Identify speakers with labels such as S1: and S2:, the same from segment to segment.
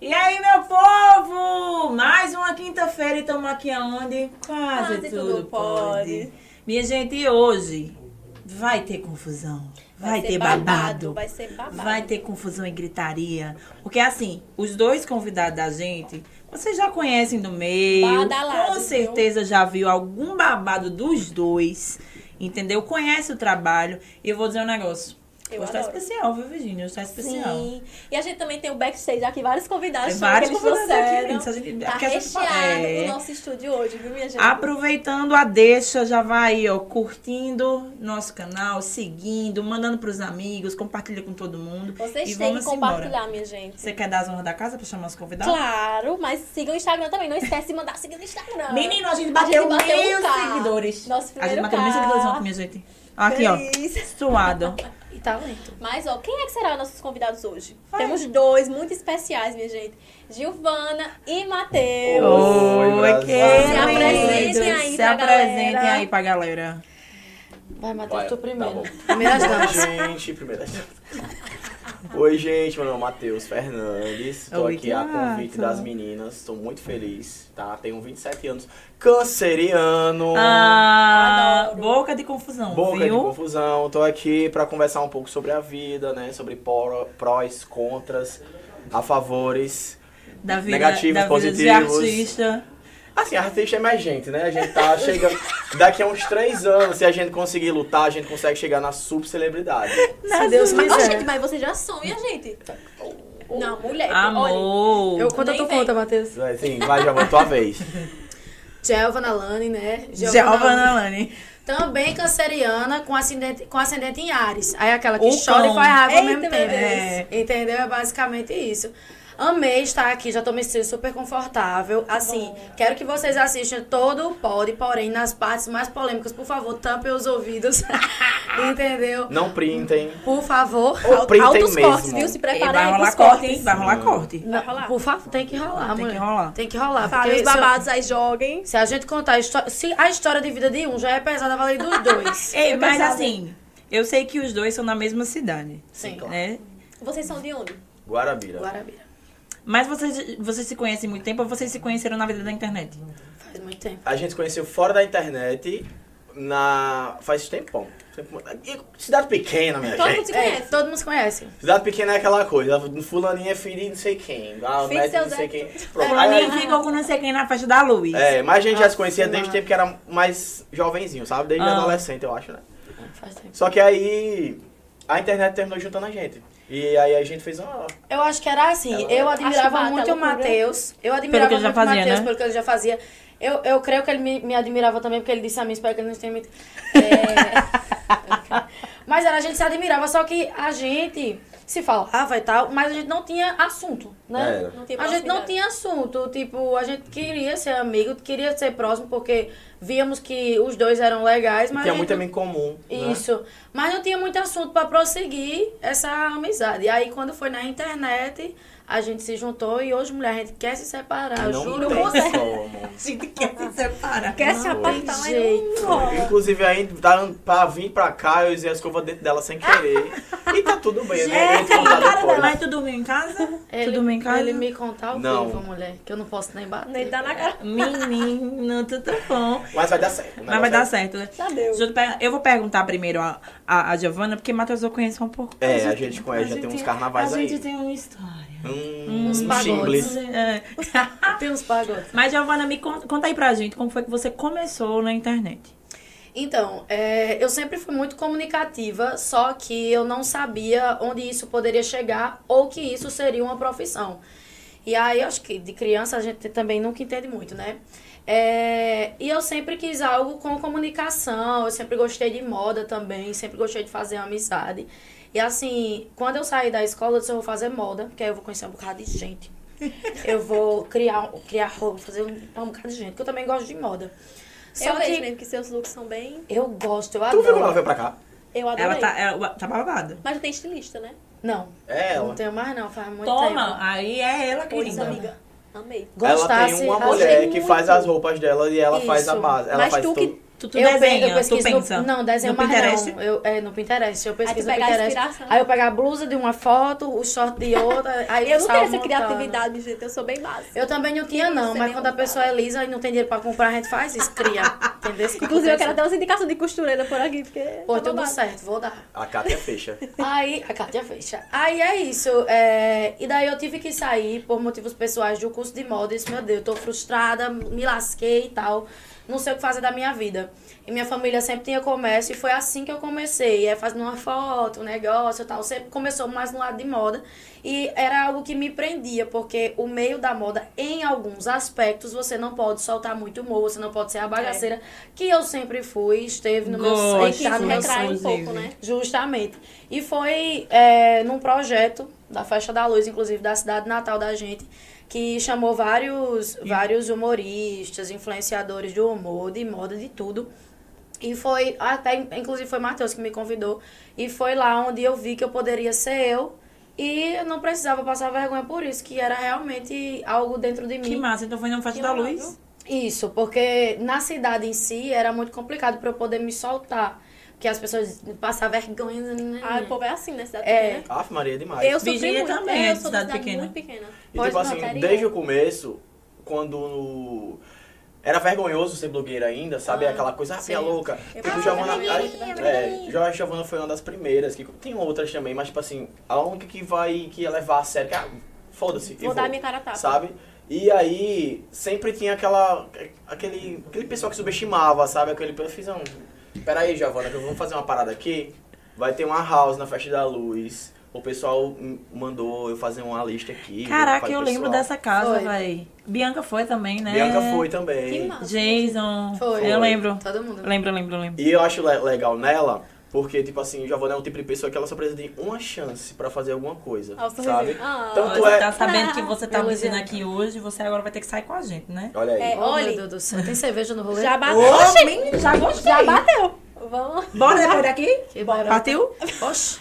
S1: E aí, meu povo! Mais uma quinta-feira e estamos aqui aonde? Quase,
S2: Quase
S1: tudo,
S2: tudo
S1: pode.
S2: pode.
S1: Minha gente, e hoje vai ter confusão, vai,
S2: ser
S1: ter babado,
S2: Vai ser babado.
S1: vai ter confusão e gritaria. Porque assim, os dois convidados da gente, vocês já conhecem do meio,
S2: Badalado,
S1: com
S2: viu?
S1: certeza já viu algum babado dos dois, entendeu? Conhece o trabalho. E eu vou dizer um negócio.
S2: Eu
S1: hoje tá
S2: adoro.
S1: especial, viu, Virginia? Hoje tá especial.
S2: Sim. E a gente também tem o backstage aqui, vários convidados.
S1: Tem É, vários
S2: que eles
S1: convidados aqui,
S2: trouxeram.
S1: gente, se a gente-
S2: Tá
S1: porque a gente fala-
S2: recheado
S1: é.
S2: o nosso estúdio hoje, viu, minha gente?
S1: Aproveitando a deixa, já vai aí, ó, curtindo nosso canal, seguindo, mandando pros amigos, compartilha com todo mundo.
S2: Vocês
S1: e
S2: têm que
S1: vamos embora. Tá?
S2: compartilhar, minha gente.
S1: Você quer dar as honras da casa pra chamar os convidados?
S2: Claro, mas sigam o Instagram também. Não esquece de mandar seguir no Instagram.
S1: Menino, a gente bateu,
S2: A gente bateu
S1: mil
S2: um K.
S1: seguidores.
S2: Nosso
S1: a gente
S2: primeiro
S1: bateu
S2: K.
S1: mil seguidores ontem, minha gente. Aqui,
S2: Feliz.
S1: ó. Suado.
S3: E talento.
S2: Mas, ó, quem é que serão nossos convidados hoje? Temos dois muito especiais, minha gente. Gilvana e Matheus.
S4: Oi, Brasil.
S1: queridos.
S4: Se
S2: apresentem aí
S1: é Se
S2: pra
S1: apresentem
S2: galera.
S1: aí pra galera.
S3: Vai, Matheus, tu primeiro.
S4: Tá bom.
S3: Primeiras damas.
S4: Gente, primeira Oi, gente, meu nome é Matheus Fernandes. Tô
S1: Oi,
S4: aqui a
S1: gato.
S4: convite das meninas. Tô muito feliz, tá? Tenho 27 anos. Canceriano.
S1: Ah,
S2: Adoro.
S1: boca de confusão,
S4: Boca de
S1: viu?
S4: confusão. Tô aqui pra conversar um pouco sobre a vida, né? Sobre pró- prós, contras, a favores.
S1: Da vida,
S4: Negativos,
S1: da vida de
S4: positivos.
S1: artista.
S4: Assim, artista é mais gente, né? A gente tá chegando. Daqui a uns três anos, se a gente conseguir lutar, a gente consegue chegar na subcelebridade.
S3: Se Deus
S2: Mas,
S3: quiser.
S2: gente, mas você já sonha, gente. Não, mulher. É Olha,
S1: Amor.
S3: Eu conto a
S2: Nem
S3: tua
S2: vem.
S3: conta, Matheus.
S4: Assim, vai, já tua vez.
S3: Giovanna Lani, né?
S1: Giovanna Lani.
S3: Também canceriana, com ascendente, com ascendente em Ares. Aí aquela que
S1: O
S3: chora
S1: cão.
S3: e faz raiva ao
S2: Eita,
S3: mesmo
S2: meu
S3: tempo.
S1: Deus.
S3: É, Entendeu? É basicamente isso. Amei estar aqui, já tô me sentindo super confortável.
S2: Tá
S3: Assim, quero que vocês assistam todo o pod, porém, nas partes mais polêmicas, por favor, tampem os ouvidos. entendeu?
S4: Não printem.
S3: Por favor,
S4: Ou
S3: al-
S4: printem
S3: altos
S4: mesmo.
S3: cortes, viu?
S2: Se
S1: E
S2: preparem
S1: vai
S2: aí pros
S1: rolar corte, hein?
S2: cortes.
S1: Vai rolar corte.
S3: Não,
S2: rolar?
S3: Por favor, tem que rolar,
S1: Tem
S3: mulher.
S1: que rolar.
S3: Tem que rolar.
S2: Falem
S3: porque
S2: os babados aí, joguem.
S3: Se, se a gente contar a história. Se a história de vida de um já é pesada, vale dos dois.
S1: Ei, mas
S2: casada.
S1: assim, eu sei que os dois são na mesma cidade,
S3: Sim.
S1: né?
S2: Vocês são de onde?
S4: Guarabira.
S3: Guarabira.
S1: Mas vocês, vocês se conhecem há muito tempo ou vocês se conheceram na vida da internet?
S3: Faz muito tempo.
S4: A gente se conheceu fora da internet na faz tempão. Tempo- e Cidade pequena, minha
S2: Todo mundo
S4: gente.
S2: se
S3: É,
S2: conhece.
S3: todo mundo se conhece.
S4: Cidade pequena é aquela coisa. Fulaninha é filho de não sei quem.
S2: Filho
S4: Ah,
S2: de
S4: neto de
S2: seu
S4: não sei
S2: Zé.
S4: quem. Pronto.
S1: Pra
S4: Aí,
S1: mim, ficam com não sei quem na festa da luz.
S4: é, mas a gente já se conhecia
S3: Nossa,
S4: desde o tempo que era mais jovenzinho, sabe? Desde
S1: Ah.
S4: adolescente, eu acho, né?
S3: Faz tempo.
S4: Só que aí a internet terminou juntando a gente. E aí a gente fez uma.
S3: Eu acho que era assim. eu
S2: Acho
S3: admirava
S2: bata,
S3: muito o
S2: loucura.
S3: Matheus. Eu admirava
S1: que ele já
S3: muito
S1: fazia,
S3: o Matheus
S1: né?
S3: pelo que ele já fazia. Eu, eu creio que ele me, me admirava também, porque ele disse a mim, espero que ele não tenha me... É... mas era, a gente se admirava, só que a gente se falava e tal, mas a gente não tinha assunto, né?
S4: Era.
S2: Não tinha
S3: a gente não
S2: proximidade.
S3: tinha assunto, tipo, a gente queria ser amigo, queria ser próximo, porque víamos que os dois eram legais, mas a
S4: Tinha
S3: gente
S4: é muito
S3: não
S4: amigo comum. né?
S3: isso. Mas não tinha muito assunto pra prosseguir essa amizade. E aí, quando foi na internet, a gente se juntou e hoje, mulher, a gente quer se separar.
S4: Não
S3: juro
S4: tem
S3: você.
S4: como.
S1: A gente quer se separar.
S2: Quer se
S3: Não
S2: apartar, mas
S3: tem
S2: não rola.
S4: Inclusive, aí tá, pra vir pra cá, eu usei a escova dentro dela sem querer. e tá tudo bem, né? A gente conta depois.
S1: Mas tu dormiu em casa? tu dormiu em casa?
S3: ele me contar o
S4: é Não.
S3: vivo, mulher, que eu não posso nem bater.
S2: Nem dá na cara.
S1: Menino, tudo bom.
S4: Mas vai dar certo. o
S1: Mas vai
S4: negócio
S1: dar
S4: é-
S1: certo, né?
S2: Já Tá, deu.
S1: Deixa eu te perguntar- Eu vou perguntar primeiro a, a, a Giovana, porque Matheus eu conheço há um pouco.
S4: É, a gente conhece, já tem uns carnavais
S1: a
S4: aí.
S1: gente tem uma história.
S4: Hum,
S3: Uns
S4: um
S3: pagodes.
S4: simples.
S1: É.
S3: Tem uns pagodes.
S1: Mas, Giovana, me conta, conta aí pra gente como foi que você começou na internet.
S3: Então, é, eu sempre fui muito comunicativa, só que eu não sabia onde isso poderia chegar ou que isso seria uma profissão. E aí, acho que de criança a gente também nunca entende muito, né? É, e eu sempre quis algo com comunicação, eu sempre gostei de moda também, sempre gostei de fazer amizade. E assim, quando eu saí da escola, eu disse, eu vou fazer moda, porque aí eu vou conhecer um bocado de gente. Eu vou criar, criar roupa, fazer um, um bocado de gente, porque eu também gosto de moda. Só
S2: eu
S3: que...
S2: vejo mesmo que seus looks são bem...
S3: Eu gosto, eu
S4: Tu
S3: adoro.
S4: viu como ela veio pra cá?
S2: Eu adorei.
S1: Ela tá, ela tá babada.
S2: Mas não tem estilista, né?
S3: Não,
S4: É,
S3: não
S4: ela.
S3: tenho mais não, faz muito
S1: Toma,
S3: tempo.
S1: aí é ela,
S2: Pois,
S1: querida.
S2: amiga. Amei.
S4: Ela tem
S3: Gostasse, assim,
S4: uma
S3: achei
S4: mulher que
S2: muito.
S4: faz as roupas dela e ela faz
S3: Isso.
S4: a base. Ela
S2: Mas
S4: faz
S2: tu que
S4: tudo.
S1: Tu, tu
S3: eu, pe-
S1: desenha,
S3: eu pesquiso
S1: tu pensa.
S3: No, não, desenho
S1: No
S3: mais
S1: Pinterest?
S3: não. Eu, é, no Pinterest. Eu pesquiso
S2: pegar a
S3: no Pinterest.
S2: inspiração.
S3: Aí eu pego a blusa de uma foto, o short de outra. Aí
S2: Eu não tenho
S3: salvo
S2: essa
S3: montando.
S2: criatividade, gente. Eu sou bem básica.
S3: Eu também não tinha, não.
S2: Você
S3: Mas
S2: nem
S3: quando a
S2: montava.
S3: pessoa é lisa e não tem dinheiro pra comprar, a gente faz isso, cria. Entendeu? Isso que
S2: Inclusive, eu quero
S3: acontece.
S2: até umas indicações de costureira por aqui, porque.
S3: Pô,
S2: tá
S3: tudo
S2: babado.
S3: certo, vou dar.
S4: A Cátia é fecha.
S3: Aí, a Kátia fecha. Aí é isso. é, E daí eu tive que sair por motivos pessoais do curso de moda. Eu disse, meu Deus, eu tô frustrada, me lasquei e tal. Não sei o que fazer da minha vida. E minha família sempre tinha comércio e foi assim que eu comecei. É fazendo uma foto, um negócio e tal. Sempre começou mais no lado de moda. E era algo que me prendia, porque o meio da moda, em alguns aspectos, você não pode soltar muito humor, você não pode ser a bagaceira que eu sempre fui, esteve no meu
S1: É.
S3: tá
S1: Gosto,
S2: Que
S3: está
S2: isso
S3: no meu
S2: retrai um
S1: inclusive.
S2: pouco, né?
S3: Justamente. E foi é, num projeto da Festa da Luz, inclusive da cidade natal da gente, que chamou vários, vários humoristas, influenciadores do humor, de moda, de tudo. E foi, até inclusive foi Matheus que me convidou. E foi lá onde eu vi que eu poderia ser eu. E eu não precisava passar vergonha por isso, que era realmente algo dentro de mim.
S1: Que massa, então foi na festa
S2: Que
S1: da
S2: legal,
S1: luz.
S3: Isso, porque na cidade em si era muito complicado para eu poder me soltar. Porque as pessoas passavam vergonha. né?
S2: Ah, o povo é assim, né? Cidade
S3: É.
S2: pequena.
S4: Aff, Maria, é demais.
S2: Eu sofri
S1: Virgínia
S2: muito.
S1: também é
S2: eu
S1: de
S2: sou
S1: cidade
S2: de cidade
S1: pequena.
S2: muito pequena.
S4: E
S3: Pode
S4: tipo assim,
S2: notar, Ariel.
S4: desde o começo, quando era vergonhoso ser blogueira ainda, sabe? Aquela coisa, ah, filha
S3: sim.
S4: louca.
S2: Eu
S4: Tipo,
S2: falo,
S4: Giovana,
S2: "Blogueirinha,
S4: a- é,
S2: blogueirinha".
S4: Jorge Giovana foi uma das primeiras, que tem outras também, mas tipo assim, a única que vai, que ia levar a sério, que ah, foda-se. e
S2: Vou dar minha cara
S1: Tá
S2: a tapa.
S4: Sabe? E aí, sempre tinha aquela, aquele, aquele pessoal que subestimava, sabe? Aquele pessoal que um, peraí, Giovana, que eu vou fazer uma parada aqui. Vai ter uma house na Festa da Luz. O pessoal hum, mandou eu fazer uma lista aqui.
S1: Caraca,
S4: falei,
S1: eu lembro
S4: pessoal.
S1: dessa casa,
S3: Foi.
S1: véi. Bianca foi também, né?
S4: Bianca foi
S2: Que
S4: também.
S2: massa.
S1: Jason.
S3: Foi.
S1: Eu lembro.
S3: Todo mundo.
S1: Lembro, lembro, lembro.
S4: E eu acho le- legal nela, porque, tipo assim, Giovanna é um tipo de pessoa que ela só precisa de uma chance pra fazer alguma coisa,
S2: Ah, o
S4: sabe?
S2: sorrisinho. Ah,
S1: Ó,
S4: Tanto
S1: Você
S4: é...
S1: tá sabendo que você tá
S3: Meu
S1: vindo
S3: Deus.
S1: aqui hoje, você agora vai ter que sair com a gente, né?
S4: Olha aí.
S2: É,
S3: Oh,
S2: olhe.
S3: meu Deus do céu. Tem cerveja no rolê?
S2: Já bateu.
S1: Oxi, menino, já gostei.
S2: Já bateu. Vamos.
S1: Bora depois daqui?
S3: Que barato.
S1: Partiu?
S3: Oxe.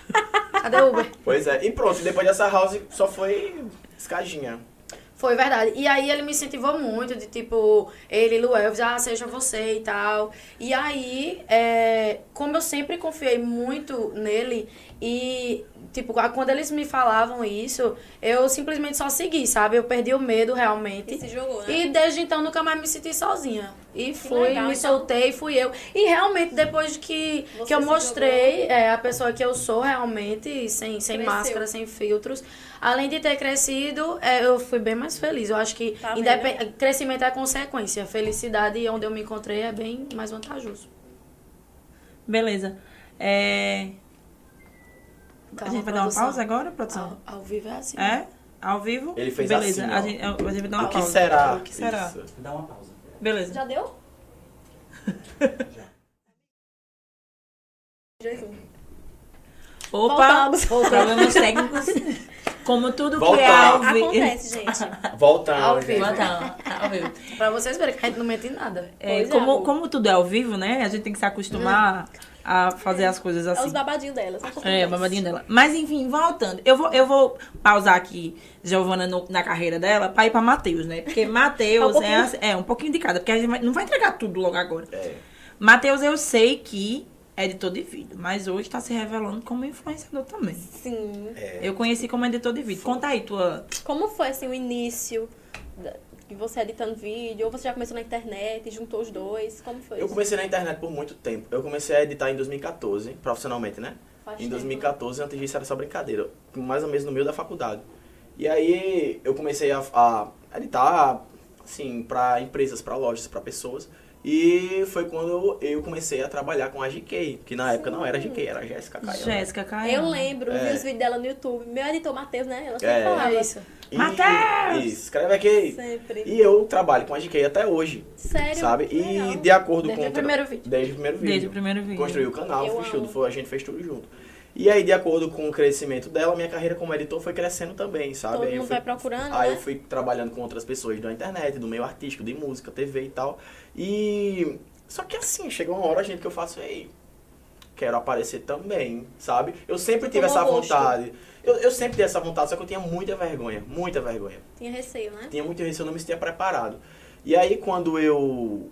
S3: Cadê o Uber?
S4: Pois é. E pronto, depois dessa house só foi escadinha.
S3: Foi verdade. E aí ele me incentivou muito, de tipo, ele, Lu Elvis, ah, seja você e tal. E aí, é, como eu sempre confiei muito nele, e, tipo, a- quando eles me falavam isso, eu simplesmente só segui, sabe? Eu perdi o medo realmente.
S2: E se jogou, né?
S3: E desde então nunca mais me senti sozinha. E fui,
S2: legal,
S3: me
S2: então.
S3: soltei, fui eu. E realmente, depois que,
S2: Você
S3: que eu
S2: se
S3: mostrei é, a pessoa que eu sou realmente, sem, sem
S2: Cresceu.
S3: máscara, sem filtros, além de ter crescido, é, eu fui bem mais feliz. Eu acho que
S2: Tá vendo?
S3: independ- crescimento é consequência. Felicidade onde eu me encontrei é bem mais vantajoso.
S1: Beleza. É, a
S2: Tá,
S3: Calma,
S1: gente vai dar uma
S3: produção.
S1: pausa agora, produção?
S3: Ao, ao vivo é
S2: Ah.
S3: assim.
S1: É? Ao vivo?
S4: Ele fez
S1: Beleza.
S4: assim, ó.
S1: a, gente, é, a gente vai dar uma
S4: o que
S1: pausa.
S4: será?
S1: Ah, O que será?
S4: Isso.
S5: Dá uma pausa.
S1: Beleza.
S2: Já deu? Jesus.
S1: Opa!
S2: Voltamos.
S1: Problemas técnicos. Como tudo que é ao
S4: Voltamos.
S1: vivo.
S2: Acontece, gente.
S4: Voltando,
S3: Ao
S4: gente.
S3: vivo.
S1: Voltamos, ao vivo.
S3: Pra vocês verem que a gente não mente em nada.
S1: É,
S2: Pois é,
S1: como,
S2: amor. Hum.
S1: como tudo é ao vivo, né? A gente tem que se acostumar a fazer as coisas
S2: É os
S1: assim.
S2: babadinhos delas.
S1: É, o babadinho dela. Mas enfim, voltando. Eu vou, eu vou pausar aqui Giovana no- na carreira dela pra ir pra Matheus, né? Porque Matheus é,
S2: pouquinho.
S1: assim- é, um pouquinho de cada, porque a gente vai- não vai entregar tudo logo agora.
S4: É.
S1: Matheus, eu sei que é editor de vídeo, mas hoje tá se revelando como influenciador também.
S2: Sim.
S4: É.
S1: Eu conheci como editor de vídeo. Conta aí tua.
S2: Como foi, assim, o início da- que você editando vídeo? Ou você já começou na internet e juntou os dois? Como foi
S4: Eu
S2: isso?
S4: comecei na internet por muito tempo. Eu comecei a editar em 2014, profissionalmente, né?
S2: Faz
S4: em
S2: tempo,
S4: 2014, antes disso era só brincadeira. Mais ou menos no meio da faculdade. E aí eu comecei a, a editar, assim, pra empresas, pra lojas, pra pessoas. E foi quando eu comecei a trabalhar com a GK, que na época não era GK, era Jéssica Caio. né?
S1: Jéssica, Caio.
S2: Eu lembro, vi
S4: É.
S2: os vídeos dela no YouTube. Meu editor, Matheus, né? Ela sempre
S4: É.
S2: falava.
S3: É isso.
S4: E-
S1: Matheus!
S4: Isso, escreve aqui.
S2: Sempre.
S4: E eu trabalho com a GK até hoje,
S2: Sério?
S4: sabe?
S2: Que
S4: E
S2: legal.
S4: de acordo
S3: Desde
S4: com...
S3: o primeiro vídeo.
S4: Desde o primeiro vídeo.
S1: Desde o primeiro vídeo.
S4: Construiu o canal,
S2: Eu
S4: fiz tudo,
S2: amo.
S4: foi, a gente fez tudo junto. E aí, de acordo com o crescimento dela, minha carreira como editor foi crescendo também, sabe?
S2: Todo
S4: aí eu
S2: mundo
S4: fui,
S2: vai procurando,
S4: aí
S2: né?
S4: eu fui trabalhando com outras pessoas da internet, do meio artístico, de música, TV e tal. E. Só que assim, chegou uma hora, gente, que eu faço, ei, quero aparecer também, sabe? Eu sempre tive
S2: Tomou
S4: essa
S2: gosto.
S4: vontade. Eu, eu sempre tive essa vontade, só que eu tinha muita vergonha, muita vergonha
S2: Tinha receio, né?
S4: tinha muito receio, eu não me sentia preparado. E aí, quando eu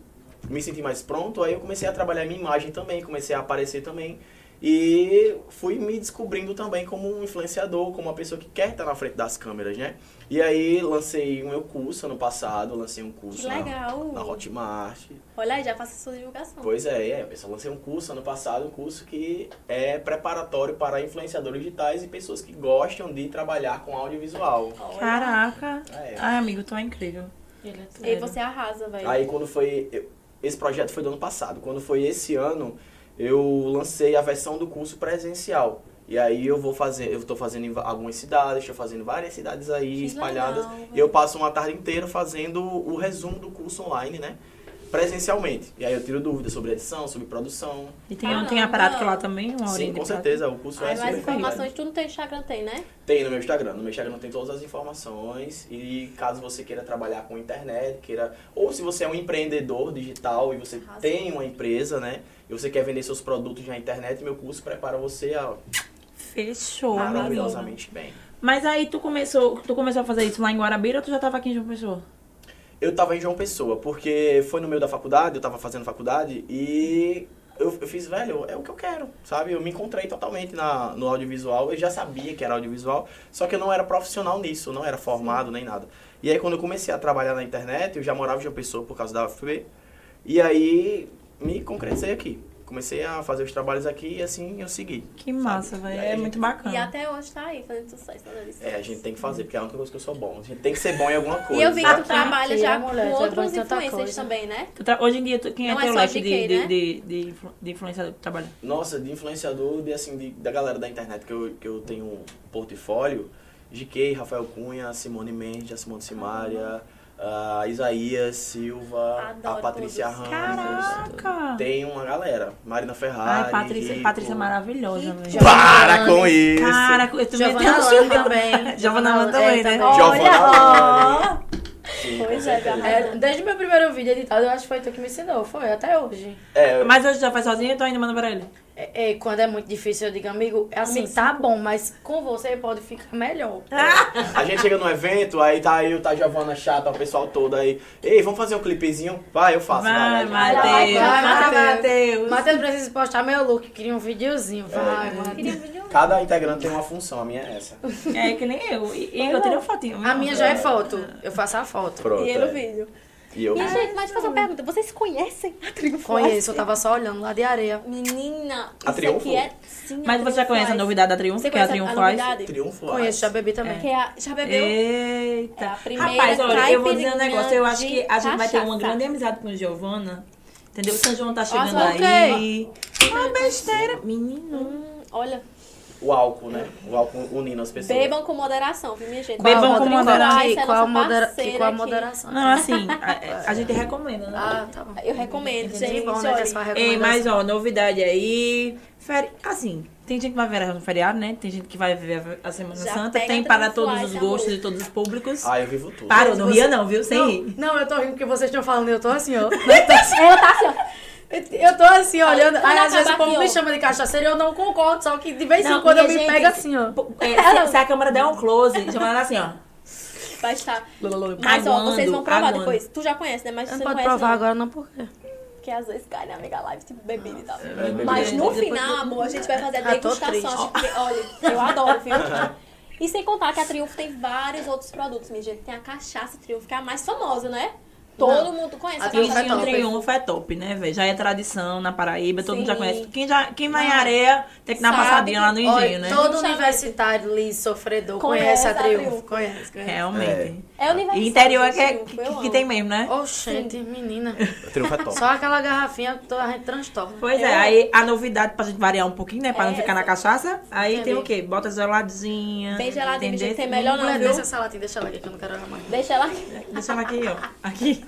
S4: me senti mais pronto, aí eu comecei a trabalhar minha imagem também, comecei a aparecer também. E fui me descobrindo também como um influenciador, como uma pessoa que quer estar na frente das câmeras, né? E aí lancei o meu curso ano passado, lancei um curso
S2: Que legal.
S4: Na, na Hotmart.
S2: Olha aí, já faço a sua divulgação.
S4: Pois é, é, pessoal, lancei um curso ano passado, um curso que é preparatório para influenciadores digitais e pessoas que gostam de trabalhar com audiovisual.
S2: Olha.
S1: Caraca.
S4: É.
S1: Ai, amigo, tu é incrível.
S3: Ele é
S2: E aí você arrasa, velho.
S4: Aí quando foi. eu- Esse projeto foi do ano passado. Quando foi esse ano, eu lancei a versão do curso presencial. E aí eu vou fazer, eu tô fazendo em va- algumas cidades, estou fazendo várias cidades aí,
S2: Que
S4: espalhadas.
S2: legal,
S4: E eu passo uma tarde inteira fazendo o resumo do curso online, né? Presencialmente. E aí eu tiro dúvidas sobre edição, sobre produção.
S1: E tem, não tem a
S2: Caramba.
S1: prática lá também? Uma
S4: Sim,
S1: horinha
S4: com
S1: de prática?
S4: certeza, o curso é
S2: Ai, mais
S4: super completo.
S2: informações de tudo no teu Instagram tem, né?
S4: Tem no meu Instagram. No meu Instagram tem todas as informações. E caso você queira trabalhar com internet, queira. Ou se você é um empreendedor digital e você
S2: Arrasou.
S4: tem uma empresa, né? E você quer vender seus produtos na internet, meu curso prepara você ó,
S1: Fechou.
S2: Arrasou.
S4: maravilhosamente bem.
S1: Mas aí tu começou, tu começou a fazer isso lá em Guarabira ou tu já tava aqui em João Pessoa?
S4: Eu tava em João Pessoa, porque foi no meio da faculdade, eu tava fazendo faculdade e. Eu, eu fiz, velho, é o que eu quero, sabe? Eu me encontrei totalmente na, no audiovisual. Eu já sabia que era audiovisual, só que eu não era profissional nisso, eu não era formado nem nada. E aí, quando eu comecei a trabalhar na internet, eu já morava em João Pessoa por causa da UFB. E aí, me concretizei aqui. Comecei a fazer os trabalhos aqui e assim eu segui.
S1: Que massa,
S4: Sabe?
S1: velho.
S4: E aí
S1: É
S4: a
S1: muito
S4: gente-
S1: bacana.
S2: E até hoje tá aí fazendo sucesso. fazendo isso.
S4: É, a gente tem que fazer, porque é a única coisa que eu sou bom. A gente tem que ser bom em alguma coisa.
S2: E eu vi que
S4: né?
S2: tu trabalha
S3: Aqui,
S2: já
S3: a mulher,
S2: com
S3: já
S2: outros
S3: vai tanta
S2: influencers
S3: coisa.
S2: também, né?
S1: Tu tra- Hoje em dia, tu- quem é
S2: Não é
S1: teu
S2: só
S1: leque de,
S2: GK,
S1: de,
S2: né?
S1: de, de influ- de influenciador que trabalha?
S4: Nossa, de influenciador, de, assim, de- da galera da internet que eu, que eu tenho um portfólio, GK, Rafael Cunha, Simone Mendes, a Simone Simaria, a Isaías Silva,
S2: Adoro
S4: a Patrícia
S2: todos.
S4: Ramos.
S1: Caraca!
S4: Tem uma galera. Marina Ferrari.
S1: Ai, Patrícia,
S4: Rico.
S1: Patrícia é maravilhosa, velho.
S4: Para com isso!
S1: Cara, eu também
S3: Giovanna
S1: tenho um
S3: Lan
S1: ciúme.
S3: também.
S1: Giovanna Lan
S3: É,
S1: também,
S3: tá
S1: né?
S3: bom.
S4: Giovanna
S2: Olha, ó.
S4: Sim, com
S2: Pois é,
S4: certeza.
S2: Gabriel.
S3: É, desde meu primeiro vídeo editado, eu acho que foi tu que me ensinou. Foi, até hoje.
S4: É,
S1: Mas hoje já faz sozinha ou tu ainda manda pra ele?
S3: É, é, quando é muito difícil, eu digo, amigo, assim,
S2: Amigo. Ah.
S3: tá bom, mas com você pode ficar melhor.
S4: A gente chega no evento, aí tá eu, tá a Giovana chata, o pessoal todo aí. Ei, vamos fazer um clipezinho? Vai, eu faço.
S1: Vai,
S3: vai,
S1: Matheus.
S3: vai,
S1: Vai,
S3: Mateus.
S1: Matheus.
S3: Matheus precisa postar meu look, queria um videozinho. Vai,
S4: É.
S2: Queria
S3: Matheus.
S2: um vídeo.
S4: Cada integrante tem uma função, a minha é essa.
S1: É que nem eu. E e eu tirei uma fotinho. Hum.
S3: A minha já é foto. Eu faço a foto.
S4: Pronto.
S2: E ele o
S4: é.
S2: vídeo.
S4: E eu.
S2: E, gente, mas deixa eu fazer uma pergunta. Vocês conhecem a Trigo Fly?
S3: Conheço, eu tava só olhando lá de areia.
S2: Menina,
S4: A
S2: isso
S4: Triunfo?
S2: aqui é... Sim,
S1: Mas você já
S2: Triunfo
S1: conhece a
S2: Fly.
S1: novidade da Triunfo?
S2: Você
S1: Que é a
S2: conhece
S1: Triunfo
S2: a
S1: faz?
S2: novidade?
S4: Triunfo.
S3: Conheço, já bebi também.
S2: Que é- já bebeu?
S1: Eita.
S2: É a primeira
S1: Rapaz, olha, eu vou dizer um
S2: caipirinha
S1: negócio. Eu acho
S2: de
S1: que a gente vai ter uma
S2: cachaça.
S1: grande amizade com Giovana. Entendeu? O São João tá chegando
S3: Nossa,
S1: aí. Uma besteira. Menino.
S2: Hum, olha,
S4: O álcool, né? O álcool unindo as pessoas.
S2: bebam com moderação, viu, minha gente?
S1: Qual Bebam
S3: Qual
S1: com
S3: modera-
S1: moderação.
S3: que-
S2: Essa é
S3: Qual,
S2: nossa
S3: modera-
S2: parceira
S3: que- qual a
S2: aqui.
S3: moderação?
S1: Não, assim, a, a gente recomenda, né?
S3: Ah, tá bom.
S2: Eu recomendo,
S3: Entendi,
S2: gente.
S3: bom, né,
S2: olha.
S3: que é só
S1: Ei,
S3: recomendação.
S1: mas ó, novidade aí. Feri... Assim, tem gente que vai ver no feriado, né? Tem gente que vai ver a Semana
S2: Já
S1: Santa.
S2: pega
S1: Tem
S2: a
S1: para
S2: Trunflight,
S1: todos os
S2: amor.
S1: gostos e todos os públicos.
S4: Ah, eu vivo tudo.
S1: Parou, não
S3: Você-
S1: ria não, viu? Sem
S3: não,
S1: rir.
S3: não, eu tô rindo porque vocês estão falando e eu tô assim, ó.
S2: Ela tá assim, ó.
S3: Eu tô assim, olhando. Aí
S2: Quando
S3: às vezes o
S2: acabar
S3: povo
S2: aqui,
S3: me
S2: ó.
S3: chama de cachaceira e eu não concordo, só que de vez em
S1: Não,
S3: quando eu me
S1: minha gente,
S3: pego assim, ó.
S1: Pô, é, se, se a câmera der um close, chama ela assim, ó.
S2: Vai estar.
S1: Aguando,
S2: Mas ó, vocês vão provar
S1: aguando.
S2: depois. Tu já conhece, né? Mas
S3: Eu
S2: você
S3: não
S2: não
S3: pode
S2: conhece,
S3: provar
S2: não.
S3: agora, não, por quê?
S2: Porque às vezes cai na amiga live, tipo bebida e tal.
S4: bebida.
S2: Mas no
S1: Depois
S2: final,
S1: eu-
S2: amor, a gente vai fazer a
S3: Ah, tô
S2: degustação.
S3: triste.
S2: acho que- olha, eu adoro, viu? E sem contar que a Triunfo tem vários outros produtos, minha gente. Tem a cachaça Triunfo, que é a mais famosa, né? Todo
S3: Não.
S2: mundo conhece
S3: A
S2: a
S3: Triunfo
S1: Triunfo
S3: é
S2: cachaça
S1: é,
S3: top.
S1: triunfo é top, né, velho? Já é tradição na Paraíba, todo mundo já
S2: Sim.
S1: conhece. Quem, já, quem vai em
S3: Não.
S1: areia tem que dar uma
S2: Sabe
S1: passadinha lá no
S3: Olha,
S1: engenho, né?
S3: Todo
S2: Justamente.
S3: universitário liso, sofredor,
S2: Conhece
S3: conhece, a
S2: a
S3: triunfo.
S2: Triunfo.
S3: Conhece, conhece.
S1: Realmente.
S2: É universal.
S1: E interior é
S2: gente,
S1: que, é-
S2: Triunfo,
S1: que,
S2: eu
S1: que
S2: amo.
S1: tem mesmo, né?
S3: Oxente, menina.
S4: Triunfo é top.
S3: Só aquela garrafinha que a gente transtorna.
S1: Pois é,
S2: Eu-
S1: aí a novidade pra gente variar um pouquinho, né? Pra não
S2: É
S1: ficar na
S2: essa.
S1: cachaça. Aí tem
S3: Entendi.
S1: o quê? Bota geladinha.
S2: Bem geladinha,
S1: entendeu?
S2: gente, tem melhor não,
S3: Mulher,
S2: viu?
S3: deixa essa latinha, deixa ela aqui que eu não quero ela mais.
S2: Deixa ela.
S1: Deixa ela aqui, ó. Aqui.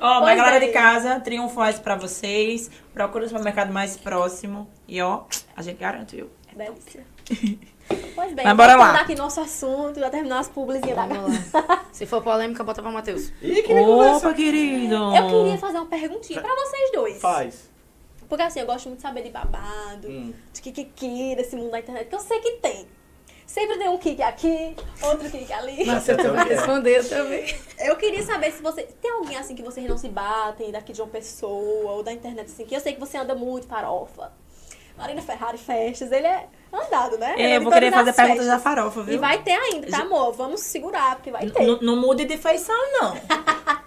S1: Ó, mas
S2: Pois
S1: galera
S2: é.
S1: de casa, triunfais pra vocês. Procura o supermercado mais próximo. E ó, a gente garante, viu?
S2: Delícia. Pois bem,
S1: Mas bora lá.
S2: voltar aqui nosso assunto, já terminar as publizinhas da galera.
S3: Vamos lá. Se for polêmica, bota pra Matheus.
S4: Ih, que nem conversa.
S1: Opa, querido!
S2: Eu queria fazer uma perguntinha pra vocês dois.
S4: Faz.
S2: Porque assim, eu gosto muito de saber de babado,
S4: Hum.
S2: de que que queira esse mundo da internet, que eu sei que tem. Sempre tem um kick aqui, outro kick ali.
S4: Mas você
S3: Então,
S4: também é.
S3: Responder também.
S2: Eu queria saber se você. Tem alguém assim que vocês não se batem, daqui de uma pessoa, ou da internet assim, que eu sei que você anda muito farofa. Marina Ferrari, festas, ele é andado, né? Ele
S1: É, eu
S2: anda
S1: vou
S2: em
S1: querer
S2: todas
S1: fazer
S2: as
S1: perguntas da
S2: festas.
S1: farofa, viu?
S2: E vai ter ainda, tá, amor? Vamos segurar, porque vai ter.
S1: N- Não mude de feição, não.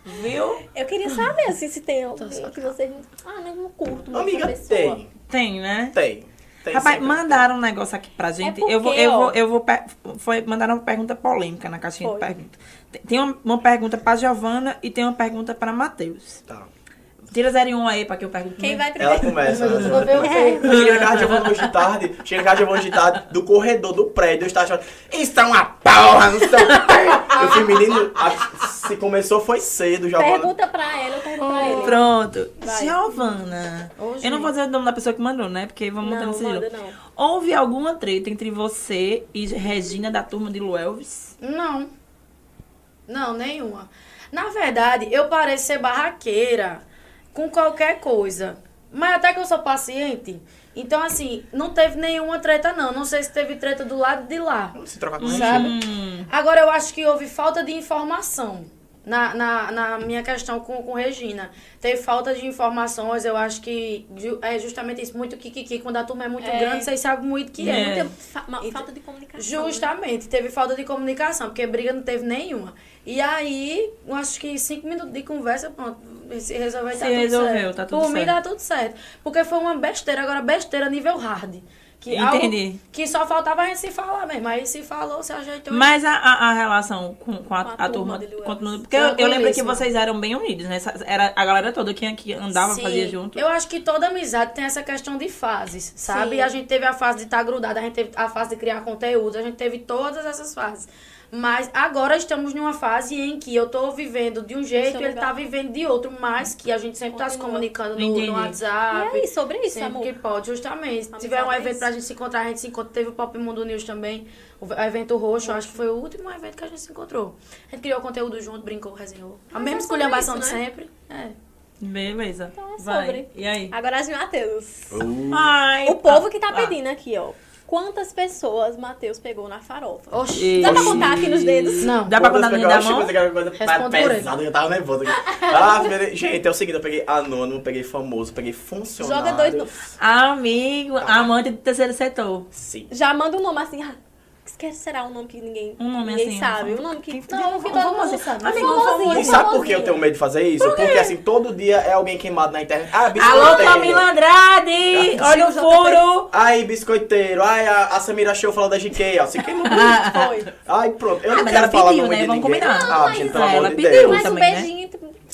S1: viu?
S2: Eu queria saber assim, se tem alguém
S3: só
S2: que vocês. não- Ah, não, não curto muito
S4: Amiga,
S2: essa pessoa.
S4: tem.
S1: Tem, né?
S4: Tem. Tem
S1: Rapaz,
S4: sempre.
S1: mandaram um negócio aqui pra gente.
S2: É porque,
S1: eu vou, eu
S2: ó.
S1: vou, eu vou pe- foi, mandaram uma pergunta polêmica na caixinha de
S2: Foi.
S1: perguntas. Tem- Tem uma, uma pergunta pra Giovana e tem uma pergunta pra Matheus.
S4: Tá.
S1: Tira 01 aí pra que eu pergunte.
S2: Quem
S1: primeiro.
S2: vai
S4: Ela
S2: primeiro?
S4: começa.
S3: Mas eu vou
S4: Ela
S3: ver o quê?
S4: Eu cheguei na casa de Giovanna hoje de tarde, cheguei na casa de Giovanna hoje de tarde, do corredor do prédio, eu estava achando, isso é uma porra, não sei o quê. Eu fui, menino, a- se começou foi cedo, Giovanna.
S2: Pergunta pra ela, eu pergunto
S1: Hum.
S2: pra ele.
S1: Pronto.
S2: Vai.
S1: Giovana.
S3: Ô,
S1: eu não vou dizer o nome da pessoa que mandou, né? Porque vamos manter no
S2: Não,
S1: sigilo.
S2: manda não.
S1: Houve alguma treta entre você e Regina da turma de Luelvis?
S3: Não. Não, nenhuma. Na verdade, eu pareço ser barraqueira com qualquer coisa. Mas até que eu sou paciente. Então, assim, não teve nenhuma treta, não. Não sei se teve treta do lado de lá.
S4: Se trocar com
S3: Sabe?
S4: Regina.
S1: Hum.
S3: Agora, eu acho que houve falta de informação na, na, na minha questão com, com Regina. Teve falta de informações, eu acho que ju- é justamente isso. Muito kikiki, quando a turma é muito
S2: É.
S3: grande, vocês sabem muito que
S1: É.
S3: é.
S2: Muita fa- ma-
S3: Ent-
S2: falta de comunicação. né?
S3: Justamente, teve falta de comunicação, porque briga não teve nenhuma. E aí, eu acho que cinco minutos de conversa, pronto, se resolveu
S1: Se
S3: tá tudo
S1: resolveu,
S3: certo.
S1: tá tudo
S3: Por mim
S1: certo.
S3: tá tudo certo. Porque foi uma besteira, agora besteira nível hard. Que
S1: Entendi.
S3: algo que só faltava a gente se falar mesmo. Aí se falou, se ajeitou.
S1: Mas a, a, a relação com, com a,
S2: Com a
S1: a turma
S2: turma de Luelvis.
S1: continua. Porque
S3: é
S1: eu, eu lembro que
S3: Tranquilíssima.
S1: vocês eram bem unidos, né? Essa- Era a galera toda que, que andava,
S3: Sim,
S1: fazia junto.
S3: Eu acho que toda amizade tem essa questão de fases, sabe?
S2: Sim.
S3: A gente teve a fase de estar grudada, a gente teve a fase de criar conteúdo, a gente teve todas essas fases. Mas agora estamos numa fase em que eu tô vivendo de um jeito
S2: é
S3: e ele
S2: legal.
S3: tá vivendo de outro, mas que a gente sempre tá se
S2: Continua.
S3: comunicando no- no,
S1: Entendi.
S3: WhatsApp.
S2: E aí, sobre isso,
S3: Sempre
S2: amor?
S3: que pode, justamente. Se
S2: Amizade
S3: tiver um
S2: é
S3: evento
S2: isso.
S3: pra gente se encontrar, a gente se encontra. Teve o Pop Mundo News também, o v- evento roxo, acho que foi o último evento que a gente se encontrou. A gente criou conteúdo junto, brincou, resenhou. A
S2: Mas
S3: mesma
S2: é sobre
S3: esculhambação
S2: isso,
S3: de
S2: né?
S3: sempre. É.
S1: Beleza.
S2: Então é
S1: Vai.
S2: sobre.
S1: E aí?
S2: Agora as de Matheus.
S1: Ai,
S2: O povo que tá
S1: ah.
S2: pedindo aqui, ó. Quantas pessoas Matheus pegou na farofa?
S3: Oxi.
S2: Dá pra
S4: Oxi.
S2: contar aqui nos dedos?
S3: Não.
S1: Dá pra contar no
S4: Todas
S1: dedo da
S4: pegaram-
S1: mão?
S4: achei que era coisa
S3: Responda por ele.
S4: pesada, eu tava nervoso aqui. Ah, peraí, gente, é o seguinte, eu peguei anônimo, peguei famoso, peguei funcionário.
S2: Joga dois no-
S1: Amigo,
S4: Tá.
S1: amante do terceiro setor.
S4: Sim.
S2: Já manda um nome assim. Ah, esquece será um nome que ninguém,
S1: Um nome
S2: ninguém
S1: assim,
S2: sabe.
S1: um
S2: Um nome que.
S3: Não, que todo mundo sabe.
S4: Assim,
S1: Amigo,
S4: E sabe por que eu tenho medo de fazer isso? Porque assim, todo dia é alguém queimado na internet. Ah,
S1: Alô,
S4: biscoiteiro.
S1: Camila Andrade!
S4: Ah,
S1: Olha o furo!
S4: Ai, biscoiteiro. Ai, a, a Samira Show falou da GK, ó. Se queimou.
S2: Foi.
S4: Ai, pronto. Eu não
S1: mas
S4: quero
S1: ela
S4: falar
S1: pediu,
S4: nome
S1: né?
S4: de
S1: Vamos
S4: ninguém.
S1: combinar.
S4: Ah, gente, pelo
S1: Ah, ela
S4: amor de
S1: pediu.
S4: Deus.
S2: Mas um
S1: também, né?
S2: beijinho.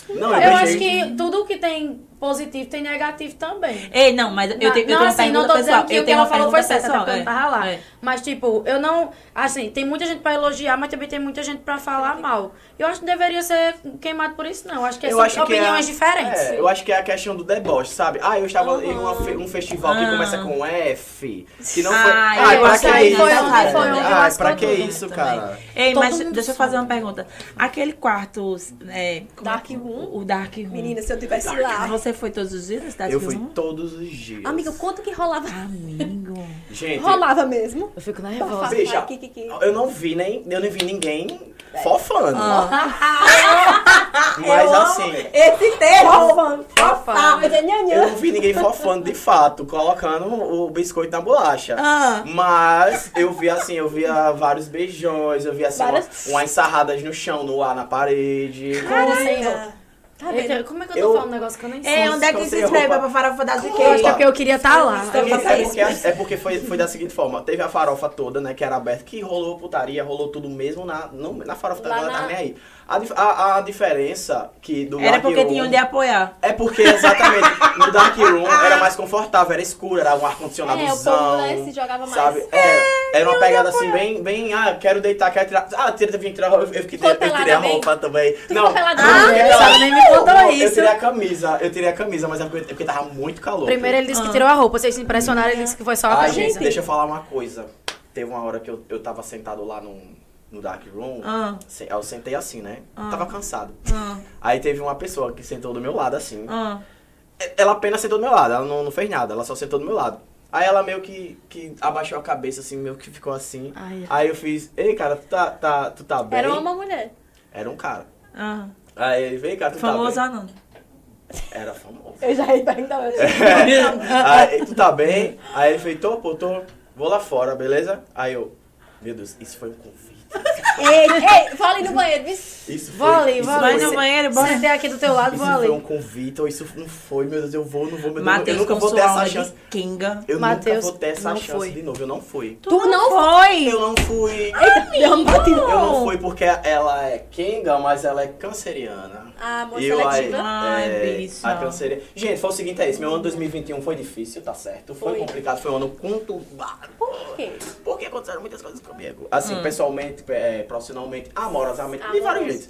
S4: Não,
S3: Eu
S4: beijei.
S3: acho que tudo que tem positivo tem negativo também.
S1: Ei, não, mas eu tenho, eu
S3: não,
S1: tenho uma
S3: assim, não
S1: pergunta
S3: tô
S1: pessoal.
S3: dizendo que
S1: Eu
S3: o que
S1: tenho
S3: ela
S1: uma
S3: falou foi
S1: pergunta
S3: certo, até
S1: pessoal.
S3: porque eu não tava lá.
S1: é.
S3: Mas, tipo, eu não. Assim, tem muita gente pra elogiar, mas também tem muita gente pra falar mal. Eu acho que não deveria ser queimado por isso, não. Acho que
S4: Eu
S3: são
S4: acho que é a-
S3: opiniões diferentes.
S4: É, eu acho que é a questão do deboche, sabe? Ah, eu estava em uma fe- um festival que
S1: Ah.
S4: começa com F, que não foi...
S1: Ai,
S4: Ai,
S1: eu
S4: pra
S1: acho
S4: que
S1: que
S4: isso,
S1: foi
S4: cara?
S1: ontem,
S3: um
S1: foi ontem,
S4: Ai,
S3: lascou
S4: pra que
S3: tudo,
S4: isso,
S1: Também.
S4: cara?
S1: Ei,
S3: Todo
S1: mas
S3: mundo
S1: deixa eu fazer uma pergunta. Aquele quarto. É, como é
S2: Dark
S1: que-
S2: room?
S1: O Dark Room.
S2: Menina, se eu tivesse lá.
S1: Você foi todos os dias na cidade
S4: Eu
S1: do
S4: fui
S1: Room?
S4: todos os dias.
S2: Amiga, quanto que rolava?
S1: Amigo.
S4: Gente,
S2: Rolava mesmo.
S3: Eu fico
S4: é
S2: nervosa.
S4: bicha,
S2: Ai, que- que- que-
S4: eu não vi nem... Eu não vi ninguém fofando.
S1: É.
S4: Mas
S1: Ah. Eu amo
S4: assim...
S1: Esse terror!
S2: Ah, mas é nhanhã.
S4: Eu não vi ninguém fofando de fato, colocando o biscoito na bolacha.
S1: Ah.
S4: Mas eu vi assim, eu via vários beijões, eu via assim,
S2: Várias-
S4: uma- umas sarradas no chão, no ar, na parede.
S2: Tá vendo?
S3: assim, Como é que eu tô
S4: Eu-
S3: falando um negócio que eu nem sei?
S1: É, onde é que
S4: Então,
S1: se
S4: sem
S1: inscreve
S4: roupa.
S1: pra farofa da GK?
S4: Com
S3: Eu acho que é
S4: roupa.
S3: porque eu queria estar lá.
S2: Então,
S4: Gente,
S2: vocês-
S4: é porque, é porque foi, foi da seguinte forma, teve a farofa toda, né, que era aberta, que rolou putaria, rolou tudo mesmo na, no- na farofa,
S2: Lá
S4: ela tá
S2: na-
S4: nem aí. A, dif- a- a diferença que do
S1: Era
S4: Dark
S1: porque
S4: Room-
S3: um
S1: tinha onde apoiar.
S4: É porque, exatamente, no Dark Room era mais confortável, era escuro, era um ar-condicionado
S2: É, o povo né, se jogava mais.
S4: Sabe? É, era uma pegada assim, bem, bem, ah, quero deitar, quero tirar. Ah, tira, vim tirar a roupa. Eu, eu,
S2: Ficou
S4: eu tirei a
S2: pelada bem?
S4: roupa também.
S2: Tu
S4: não,
S2: ficou pelada?
S4: eu
S2: Ah,
S4: tirei
S3: essa
S4: pelada.
S3: nem me contou
S4: Não, Eu
S3: isso.
S4: tirei a camisa, eu tirei a camisa, mas é porque, é porque tava muito calor.
S3: Primeiro ele disse que tirou a roupa, vocês se impressionaram, ele disse que foi só a
S4: Ah,
S3: camisa.
S4: gente, deixa eu falar uma coisa. Teve uma hora que eu, eu tava sentado lá no, no Dark Room.
S1: Ah.
S4: se- Eu sentei assim, né?
S1: Ah.
S4: Tava cansado.
S1: Ah,
S4: Aí teve uma pessoa que sentou do meu lado assim.
S1: ah.
S4: Ela apenas sentou do meu lado, ela não, não fez nada, ela só sentou do meu lado. Aí ela meio que, que abaixou a cabeça, assim, meio que ficou assim.
S3: Ai.
S4: Aí eu fiz, ei, cara, tu tá, tá, tu tá bem?
S2: Era uma mulher.
S4: Era um cara.
S1: Ah,
S4: Aí ele, vem, cara, tu
S1: famoso
S4: tá
S1: anônimo.
S4: bem? Era famoso.
S2: Eu já ia perguntar. mas-
S4: aí, tu tá bem? Aí ele fez, tô, pô, tô, vou lá fora, beleza? Aí eu, meu Deus, isso foi um convite.
S2: ei, ei, fala aí no banheiro. vixe.
S4: Isso foi,
S3: Vou ali,
S4: isso
S3: vou
S1: Vai
S3: ali.
S1: no
S4: foi-
S1: banheiro, bora.
S3: Sentei aqui do teu lado,
S4: Isso
S3: vou ali.
S4: foi um convite, ou isso não foi, meu Deus, eu vou, não vou, meu Deus, eu
S1: Matheus
S4: nunca vou
S1: com
S4: ter
S1: sua
S4: essa
S1: aula de
S4: chance.
S1: Kinga.
S4: Eu nunca
S3: Matheus,
S4: vou ter essa
S3: não
S4: chance
S3: foi.
S4: de novo, eu não fui.
S2: Tu não
S1: foi!
S4: Eu não fui.
S2: Deu uma batida.
S4: Eu não fui porque ela é Kenga, mas ela é canceriana.
S2: Ah, moça
S4: eu, a,
S2: seletiva.
S1: Ai,
S4: é,
S1: bicha.
S4: a canceriana. Gente, foi o seguinte, é isso. Meu ano 2021 foi difícil, tá certo. Foi,
S2: Foi.
S4: complicado, foi um ano conturbado.
S2: Por quê?
S4: Porque aconteceram muitas coisas comigo. Assim,
S2: Hum.
S4: pessoalmente, é, profissionalmente, amorosamente, de
S2: Amoroso.
S4: vários jeitos.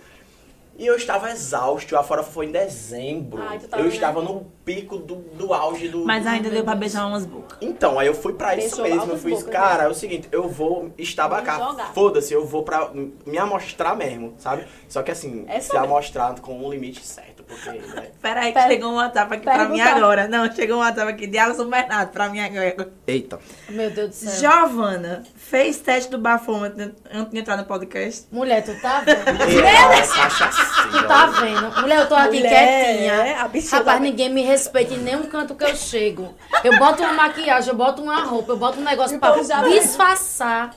S4: E eu estava exausto, a fora foi em dezembro.
S2: Ai, tu tava,
S4: eu
S2: né?
S4: estava no pico do, do auge do.
S1: Mas
S4: do-
S1: ainda deu pra beijar umas bocas.
S4: Então, aí eu fui pra
S2: Beijou
S4: isso mesmo.
S2: altas
S4: Eu fui,
S2: bocas, né?
S4: cara, é o seguinte, eu vou
S2: Vou
S4: estabacar.
S2: jogar.
S4: Foda-se, eu vou pra me amostrar mesmo, sabe? Só que assim,
S2: É
S4: se
S2: sobre.
S4: amostrar com um limite certo, porque. né?
S1: Peraí, que
S2: Pera-
S1: chegou um WhatsApp aqui pra mim
S2: Perguntar.
S1: agora. Não, chegou um WhatsApp aqui de Alisson Bernardo pra mim agora.
S4: Eita.
S3: Meu Deus
S1: É.
S3: do céu.
S1: Giovana fez teste do bafômetro antes de entrar no podcast.
S3: Mulher, tu tá vendo?
S4: Ela, Sasha, assim,
S3: Tu tá
S4: ó.
S3: vendo? Mulher, eu tô aqui
S2: Mulher,
S3: quietinha.
S2: a bicha
S3: Rapaz,
S2: tá-
S3: ninguém me respeita em nenhum canto que eu chego. Eu boto uma maquiagem, eu boto uma roupa, eu boto um negócio
S2: o
S3: pra
S2: povo já vê.
S3: disfarçar.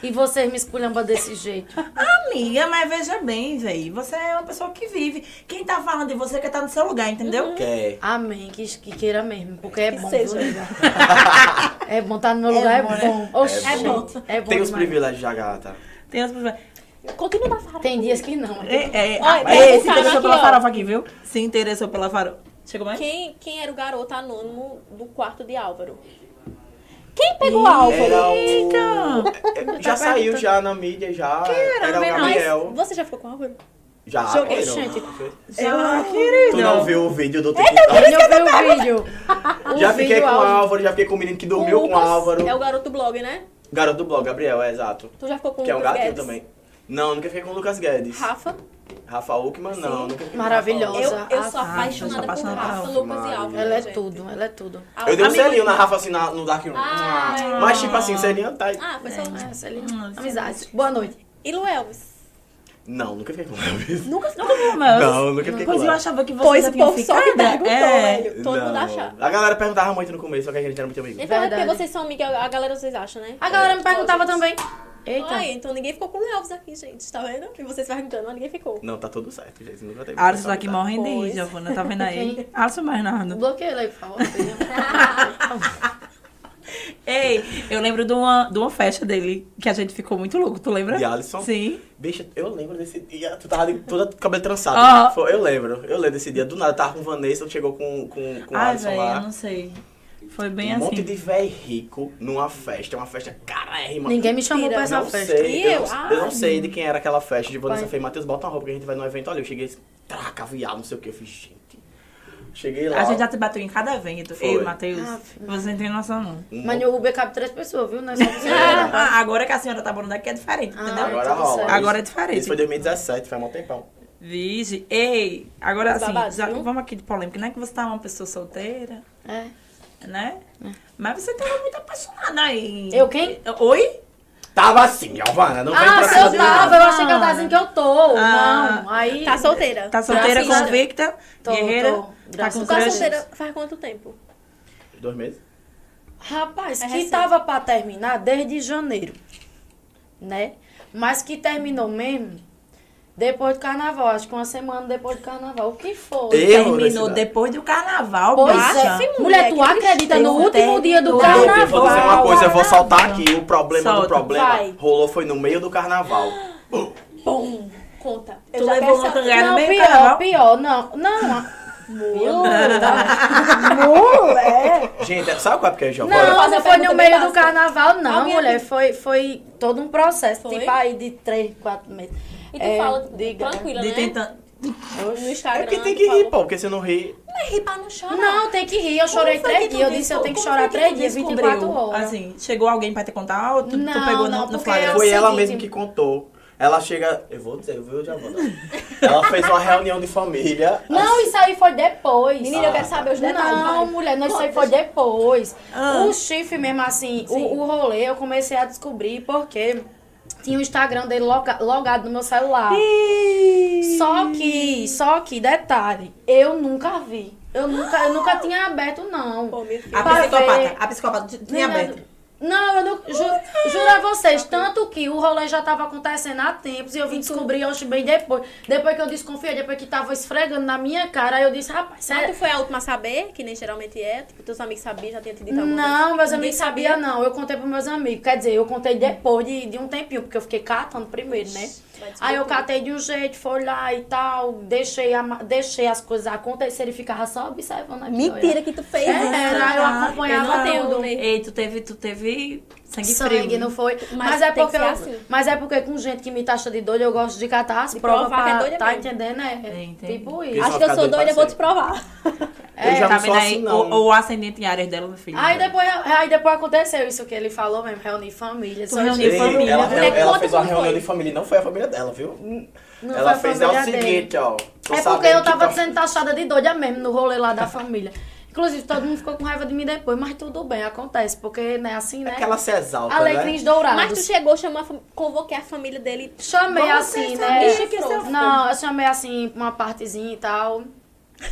S3: E vocês me esculhambam desse jeito.
S1: Amiga, mas veja bem, véi. Você é uma pessoa que vive. Quem tá falando de você quer estar no seu lugar, entendeu?
S2: Uhum. É
S4: Quer.
S3: Amém, que, que queira mesmo, porque é
S2: Que
S3: bom.
S2: seja.
S3: viu? É bom estar no meu lugar, é
S1: bom, né?
S3: bom. Oxi,
S4: É bom.
S3: É bom
S4: Tem os
S3: demais.
S4: privilégios da gata.
S1: Tem uns problemas.
S2: Continua na farra.
S3: Tem dias que não.
S1: É, é,
S2: Olha,
S1: é,
S2: tem um
S1: se
S2: cara
S1: interessou
S2: aqui,
S1: pela
S2: ó.
S1: farofa aqui, viu? Se interessou pela farofa. Chegou mais?
S2: Quem, quem era o garoto anônimo do quarto de Álvaro? Quem pegou Álvaro?
S4: Era o...
S1: Eita.
S4: É, Já saiu já na mídia, já.
S1: era
S4: o
S1: mesmo?
S4: Gabriel.
S2: Você já ficou com Álvaro?
S4: Já.
S3: Joguei,
S4: era.
S3: gente.
S2: Ah,
S1: Já,
S4: Tu não
S1: querido.
S4: viu o vídeo do TikTok?
S3: Eu vi o vídeo. O
S4: Já fiquei
S3: vídeo
S4: com o
S3: áudio.
S4: Álvaro, já fiquei com o menino que dormiu com o
S2: Lucas
S4: Álvaro.
S2: É o garoto do blog, né?
S4: Garoto do blog, Gabriel, é exato.
S2: Tu já ficou com o
S4: Que é um
S2: Lucas
S4: gatinho
S2: Guedes?
S4: também. Não, nunca fiquei com o Lucas Guedes.
S2: Rafa.
S4: Rafa Uckman, não. Nunca fiquei com o Rafa
S3: Maravilhosa.
S2: Eu,
S3: Rosa,
S1: eu
S2: eu sou
S3: Rafa,
S1: sou
S2: apaixonada por
S1: apaixonada por
S2: Rafa,
S1: Rafa,
S2: Lucas e
S4: Maria.
S2: Álvaro. né?
S3: Ela é
S2: gente.
S3: tudo, ela é tudo.
S4: Uckman. Eu dei um
S1: Amigo-
S4: selinho na Rafa, assim, na- no Dark Room.
S2: Ai.
S4: Mas, tipo assim, selinho tá...
S2: Ah, foi só um.
S3: É, Celinha.
S1: Hum,
S3: Amizade. Boa noite.
S2: E Lu Elvis?
S4: Não, nunca fiquei com o Elvis.
S2: Nunca ficou
S1: Mas-
S4: Não, nunca fiquei com
S1: Pois
S4: ela.
S1: eu achava que você
S2: Pois
S1: já
S2: o
S1: tinha
S2: povo só me
S1: ficado.
S2: perguntou,
S1: É.
S2: velho. Todo mundo
S4: Não.
S2: achava.
S4: A galera perguntava muito no começo, só que a gente era muito amigo.
S2: Então é
S3: Verdade.
S2: porque vocês são amigos, a galera vocês acham, né?
S3: A galera me perguntava
S2: Ó, gente,
S3: também. Eita.
S2: Ai, então ninguém ficou com o Elvis aqui, gente, tá vendo? E vocês perguntando, mas ninguém ficou.
S4: Não, tá tudo certo, gente. Nunca teve
S1: Alisson tá aqui
S4: responsabilidade.
S1: morrendo de rir,
S2: Pois.
S1: Giovana. Tá vendo aí? Alisson Bernardo.
S3: Bloqueia ele aí, por favor.
S1: Ei, eu lembro de uma, de uma festa dele que a gente ficou muito louco, tu lembra?
S4: De Alisson?
S1: Sim.
S4: Bicha, eu lembro desse dia. Tu tava de, toda com o cabelo trançado.
S1: Ah.
S4: Foi- eu lembro. Eu lembro desse dia. Do nada, eu tava com Vanessa, chegou com, com, com o
S1: Ai,
S4: Alisson
S1: Ah, velho,
S4: lá.
S1: eu não sei. Foi bem
S4: um
S1: assim.
S4: monte de véi rico numa festa, é uma festa carérrima.
S3: Ninguém me chamou pra
S4: Eu
S3: essa
S4: não
S3: festa.
S4: sei,
S2: E
S4: eu,
S2: eu?
S4: não- eu
S2: Ai.
S4: não sei de quem era aquela festa de Vanessa
S3: Pai.
S4: Fei. Matheus, bota uma roupa que a gente vai no evento. Olha, eu cheguei, traca, viado, não sei o que. Eu fiz, gente. Cheguei lá.
S1: A gente já tá te bateu em cada evento.
S4: Foi.
S1: Eu, Matheus.
S3: Ave
S1: Você não tem noção, não.
S4: um
S3: Mas no Uber cabe três pessoas, viu? Não é só você.
S4: É.
S1: Ah, agora que a senhora tá morando aqui é diferente,
S3: Ah,
S1: entendeu?
S4: Agora
S3: tudo
S4: rola.
S3: certo.
S1: Agora é diferente.
S4: Isso foi 2017, foi há um tempão.
S1: Vige, ei, agora
S3: Tá
S1: assim,
S2: Babado,
S1: já-
S2: viu?
S1: vamos aqui de polêmica, não é que você tá uma pessoa solteira,
S3: É.
S1: né? Mas você tava muito apaixonada aí.
S3: Eu quem?
S1: Oi?
S4: Tava assim, Giovana, não vem
S3: Ah,
S4: pra
S3: se
S4: cima de
S3: eu
S4: mim,
S3: tava,
S4: não.
S3: eu achei que eu tava dizendo que eu tô.
S1: Ah.
S3: Não, aí...
S2: Tá solteira?
S1: Tá solteira,
S3: Graças a-
S1: convicta,
S3: Tô,
S1: guerreira,
S3: tô.
S1: tá
S3: Graças
S1: com
S2: Tu
S3: a
S2: tá
S3: Deus.
S1: crush.
S2: solteira faz quanto tempo?
S4: Dois meses?
S3: Rapaz,
S2: É
S3: que
S2: recente.
S3: tava pra terminar desde janeiro, né? Mas que terminou mesmo depois do carnaval, acho que uma semana depois do carnaval. O que foi?
S4: Erro nesse
S1: Terminou
S4: dado.
S1: depois do carnaval,
S3: Pois
S1: baixa.
S3: é.
S2: mulher,
S3: Mulher, tu
S2: que
S3: acredita no
S1: tristeza.
S3: último dia do
S1: Não,
S4: Não, eu vou dizer uma
S3: carnaval?
S4: coisa, eu vou soltar aqui. O problema
S1: Solta.
S4: do problema
S3: Vai.
S4: rolou foi no meio do carnaval.
S2: Bom, conta.
S1: Tu levou uma cangalha no
S3: Não,
S1: meio do
S3: pior,
S1: carnaval.
S3: pior, não. Não,
S2: Tá.
S4: Gente, sabe qual é porque é Giovana?
S3: não,
S2: fazer
S3: não
S2: a
S3: foi
S2: pergunta
S3: no
S2: de
S3: meio do
S2: Páscoa.
S3: carnaval, não,
S2: Alguém
S3: mulher.
S2: aqui?
S3: Foi, foi todo um processo,
S2: Foi?
S3: tipo aí de três, quatro meses.
S2: E tu
S3: É,
S2: fala
S3: diga.
S2: tranquila,
S1: De
S2: né?
S1: tentando...
S2: No
S4: É
S2: Instagram.
S4: porque tem que
S2: tu falou.
S4: rir, pô, porque se não rir.
S2: Mas rir pra não chorar.
S3: Não, tem que rir. Eu
S2: Como
S3: chorei
S2: foi que
S3: três
S2: tu
S3: dias. Eu disse,
S2: descobriu?
S3: eu tenho que
S2: Como
S3: chorar
S2: foi que tu
S3: três dias,
S2: descobriu? Assim,
S3: 24 horas.
S1: Assim, chegou alguém pra te contar ou tu, tu
S3: Não,
S1: pegou no,
S3: não,
S1: no
S3: porque
S1: flagra?
S3: eu-
S4: Foi ela
S3: É seguinte.
S4: mesma que contou. Ela chega. Eu vou dizer, eu vou já vou. dar. Ela fez uma reunião de família.
S3: Não,
S2: assim.
S3: isso aí foi depois.
S2: Menina, eu quero saber os detalhes.
S3: Não,
S2: vai.
S3: mulher, não, isso aí foi depois.
S1: Ah.
S3: O chifre mesmo, assim, o,
S2: Sim.
S3: o rolê eu comecei a descobrir porque tinha o Instagram dele loga- logado no meu celular. Só que, só que, detalhe, eu nunca vi. Eu nunca, eu nunca tinha aberto, não.
S2: Pô, minha filha.
S1: A
S3: Pra
S1: é psicopata,
S3: ver.
S1: a psicopata tinha
S3: Menina,
S1: aberto.
S3: Não, eu não.
S2: tá.
S3: Ju, juro a vocês, tanto que o rolê já tava acontecendo há tempos e eu vim
S2: Então.
S3: descobrir hoje bem depois. Depois que eu desconfiei, depois que tava esfregando na minha cara, aí eu disse, rapaz,
S2: Mas tu
S3: sério.
S2: foi a última a saber, que nem geralmente é? Tipo, teus amigos sabiam, já tinha te dito alguma coisa?
S3: Não, meus
S2: Ninguém
S3: amigos sabiam, não. Eu contei pros meus amigos. Quer dizer, eu contei depois de, de um tempinho, porque eu fiquei catando primeiro, né?
S2: vai descobrir
S3: Aí eu
S2: tudo.
S3: catei de um jeito, foi lá e tal, deixei, a ma- deixei as coisas acontecerem e ficava só observando aquilo.
S2: Mentira que tu fez isso.
S3: Era, eu acompanhava
S2: Eu não.
S3: tudo.
S1: Ei, tu teve, tu teve sangue,
S3: sangue,
S1: frio.
S3: não foi. Mas,
S2: Mas tem
S3: é
S2: que
S3: porque
S2: ser
S3: eu-
S2: assim.
S3: mas é porque com gente que me taxa de doida, eu gosto de catar as
S2: De
S3: provas
S2: provar que é
S3: pra,
S2: doida
S3: tá
S2: mesmo. assim,
S3: entendendo,
S1: É,
S3: né?
S1: entendi.
S3: Tipo
S4: Porque
S3: isso.
S2: Acho que eu
S4: ficar
S2: sou
S4: doido
S2: doida,
S4: pra
S2: vou te
S4: sempre.
S2: provar.
S4: Eu
S3: é,
S4: já
S1: Tá
S4: não sou
S1: vendo aí
S4: assim,
S1: o,
S4: não.
S1: o ascendente em áreas dela, meu filho?
S3: Aí
S2: né?
S3: depois, aí depois aconteceu isso que ele falou mesmo, reunir família. né?
S1: Tu
S3: só
S1: reuniu
S3: gente-
S4: Sim,
S1: família.
S4: Ela,
S1: Mulher,
S4: ela- ela
S2: conta
S4: fez uma
S2: como
S4: reunião
S2: foi.
S4: de família e não foi a família dela, viu?
S3: Não
S4: ela
S3: foi a
S4: fez é o
S3: família dele.
S4: seguinte, ó. tu
S3: É porque
S4: sabendo
S3: eu
S4: que
S3: tava
S4: tá-
S3: sendo taxada de doida mesmo no rolê lá da família. Inclusive, todo mundo ficou com raiva de mim depois, mas tudo bem, acontece, porque, né, assim, né?
S4: É que ela se exalta,
S3: Alecrins
S4: né?
S3: dourados.
S2: Mas tu chegou, chamou, a fam- convoquei a família dele.
S3: Chamei
S2: Vamos
S3: assim,
S2: ser
S3: né?
S2: família, que seu
S3: Não, eu chamei assim uma partezinha e tal.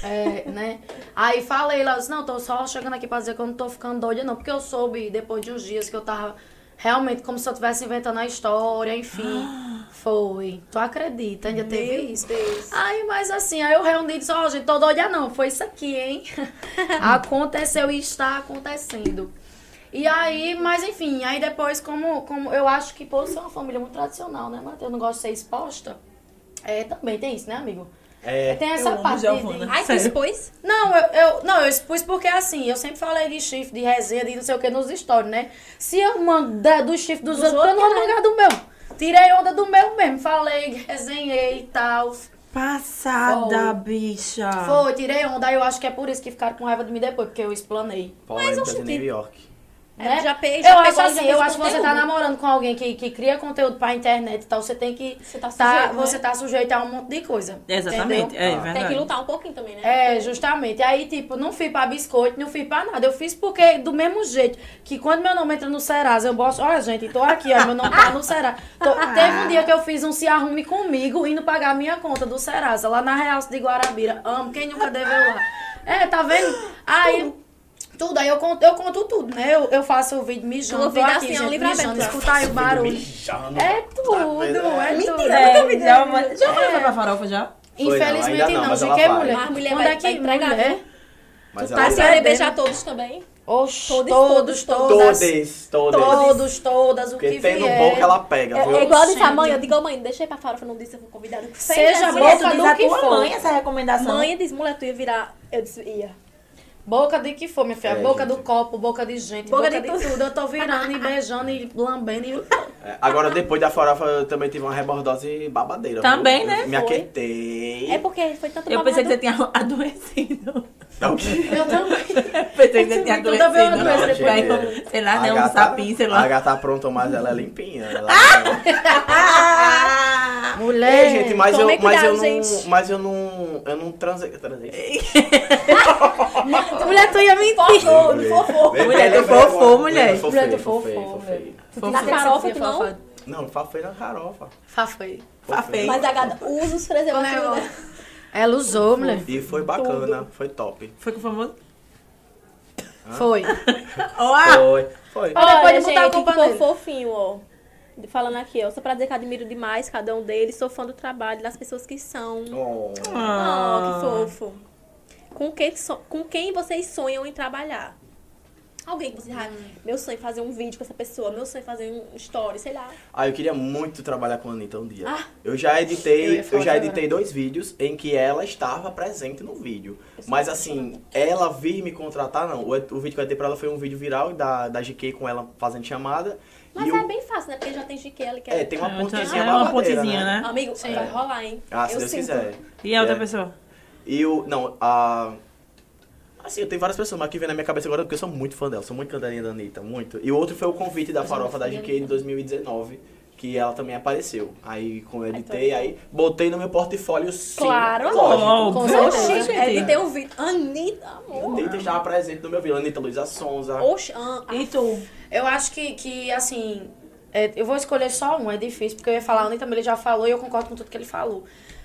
S3: É, né? Aí falei lá, eu disse, não, tô só chegando aqui pra dizer que eu não tô ficando doida, não, porque eu soube depois de uns dias que eu tava realmente como se eu estivesse inventando a história, enfim. Foi. Tu acredita? Ainda teve isso.
S2: Deus.
S3: Aí, mas assim, aí eu reuni e disse, ó, gente, tô doida não, foi isso aqui, hein? Aconteceu e está acontecendo. E aí, mas enfim, aí depois, como, como eu acho que por ser uma família muito tradicional, né, Matheus? Eu não gosto de ser exposta. É, também tem isso, né, amigo?
S4: É,
S3: Tem
S1: eu
S3: essa
S1: amo
S3: parte. de-
S1: Giovana.
S2: Ah, Ai, tu
S1: Sério.
S2: expôs?
S3: não, eu, eu- não, eu expus porque assim, eu sempre falei de chifre, de resenha, de não sei o que nos stories, né? Se eu mando da- do chifre dos,
S2: Dos
S3: outros, eu não vou
S2: outros, né?
S3: mangar do meu. Tirei onda do meu mesmo, falei, resenhei e tal.
S1: Passada, bicha.
S3: Foi,
S2: Ah.
S3: tirei onda, aí eu acho que é por isso que ficaram com raiva de mim depois, porque eu explanei.
S4: Paulo
S2: oxe,
S4: de
S2: que-
S4: New York.
S2: É,
S3: Né?
S2: já pe- já
S3: eu
S2: pegou
S3: acho
S2: e já
S3: assim,
S2: fez
S3: eu
S2: o
S3: acho que você tá
S2: conteúdo.
S3: namorando com alguém que, que cria conteúdo pra internet e tal, você tem que.
S2: Você tá
S3: tá,
S2: sujeito, né?
S3: você tá sujeito a um monte de coisa.
S1: Exatamente,
S3: entendeu?
S1: é
S4: Ah.
S1: verdade.
S2: Tem que lutar um pouquinho também, né?
S3: É, justamente. Aí, tipo, não fui pra biscoito, não fui pra nada. Eu fiz porque, do mesmo jeito que quando meu nome entra no Serasa, eu boto, olha, gente, tô aqui, ó, meu nome tá no Serasa. Tô-
S2: Ah.
S3: teve um dia que eu fiz um se arrume comigo, indo pagar a minha conta do Serasa, lá na Realce de Guarabira. Amo, quem nunca deveu lá? É, tá vendo? Aí, tudo, aí eu conto, eu conto tudo, né? Eu, eu faço o vídeo mijando, tô
S2: vida
S3: aqui,
S2: assim, é um
S3: gente,
S2: livramento,
S3: mijando,
S2: né?
S3: escutar aí o barulho.
S4: Mijando.
S3: É tudo,
S4: Tá vendo?
S3: é
S2: Mentira,
S3: tudo.
S2: eu nunca vi
S1: É, já, mas- já foi pra farofa já?
S4: Foi, não, ainda
S3: Infelizmente
S4: não,
S3: não,
S4: mas ela
S3: fiquei
S4: vai.
S3: mulher.
S2: Mas mulher
S3: Quando
S2: vai-
S3: é que
S2: vai entregar,
S3: mulher?
S2: viu?
S4: Mas
S2: Tá,
S4: ela é
S2: se querer beijar todos também.
S3: Oxe,
S2: Todos,
S3: todos,
S2: todos,
S3: todos, todas.
S4: Todas, todas.
S3: Todos, todas, o
S4: Porque
S3: que
S4: tem no
S3: vier.
S4: boca ela pega,
S2: É,
S4: viu?
S2: é igual a dessa
S3: Gente.
S2: mãe, eu digo, "Ô, mãe, deixa aí pra farofa, não disse, eu fui convidada.
S3: Seja
S2: Seja
S1: Mulher,
S3: Boca
S1: tu diz
S3: do
S1: a
S3: que
S1: tua
S3: for.
S1: mãe essa recomendação.
S2: Mãe diz, mulher, tu ia virar. Eu disse, ia.
S3: Boca de que for, minha filha.
S4: É,
S3: boca
S4: gente.
S3: do copo, boca de gente,
S2: Boca
S3: boca,
S2: de
S3: de, tudo. Eu tô virando e beijando e lambendo e...
S4: É, Agora, depois da farofa, eu também tive uma rebordose babadeira.
S1: Também,
S4: viu?
S1: né?
S4: Eu Me
S2: Foi.
S4: aquetei.
S2: É porque foi tanto
S1: Eu pensei que você
S2: babado.
S1: tinha adoecido.
S4: É o quê?
S3: Eu também.
S1: Pensei que você tinha
S3: Então tá vendo
S1: adoecido.
S3: a doença
S1: Vai,
S4: depois?
S1: Sei lá,
S4: A
S1: né? Um
S4: gata-
S1: sapinho, sei
S4: A
S1: lá.
S4: gata aprontou, mas ela é limpinha. Ela... é
S1: Ah!
S3: Mulher.
S4: Ei, gente, mas eu,
S2: tomem
S4: mas,
S2: cuidado,
S4: eu não,
S2: gente.
S4: mas eu não. Eu não transei. eu transei.
S3: Mulher, tu ia mentir.
S2: Fofô, não fofô.
S1: Mulher, tu fofou, mulher.
S3: Mulher, tu
S4: fofei,
S3: fofou,
S4: fofei.
S3: Tá
S2: Na
S1: Fofo.
S2: farofa, tu não.
S4: Não, fafei na farofa.
S3: Fafei.
S1: Fafei.
S2: Mas a gata usa os preservativos, né?
S3: Ela usou, mulher.
S4: E foi bacana, foi top.
S1: Foi com o famoso?
S3: Foi.
S1: Olá!
S4: Foi, foi.
S3: Ah, depois
S2: Olha,
S3: de botar a
S2: gente,
S3: culpa
S2: que povo
S3: nele.
S2: fofinho, ó. De- Falando aqui, ó. Só pra dizer que admiro demais cada um deles. Sou fã do trabalho, das pessoas que são.
S4: Oh.
S3: Ah,
S2: Oh, que fofo. Com quem, so- com quem vocês sonham em trabalhar? Alguém que vocês... Ah,
S4: Hum.
S2: meu sonho é fazer um vídeo com essa pessoa. Meu sonho é fazer um story, sei lá.
S4: Ah, eu queria muito trabalhar com a Anitta um dia.
S2: Ah.
S4: eu já
S3: Eu
S4: editei,
S3: ia
S4: eu,
S3: falar
S4: já
S3: agora.
S4: editei dois vídeos em que ela estava presente no vídeo. Mas assim, ela vir me contratar, não. O, o vídeo que eu editei pra ela foi um vídeo viral da, da GK com ela fazendo chamada.
S2: Mas
S4: e
S2: é
S4: o-
S2: bem fácil, né? Porque já tem Giquela que
S4: é, tem uma
S1: Ah, então
S4: pontezinha
S1: é uma
S4: babadeira,
S1: pontezinha, né?
S2: Amigo, vai rolar, hein?
S4: Ah, se
S2: Eu
S4: Deus
S2: sinto.
S4: quiser.
S1: E a outra
S4: É.
S1: pessoa?
S4: E o. Não, a. Assim, eu tenho várias pessoas, mas que vem na minha cabeça agora, porque eu sou muito fã dela, sou muito cantarinha da Anitta, muito. E o outro foi o convite da farofa da GK de 2019, que que ela também apareceu. Aí, como eu editei, aí botei no meu portfólio sim.
S2: Claro,
S1: Com
S4: lógico.
S2: Com
S1: certeza.
S2: certeza. É de ter um vídeo. Anitta, amor.
S4: Anitta estava presente no meu vídeo. Anitta Luísa Sonza.
S2: Oxe,
S4: Ah,
S2: an-
S1: E tu?
S3: Eu acho que, que assim, é, eu vou escolher só um, é difícil, porque eu ia falar, a Anitta também já falou e eu concordo com tudo que ele falou.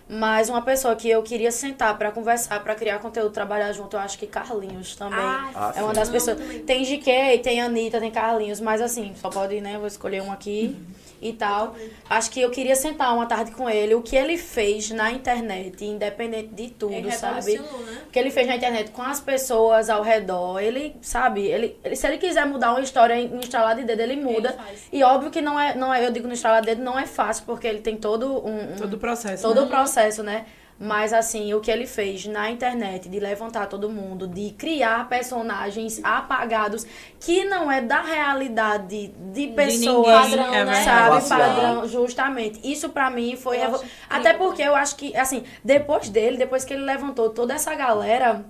S3: Mas uma pessoa que eu queria sentar pra conversar, pra criar conteúdo, trabalhar junto, eu acho que Carlinhos também.
S2: Ai,
S4: Ah,
S3: é uma
S4: sim.
S3: das pessoas. Tem GK, tem Anitta, tem Carlinhos, mas assim, só pode, né? Vou escolher um aqui e tal. Acho que eu queria sentar uma tarde com ele, o que ele fez na internet, independente de tudo,
S2: Ele
S3: sabe?
S2: revolucionou, né?
S3: O que ele fez na internet com as pessoas ao redor, ele, sabe, ele, ele- se ele quiser mudar uma história em um instalar de dedo, ele muda.
S2: faz.
S3: e óbvio que não é, não é, eu digo no instalar de dedo, não é fácil, porque ele tem todo um, um-
S1: Todo o processo.
S3: todo
S1: né?
S3: o
S2: Uhum.
S3: processo, né? Mas assim, o que ele fez na internet de levantar todo mundo, de criar personagens apagados que não é da realidade de pessoas,
S1: ninguém, é verdade.
S3: sabe, né?
S4: Classe A.
S3: padrão, justamente. Isso pra mim foi
S2: Eu
S3: revo-
S2: acho incrível.
S3: até porque eu acho que assim, depois dele, depois que ele levantou toda essa galera,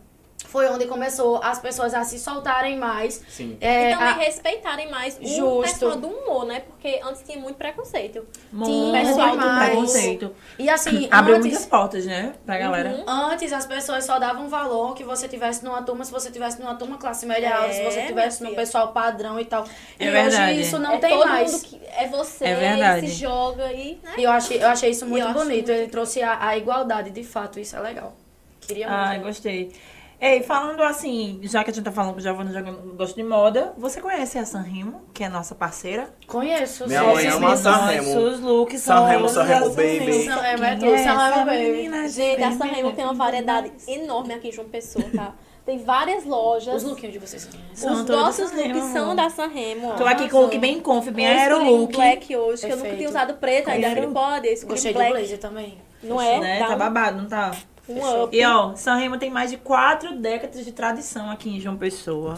S3: foi onde começou as pessoas a se soltarem mais.
S4: Sim.
S3: É,
S2: e também
S3: a-
S2: respeitarem mais o
S3: Justo.
S2: pessoal do humor, né? Porque antes tinha muito preconceito.
S1: Muito
S3: pessoal demais.
S1: preconceito.
S3: E assim,
S1: Abriu
S2: Uhum.
S3: antes,
S1: muitas portas, né? Pra galera.
S3: Antes as pessoas só davam valor que você tivesse numa turma, se você tivesse numa turma classe média
S2: É,
S3: alta, se você tivesse no
S2: minha filha.
S3: pessoal padrão e tal.
S1: É
S3: e
S1: verdade.
S3: hoje isso não
S2: é
S3: tem
S2: todo
S3: mais.
S2: mundo que é você,
S1: É verdade.
S2: ele se joga e, né?
S3: E eu achei, eu achei isso muito
S2: eu acho
S3: bonito.
S2: muito-
S3: Ele trouxe a, a igualdade, de fato, isso é legal. Queria
S1: Ah,
S3: muito.
S1: gostei. Ei, falando assim, já que a gente tá falando que o Giovanna já gosta de moda, você conhece a Sanremo, que é nossa parceira?
S3: Conheço,
S4: Minha
S3: sim.
S4: mãe ama
S1: Esses
S4: Sanremo.
S1: nossos looks são
S4: Sanremo,
S1: todos
S4: Sanremo
S1: da
S4: Baby.
S3: Não, é, mas é
S1: Quem
S3: tudo,
S1: é
S3: São
S1: essa
S3: Paulo, baby.
S1: menina,
S2: Gente, a
S1: gente?
S2: Sanremo tem uma variedade enorme aqui em João Pessoa, tá? Tem várias lojas.
S3: Os lookinhos de vocês conhecem.
S1: São
S2: Os
S1: todos
S2: nossos
S1: da Sanremo,
S2: looks são
S1: amor.
S2: da Sanremo, ó.
S1: Tô aqui com o look bem conf, bem
S2: Eu escolhi um
S1: aerolook.
S2: black hoje, que eu nunca
S3: Perfeito.
S2: tinha usado preto, ainda
S1: Perfeito.
S2: não pode. Eu escolhi
S3: Gostei
S2: um
S3: do
S2: black,
S3: blazer também.
S2: não é?
S1: Né?
S2: Dá
S1: Tá
S2: um-
S1: babado, não tá?
S2: um up.
S1: E ó, Sanremo tem mais de quatro décadas de tradição aqui em João Pessoa.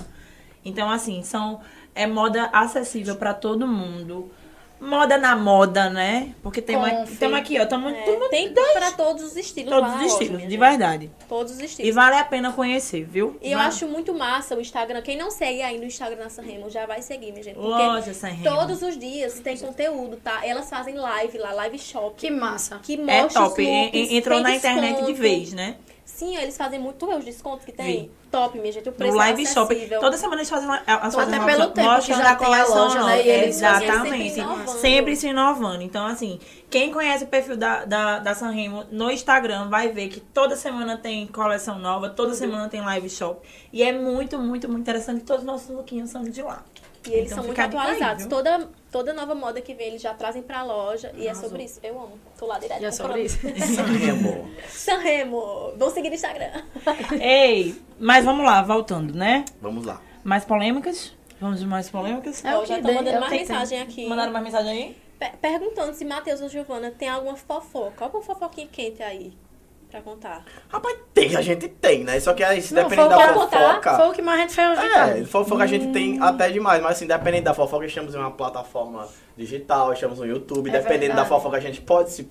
S1: Então, assim, são é moda acessível pra todo mundo. Moda na moda, né? Porque tem uma,
S3: Conf.
S1: tem aqui, ó, tamo,
S2: É,
S1: tamo-
S2: tem pra todos os estilos lá
S1: todos
S2: na
S1: os
S2: loja,
S1: estilos,
S2: minha
S1: de
S2: gente.
S1: verdade.
S2: Todos os estilos.
S1: E vale a pena conhecer, viu?
S2: E eu
S1: Vai-
S2: acho muito massa o Instagram. Quem não segue ainda o Instagram da Sanremo, já vai seguir, minha gente. Porque
S1: Loja Sanremo.
S2: todos os dias tem conteúdo, tá? Elas fazem live lá, live shop.
S3: Que massa.
S2: Que
S1: é
S2: mostra
S1: top.
S2: os
S1: En-
S2: looks,
S1: en- Entrou
S2: tem
S1: na internet de
S2: desconto.
S1: vez, né?
S2: Sim, eles fazem muito. Tu vê os descontos que tem?
S1: Vi.
S2: Top, minha gente. O
S1: No
S2: preço
S1: live
S2: é
S1: shop.
S2: acessível.
S1: Toda semana eles fazem, uma- elas
S3: Até
S1: fazem uma
S3: pelo
S1: mo-
S3: tempo
S1: mostra
S3: que
S1: da
S3: já tem a
S1: coleção
S3: loja,
S1: nova.
S3: né? E eles fazem
S1: Exatamente.
S2: sempre inovando.
S1: Sempre se inovando. Então, assim, quem conhece o perfil da, da, da Sanremo no Instagram vai ver que toda semana tem coleção nova,
S3: Uhum.
S1: toda semana tem live shop. E é muito, muito, muito interessante. Todos os nossos lookinhos são de lá.
S2: E eles
S1: Então
S2: são muito
S1: fica a dica aí,
S2: atualizados.
S1: viu?
S2: toda, toda nova moda que vem, eles já trazem pra loja. E é sobre isso. Eu amo. Tô lá direto.
S3: E é sobre
S2: comprando.
S3: isso.
S4: Sanremo.
S2: Sanremo. Vão seguir no Instagram.
S1: Ei, mas vamos lá, voltando, né?
S4: Vamos lá.
S1: Mais polêmicas? Vamos de mais polêmicas?
S3: É o
S2: Ó, já
S3: que
S2: estão
S3: tem, é
S2: mandando
S3: o
S2: mais
S3: que tem.
S2: mensagem aqui.
S1: Mandaram mais mensagem aí?
S2: Pe- Perguntando se Matheus ou Giovana tem alguma fofoca, alguma fofoquinha quente aí pra contar.
S4: Rapaz, tem, a gente tem, né? Só que aí, se
S3: Não,
S4: dependendo
S3: foi o
S4: da
S3: que eu
S2: contar,
S4: fofoca.
S3: Foi o que mais a gente fez hoje.
S4: É,
S3: cara.
S4: fofoca a gente tem até demais, mas assim, dependendo da fofoca, estamos em uma plataforma digital, estamos no YouTube,
S3: É
S4: dependendo da
S3: verdade.
S4: fofoca, a gente pode se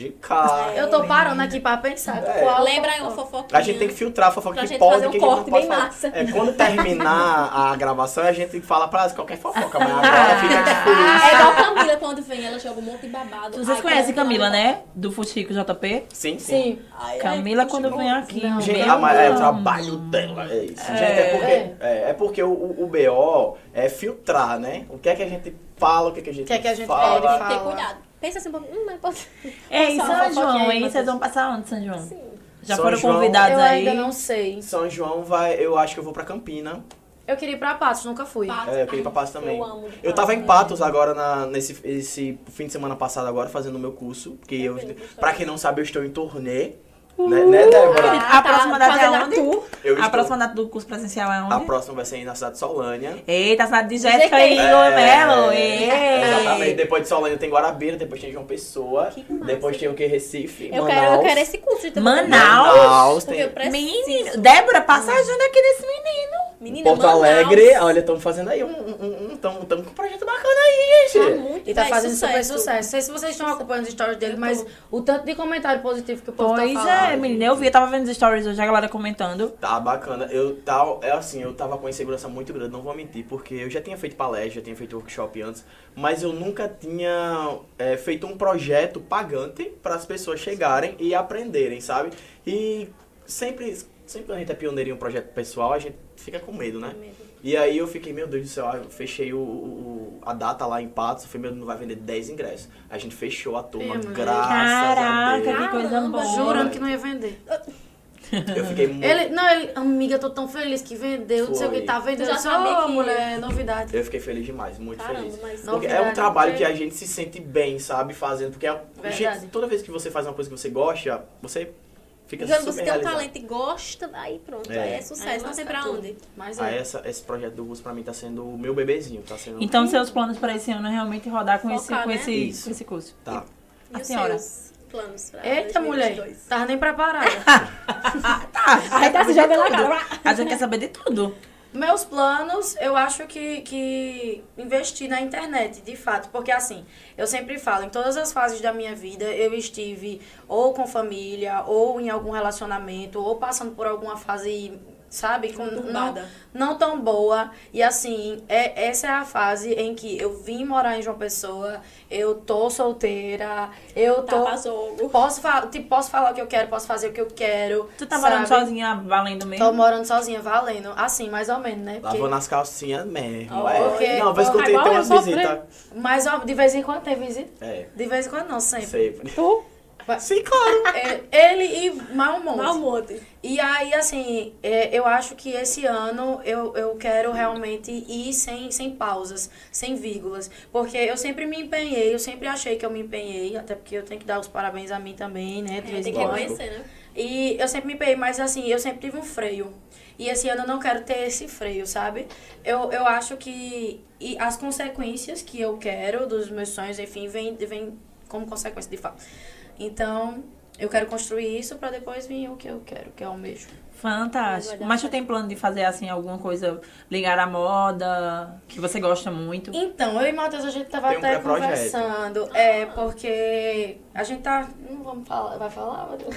S4: prejudicar.
S3: Eu tô parando aqui pra pensar.
S4: É.
S3: Qual
S2: Lembra aí uma fofoquinha?
S4: A gente tem que filtrar a fofoca
S2: Pra
S4: que
S2: gente
S4: pode
S2: fazer um
S4: que a gente não
S2: corte
S4: pode
S2: bem
S4: falar.
S2: massa.
S4: É, quando terminar a gravação, a gente tem que falar pra qualquer fofoca, mas agora fica difícil.
S2: É igual Camila quando vem, ela joga um monte de babado.
S1: Vocês
S2: Ai,
S1: conhecem
S2: quando
S1: Camila,
S2: ela-
S1: né? Do Fuxico JP?
S4: Sim, sim.
S3: Sim.
S2: Ai, ai,
S1: Camila,
S2: que
S1: quando
S2: bom.
S1: vem aqui.
S3: Não.
S4: Gente,
S1: meu
S4: a, ma- é o
S1: Deus.
S4: trabalho dela, é isso. gente, é porque, é, é porque o, o- o BO é filtrar, né? O que é que a gente fala, o que é que a gente
S3: O que é que a gente
S4: fala.
S3: pode
S2: Tem que ter
S3: Fala.
S2: cuidado. Pensa assim um pouquinho. Hum, mas pode...
S1: É em
S2: Passar
S1: São João,
S2: uma fofoquinha aí,
S1: hein? Vocês
S2: Matheus.
S1: vão passar onde, São João?
S2: Sim.
S1: Já
S4: São
S1: foram
S4: João.
S1: convidados
S3: Eu
S1: aí?
S3: ainda não sei.
S4: São João vai, eu acho que eu vou pra Campina.
S3: Eu queria ir pra Patos, nunca fui.
S2: Patos.
S4: É, eu queria ir pra Patos
S2: Eu
S4: também.
S2: amo de
S4: Eu tava em
S2: Patos.
S4: Patos agora na- nesse esse fim de semana passado agora fazendo o meu curso, porque eu,
S2: vi, gostou.
S4: pra quem não sabe, eu estou em turnê, né, né, Débora?
S2: Ah,
S1: A próxima data é
S2: fazendo
S1: onde?
S2: tour.
S4: Eu
S1: a
S4: estou-
S1: próxima data do curso presencial é
S4: A
S1: onde?
S4: próxima vai ser na cidade de Solânia.
S1: Eita, a cidade de Jéssica
S2: GT.
S1: e
S4: É.
S1: Igor Melo.
S4: Exatamente.
S1: Ei!
S4: Depois de Solânia tem Guarabira, depois tem João Pessoa,
S2: Que massa.
S4: depois tem o que Recife,
S2: Eu quero,
S4: Manaus.
S2: eu quero esse curso de
S1: Manaus?
S4: Manaus,
S2: Porque
S4: tem-
S2: eu preciso.
S1: Menino, Débora, passa ajudando aqui nesse menino.
S2: Menina,
S4: Porto
S2: né, Manaus. tá
S4: Alegre, olha, estamos fazendo aí um. um, um tamo, tamo com um projeto bacana aí,
S2: Tá
S4: gente.
S2: muito
S3: E tá
S2: bem,
S3: fazendo super sucesso. Não sei se vocês estão acompanhando os stories dele, mas o tanto de comentário positivo que o povo
S1: Pois
S3: tá falando.
S1: é, menina, eu vi, eu tava vendo os stories hoje, a galera comentando.
S4: Tá bacana. Eu tal, é assim, eu tava com uma insegurança muito grande, não vou mentir, porque eu já tinha feito palestra, já tinha feito workshop antes, mas eu nunca tinha é, feito um projeto pagante para as pessoas chegarem e aprenderem, sabe? E sempre, sempre quando a gente é pioneiro em um projeto pessoal, a gente fica com medo, né? E aí eu fiquei, meu Deus do céu, aí eu fechei o, o- a data lá em Patos, eu falei, meu, não vai vender 10 ingressos. A gente fechou a turma,
S3: Minha mulher.
S4: graças a
S1: Caraca,
S4: Deus.
S1: que coisa
S2: Caramba,
S1: boa.
S3: Jurando que não ia vender.
S4: Eu fiquei muito...
S3: Ele, não, ele, amiga, tô tão feliz que vendeu, não sei o que
S4: Foi.
S3: tá vendendo.
S2: Tu já
S3: Eu disse,
S2: sabia
S3: "Ô,
S2: que-
S3: mulher, é novidade.
S4: Eu fiquei feliz demais, muito
S2: Caramba,
S4: feliz.
S2: mas
S4: Porque é
S3: novidade,
S4: um trabalho
S3: né?
S4: que a gente se sente bem, sabe, fazendo. Porque a-
S3: Verdade.
S4: gente, toda vez que você faz uma coisa que você gosta, você fica
S2: Quando
S4: super
S2: você tem um
S4: realizado.
S2: talento e gosta, aí pronto,
S4: É.
S2: aí é sucesso, não tem pra onde.
S3: Mas
S4: Ah,
S3: é.
S4: essa, esse projeto do Russo pra mim tá sendo o meu bebezinho, tá sendo...
S1: Então, seus planos pra esse ano é realmente rodar com, esse,
S2: Focar,
S1: com,
S2: né?
S1: esse,
S4: Isso.
S1: com esse curso.
S4: Tá.
S2: E
S1: A
S2: os
S1: senhora?
S2: seus planos pra
S3: Eita, mulher,
S2: 2022?
S3: tava nem preparada.
S2: Aí tá se jogando na cara. vai.
S1: A gente quer saber de tudo.
S3: Meus planos, eu acho que, que investir na internet, de fato. Porque, assim, eu sempre falo, em todas as fases da minha vida, eu estive ou com família, ou em algum relacionamento, ou passando por alguma fase, sabe,
S2: Tá
S3: com, não,
S2: Conturbada.
S3: não tão boa. E, assim, é, essa é a fase em que eu vim morar em João Pessoa, eu tô solteira, eu
S1: Tá
S3: tô...
S2: Tava jogo.
S3: Posso, fa tipo, posso falar o que eu quero, posso fazer o que eu quero.
S1: Tu tá morando
S3: sabe?
S1: sozinha, valendo
S3: Tô
S1: mesmo?
S3: morando sozinha, valendo. Assim, mais ou menos, né? Porque-
S4: Lavando as calcinhas mesmo.
S3: Oh,
S4: é.
S3: ok.
S4: Não, mas que eu tenho,
S2: Igual
S4: tem
S2: eu
S4: umas
S2: sofri.
S4: visitas.
S3: Mas ó, de vez em quando tem visita.
S4: É,
S3: De vez em quando não, sempre.
S4: sempre.
S2: Tu?
S4: Sim, claro.
S3: É, ele e mais um monte.
S2: Mal monte.
S3: E aí, assim, é, eu acho que esse ano eu, eu quero realmente ir sem, sem pausas, sem vírgulas. Porque eu sempre me empenhei, eu sempre achei que eu me empenhei, até porque eu tenho que dar os parabéns a mim também, né? De
S2: É,
S3: vez
S2: tem
S3: em
S2: que
S3: quando.
S2: reconhecer, né?
S3: E eu sempre me peguei, mas assim, eu sempre tive um freio. E esse ano eu não quero ter esse freio, sabe? Eu, eu acho que e as consequências que eu quero dos meus sonhos, enfim, vem, vem como consequência de fato. Então, eu quero construir isso pra depois vir o que eu quero, que é o mesmo.
S1: Fantástico. Mas tu tem plano de fazer, assim, alguma coisa ligada à moda, que você gosta muito?
S3: Então, eu e Matheus, a gente tava
S4: Tem um
S3: até
S4: pré-projeto.
S3: conversando. É, porque a gente tá. Não vamos falar. Vai falar, Matheus?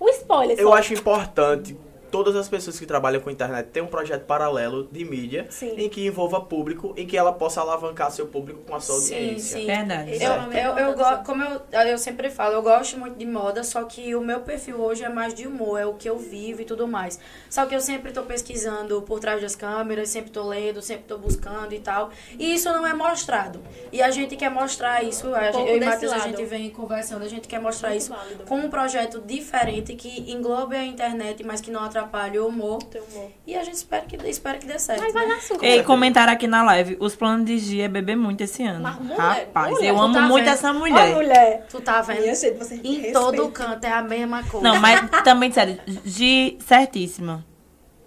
S2: Um spoiler
S4: Eu
S2: só.
S4: acho importante todas as pessoas que trabalham com internet ter um projeto paralelo de mídia
S2: Sim.
S4: em que envolva público, em que ela possa alavancar seu público com a sua
S3: Sim,
S4: audiência.
S3: sim.
S1: Verdade.
S2: Esse
S3: Eu,
S2: é o nome
S3: eu,
S2: da
S3: eu
S2: produção.
S3: go- como eu, eu sempre falo, eu gosto muito de moda, só que o meu perfil hoje é mais de humor, é o que eu vivo e tudo mais. Só que eu sempre tô pesquisando por trás das câmeras, sempre tô lendo, sempre tô buscando e tal. E isso não é mostrado. E a gente quer mostrar isso, a gente-
S2: Um pouco
S3: eu e
S2: desse
S3: Matheus, a
S2: lado.
S3: gente vem conversando, a gente quer mostrar
S2: Muito
S3: isso
S2: válido.
S3: com um projeto diferente que englobe a internet, mas que não atrapalhe o humor.
S2: Teu um humor.
S3: E a gente espera que, espera que dê certo.
S2: Mas vai
S3: né?
S2: lá, sim.
S1: Ei, comentaram aqui na live, os planos de Gia é beber muito esse ano.
S2: Mas mulher,
S1: Rapaz,
S2: mulher,
S1: eu
S2: tu
S1: amo
S3: tá
S1: muito
S3: vendo?
S1: essa
S2: Ó,
S1: mulher.
S2: mulher.
S3: Tu tá vendo?
S5: Minha gente, você
S3: Em
S5: respeita.
S3: todo canto é a mesma coisa.
S1: Não, mas também, sério, Gi certíssima.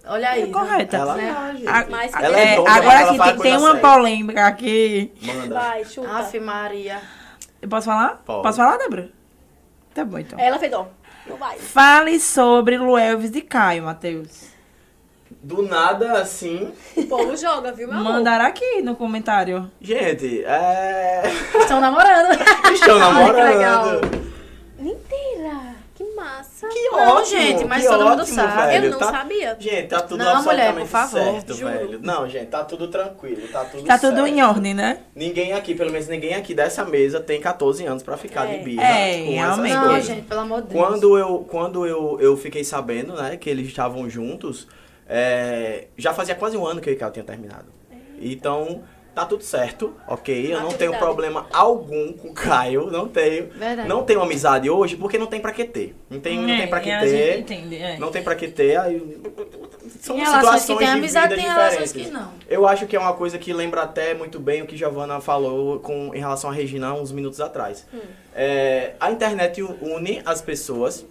S3: Olha aí.
S1: É
S3: né?
S1: correta.
S4: Ela,
S3: Né?
S4: Ah,
S2: Mas
S4: ela é,
S1: É,
S4: doida,
S1: agora
S4: ela
S1: aqui
S4: fala
S1: tem, tem
S4: coisa
S1: uma
S4: séria.
S1: polêmica aqui.
S4: Manda.
S2: Vai, chuta.
S3: Aff, Maria.
S1: Eu posso falar?
S4: Pode.
S1: Posso falar, Débora? Tá bom, então.
S2: Ela fez, ó. Não vai.
S1: Fale sobre Luelvis e Caio, Matheus.
S4: Do nada, assim.
S2: O povo joga, viu, meu amor?
S1: Mandaram aqui no comentário.
S4: Gente, é.
S3: Estão namorando.
S4: Estão namorando.
S3: que legal.
S2: Mentira. Que massa.
S4: Que
S3: Não,
S4: ótimo,
S3: gente, mas
S4: que
S3: todo mundo
S4: ótimo,
S3: sabe.
S4: velho,
S2: Eu não
S4: tá-
S2: sabia.
S4: Gente, tá tudo
S3: Não, mulher,
S4: absolutamente
S3: por favor,
S4: certo,
S2: juro.
S4: velho. Não, gente, tá tudo tranquilo, tá tudo
S1: Tá tudo
S4: certo.
S1: em ordem, né?
S4: Ninguém aqui, pelo menos ninguém aqui dessa mesa tem 14 anos pra ficar
S2: É.
S4: de birra tipo,
S1: É,
S4: com essas
S1: realmente.
S3: Não,
S4: coisas.
S3: gente, pelo amor de Deus.
S4: Quando eu, quando eu, eu fiquei sabendo, né, que eles estavam juntos, é, já fazia quase um ano que o Icao tinha terminado. Então, tá tudo certo, ok? Eu não tenho
S2: Maturidade.
S4: problema algum com o Caio, não tenho.
S3: Verdade.
S4: Não tenho amizade hoje, porque não tem pra que ter. Não tem, não tem pra que
S1: É, a gente
S4: ter.
S1: entende, é.
S4: Não tem pra que ter. Aí, são
S3: Tem relações
S4: situações
S3: que tem
S4: de
S3: amizade,
S4: vida
S3: tem relações
S4: diferentes.
S3: que não.
S4: Eu acho que é uma coisa que lembra até muito bem o que Giovanna falou com, em relação à Regina uns minutos atrás. É, a internet u- une as pessoas,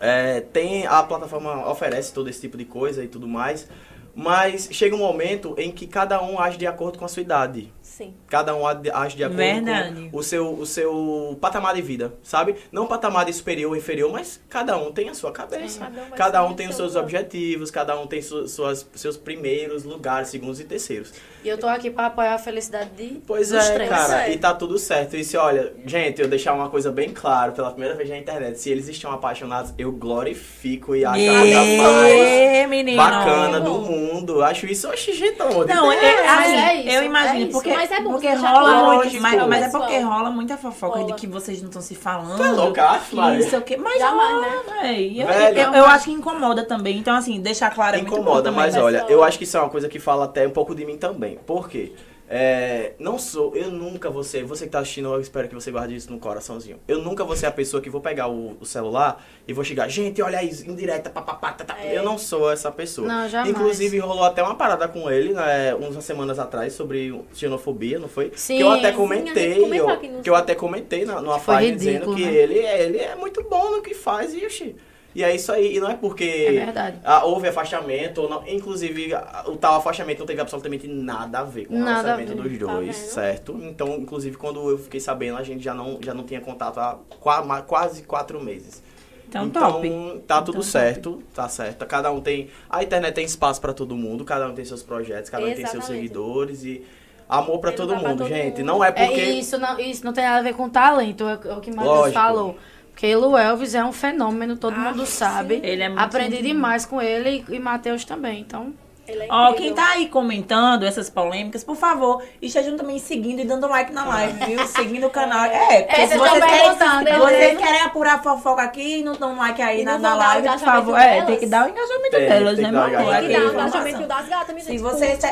S4: é, tem a plataforma oferece todo esse tipo de coisa e tudo mais, mas chega um momento em que cada um age de acordo com a sua idade.
S2: Sim.
S4: Cada um age age de acordo
S1: Verdade.
S4: com o seu, o seu patamar de vida, sabe? Não patamar de superior ou inferior, mas cada um tem a sua cabeça.
S2: Cada um vai
S4: Cada um
S2: seguir
S4: tem os
S2: seu
S4: seus
S2: plano.
S4: objetivos, cada um tem su- suas, seus primeiros lugares, segundos e terceiros.
S3: E eu tô aqui pra apoiar a felicidade de
S4: Pois
S3: dos
S4: é,
S3: três.
S4: cara,
S2: é.
S4: e tá tudo certo. E se olha, gente, eu deixar uma coisa bem clara pela primeira vez na internet, se eles estão apaixonados, eu glorifico e acho a coisa mais
S1: Ê, menino.
S4: bacana
S2: não.
S4: do mundo. Acho isso, oxi, gente, onde
S1: Não,
S4: tem?
S1: é, assim,
S3: É, mas é isso,
S1: eu
S3: é
S1: imagino,
S3: isso.
S1: porque,
S2: Mas é bom
S1: porque
S2: você já
S1: rola
S4: falar
S1: muito,
S4: isso
S1: mas,
S4: pro
S1: mas é
S2: pessoal.
S1: porque rola muita fofoca
S2: Rola.
S1: de que vocês não estão se falando.
S4: Tu é louca, acho, Maria.
S1: Isso, o quê? Mas
S2: Jamais,
S1: rola,
S2: né?
S1: véi. Eu,
S4: Velho.
S1: eu- eu acho que incomoda também. Então, assim, deixar claro é muito
S4: Incomoda,
S1: bom
S4: mas
S3: né?
S1: também.
S2: pessoal.
S4: olha, eu acho que isso é uma coisa que fala até um pouco de mim também. Por quê? É, não sou, eu nunca vou ser, você que tá assistindo, eu espero que você guarde isso no coraçãozinho. Eu nunca vou ser a pessoa que vou pegar o, o celular e vou chegar, gente, olha isso, indireta, papapá, tá, tá.
S2: É.
S4: Eu não sou essa pessoa.
S3: Não, jamais.
S4: Inclusive, rolou até uma parada com ele, né, umas semanas atrás, sobre xenofobia, não foi?
S3: Sim,
S4: que eu até
S3: sim,
S4: comentei,
S2: a gente comentou
S4: eu-
S2: aqui no-
S4: que eu até comentei na, numa
S3: Que foi
S4: página dizendo
S3: ridículo,
S4: que
S3: né?
S4: ele, ele é muito bom no que faz, e, oxi, e é isso aí, e não é porque
S3: É verdade.
S4: ah, houve afastamento, ou não. Inclusive, a- o tal afastamento não teve absolutamente nada a ver com o
S3: Nada a
S4: relacionamento
S3: ver,
S4: dos
S2: tá
S4: dois,
S2: vendo?
S4: certo? Então, inclusive, quando eu fiquei sabendo, a gente já não, já não tinha contato há qua- ma- quase quatro meses.
S1: Então, top.
S4: Tá tudo
S1: Então,
S4: certo, tá certo. Cada um tem. A internet tem espaço pra todo mundo, cada um tem seus projetos, cada um tem seus
S2: Exatamente.
S4: seguidores e. Amor pra
S2: Ele
S4: todo
S2: dá pra
S4: mundo,
S2: todo
S4: gente.
S2: mundo.
S4: Não é
S3: É
S4: porque.
S3: isso, não, isso não tem nada a ver com talento, é o que o Matheus
S4: Lógico.
S3: falou. Porque o Elvis é um fenômeno, todo
S2: Ah,
S3: mundo sabe.
S2: sim.
S1: Ele é muito
S3: Aprendi
S1: incrível.
S3: demais com ele e, e Matheus também, então.
S2: Ele é
S1: Ó, quem
S2: incrível.
S1: tá aí comentando essas polêmicas, por favor, estejam também seguindo e dando like na
S2: Ah.
S1: live, viu? Seguindo o canal. É, porque
S3: É,
S1: se
S3: vocês
S1: vocês
S3: estão
S1: querem,
S3: perguntando,
S1: se
S3: né?
S1: vocês querem apurar fofoca aqui e não dão like aí
S2: E
S1: na,
S2: não
S1: na
S2: vão dar o
S1: live, por
S2: engajamento
S1: favor. É,
S2: delas.
S1: tem que dar o engajamento
S4: Tem,
S1: delas, né,
S4: tem que dar o
S1: meu amor?
S2: Tem que
S4: engajamento.
S1: Aqui,
S2: dar um
S4: informação.
S2: engajamento tipo, das gatas, me
S1: Se
S2: gente.
S1: você
S2: curte,
S1: se-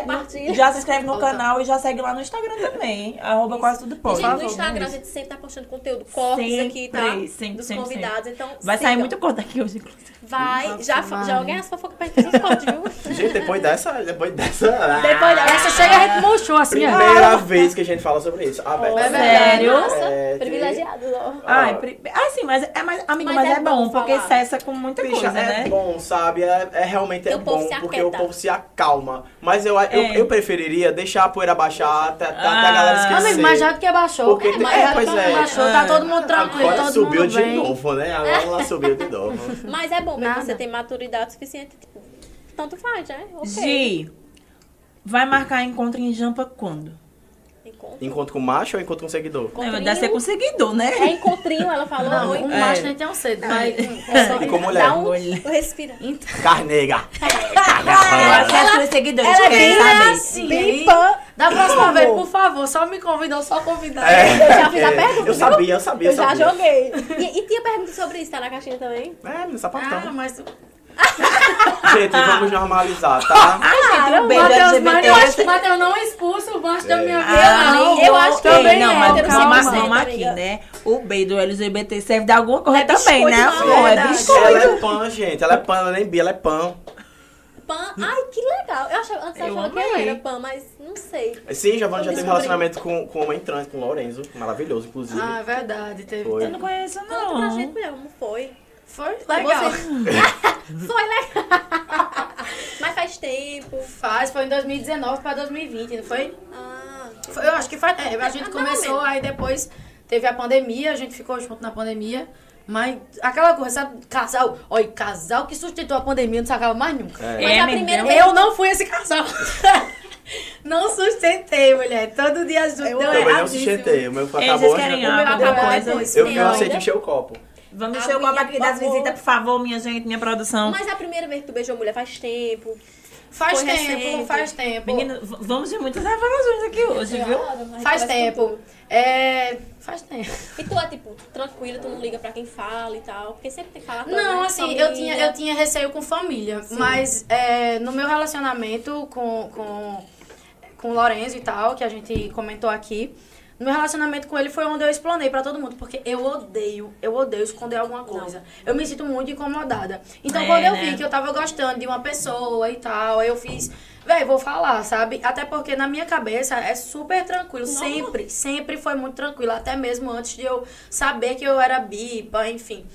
S2: compartilha.
S1: já se inscreve no
S3: Volta.
S1: canal e já segue lá no Instagram também. Arroba quase tudo pode.
S2: Gente, no Instagram a gente sempre tá postando conteúdo, cortes aqui, tá?
S1: Sempre, sempre,
S2: Dos
S1: sempre,
S2: convidados, então
S1: Vai sair
S2: sigam.
S1: muito corta aqui hoje, inclusive.
S2: Vai,
S3: Nossa,
S2: já,
S3: Mari.
S2: joguem as fofocas pra gente nos cortes, viu?
S4: Gente, depois dessa. Depois dessa. ah,
S2: Depois dessa-
S3: Essa chega a gente murchou assim, ó.
S4: Primeira vez que a gente fala sobre isso. Ah, Aberto.
S2: Ó,
S1: É
S2: sério?
S1: sério?
S2: Nossa,
S4: É, tem-
S2: privilegiado, ó.
S1: Ai, pri- ah, sim, mas é mas, amigo, mas,
S2: Mas
S1: é, bom, porque
S2: falar.
S1: cessa com muita
S4: Bicha,
S1: coisa,
S4: é
S1: né?
S4: bom, sabe? É, é realmente
S2: E
S4: é
S2: o povo
S4: bom,
S2: se
S4: porque o
S2: aquieta.
S4: povo se acalma. Mas eu, eu,
S1: É.
S4: eu preferiria deixar a poeira baixar, até, até a galera
S1: Ah.
S4: esquecer.
S3: Amigo, mas já do que abaixou.
S4: Porque tem-
S3: mas
S4: é,
S3: já do
S4: pois
S3: que
S4: é.
S3: abaixou, tá todo mundo tranquilo,
S4: Agora
S3: todo
S4: subiu
S3: mundo
S4: de
S3: bem.
S4: novo, né? Agora ela subiu de novo.
S2: Mas é bom, porque
S3: Nada.
S2: você tem maturidade suficiente. tipo, Tanto faz, né? Ok.
S1: Gi, vai marcar encontro em Jampa quando?
S2: Encontro.
S4: Encontro com macho ou encontro com seguidor?
S1: Não,
S2: Encontrinho.
S1: deve ser com seguidor, né?
S2: É encontrinho, ela falou.
S3: Não,
S2: muito.
S3: um
S1: É.
S3: macho nem tem um cedo, mas
S4: É, E com mulher.
S2: Dá um
S1: Mulher.
S2: respira.
S3: Então,
S4: Carnega!
S1: Eu acho que é sua seguidora,
S2: Ela é
S1: querem
S2: bem
S1: saber.
S3: assim,
S2: Bem
S3: hein?
S2: pan-
S3: Da próxima
S2: favor.
S3: vez, por favor, só me convidou, só convidar.
S4: É.
S2: Eu já fiz a pergunta,
S4: Eu
S2: viu?
S4: sabia, eu sabia,
S2: Eu já
S4: sabia.
S2: joguei. E, e tinha pergunta sobre isso, tá na caixinha também?
S4: É, menino
S3: Ah,
S4: sapatão.
S3: mas.
S4: Gente, vamos normalizar, tá?
S1: Ai, gente, um
S3: Matheus,
S1: beijo
S3: mas
S1: LGBT.
S3: eu acho que Matheus não expulsa o macho da minha vida.
S1: Ah,
S3: não.
S1: amiga,
S2: eu acho que
S1: ok,
S2: também
S1: não,
S2: é
S1: mas
S2: heterossexual,
S1: calma, calma aqui,
S2: amiga.
S1: né? O B do LGBT serve de alguma coisa
S2: É
S1: também,
S2: biscoito,
S1: né,
S2: não,
S1: amor? É
S3: verdade.
S1: biscoito.
S4: Ela é pan, gente. Ela é pan, ela nem bi, ela é pan.
S2: Pan. Ai, que legal. Eu achava, antes eu
S1: Eu
S2: achava que eu
S1: amei.
S2: era pan, mas não sei.
S4: Sim, Giovanna já
S2: Descobri.
S4: teve relacionamento com, com uma entrante, com o Lorenzo. Maravilhoso, inclusive.
S3: Ah, é verdade. Teve...
S4: Foi.
S1: Eu não conheço,
S2: Conta pra gente
S1: não.
S2: mulher, como foi.
S3: Foi legal.
S2: Você- foi legal. mas faz tempo.
S3: Faz, foi em 2019 pra 2020, não foi?
S2: Ah,
S3: Foi, eu acho que faz. É, a gente
S2: Ah,
S3: começou,
S2: mais ou
S3: aí depois teve a pandemia, a gente ficou junto na pandemia. Mas aquela coisa, sabe? Casal. Olha, casal que sustentou a pandemia não se acaba mais nunca.
S4: É.
S2: Mas
S1: É,
S2: a
S1: menina,
S2: primeira vez.
S3: Eu não fui esse casal. não sustentei, mulher. Todo dia é junto.
S2: Eu
S3: deu
S4: Também não
S3: erradíssimo.
S4: sustentei. O meu
S1: Ei,
S4: acabou.
S1: É, vocês querem
S4: já-
S1: água,
S3: Deu
S1: alguma
S3: errado,
S1: coisa?
S3: isso.
S4: Eu, eu
S2: Não.
S4: sei de encher o copo.
S1: Vamos encher o
S2: Aguinha,
S1: copo aqui
S2: por
S1: das
S2: favor.
S1: visitas, por favor, minha gente, minha produção.
S2: Mas a primeira vez que tu beijou mulher faz tempo.
S3: Faz
S2: Foi
S3: tempo,
S2: recente.
S3: faz tempo.
S1: Menina, v- vamos de muitas revelações aqui hoje, viu?
S3: faz
S2: Parece
S3: tempo. É. Faz tempo.
S2: que tu- E tu é, tipo, tranquila, tu não liga pra quem fala e tal. Porque sempre tem que falar.
S3: Não, assim, eu tinha, eu tinha receio com família. Mas é, no meu relacionamento com, com, com o Lorenzo e tal, que a gente comentou aqui, no meu relacionamento com ele foi onde eu explanei pra todo mundo. Porque eu odeio, eu odeio esconder alguma coisa. Eu me sinto muito incomodada. Então,
S1: É,
S3: quando eu
S1: né?
S3: vi que eu tava gostando de uma pessoa e tal, aí eu fiz... Véi, vou falar, sabe? Até porque na minha cabeça é super tranquilo. Sempre, sempre foi muito tranquilo. Até mesmo antes de eu saber que eu era bipa, enfim.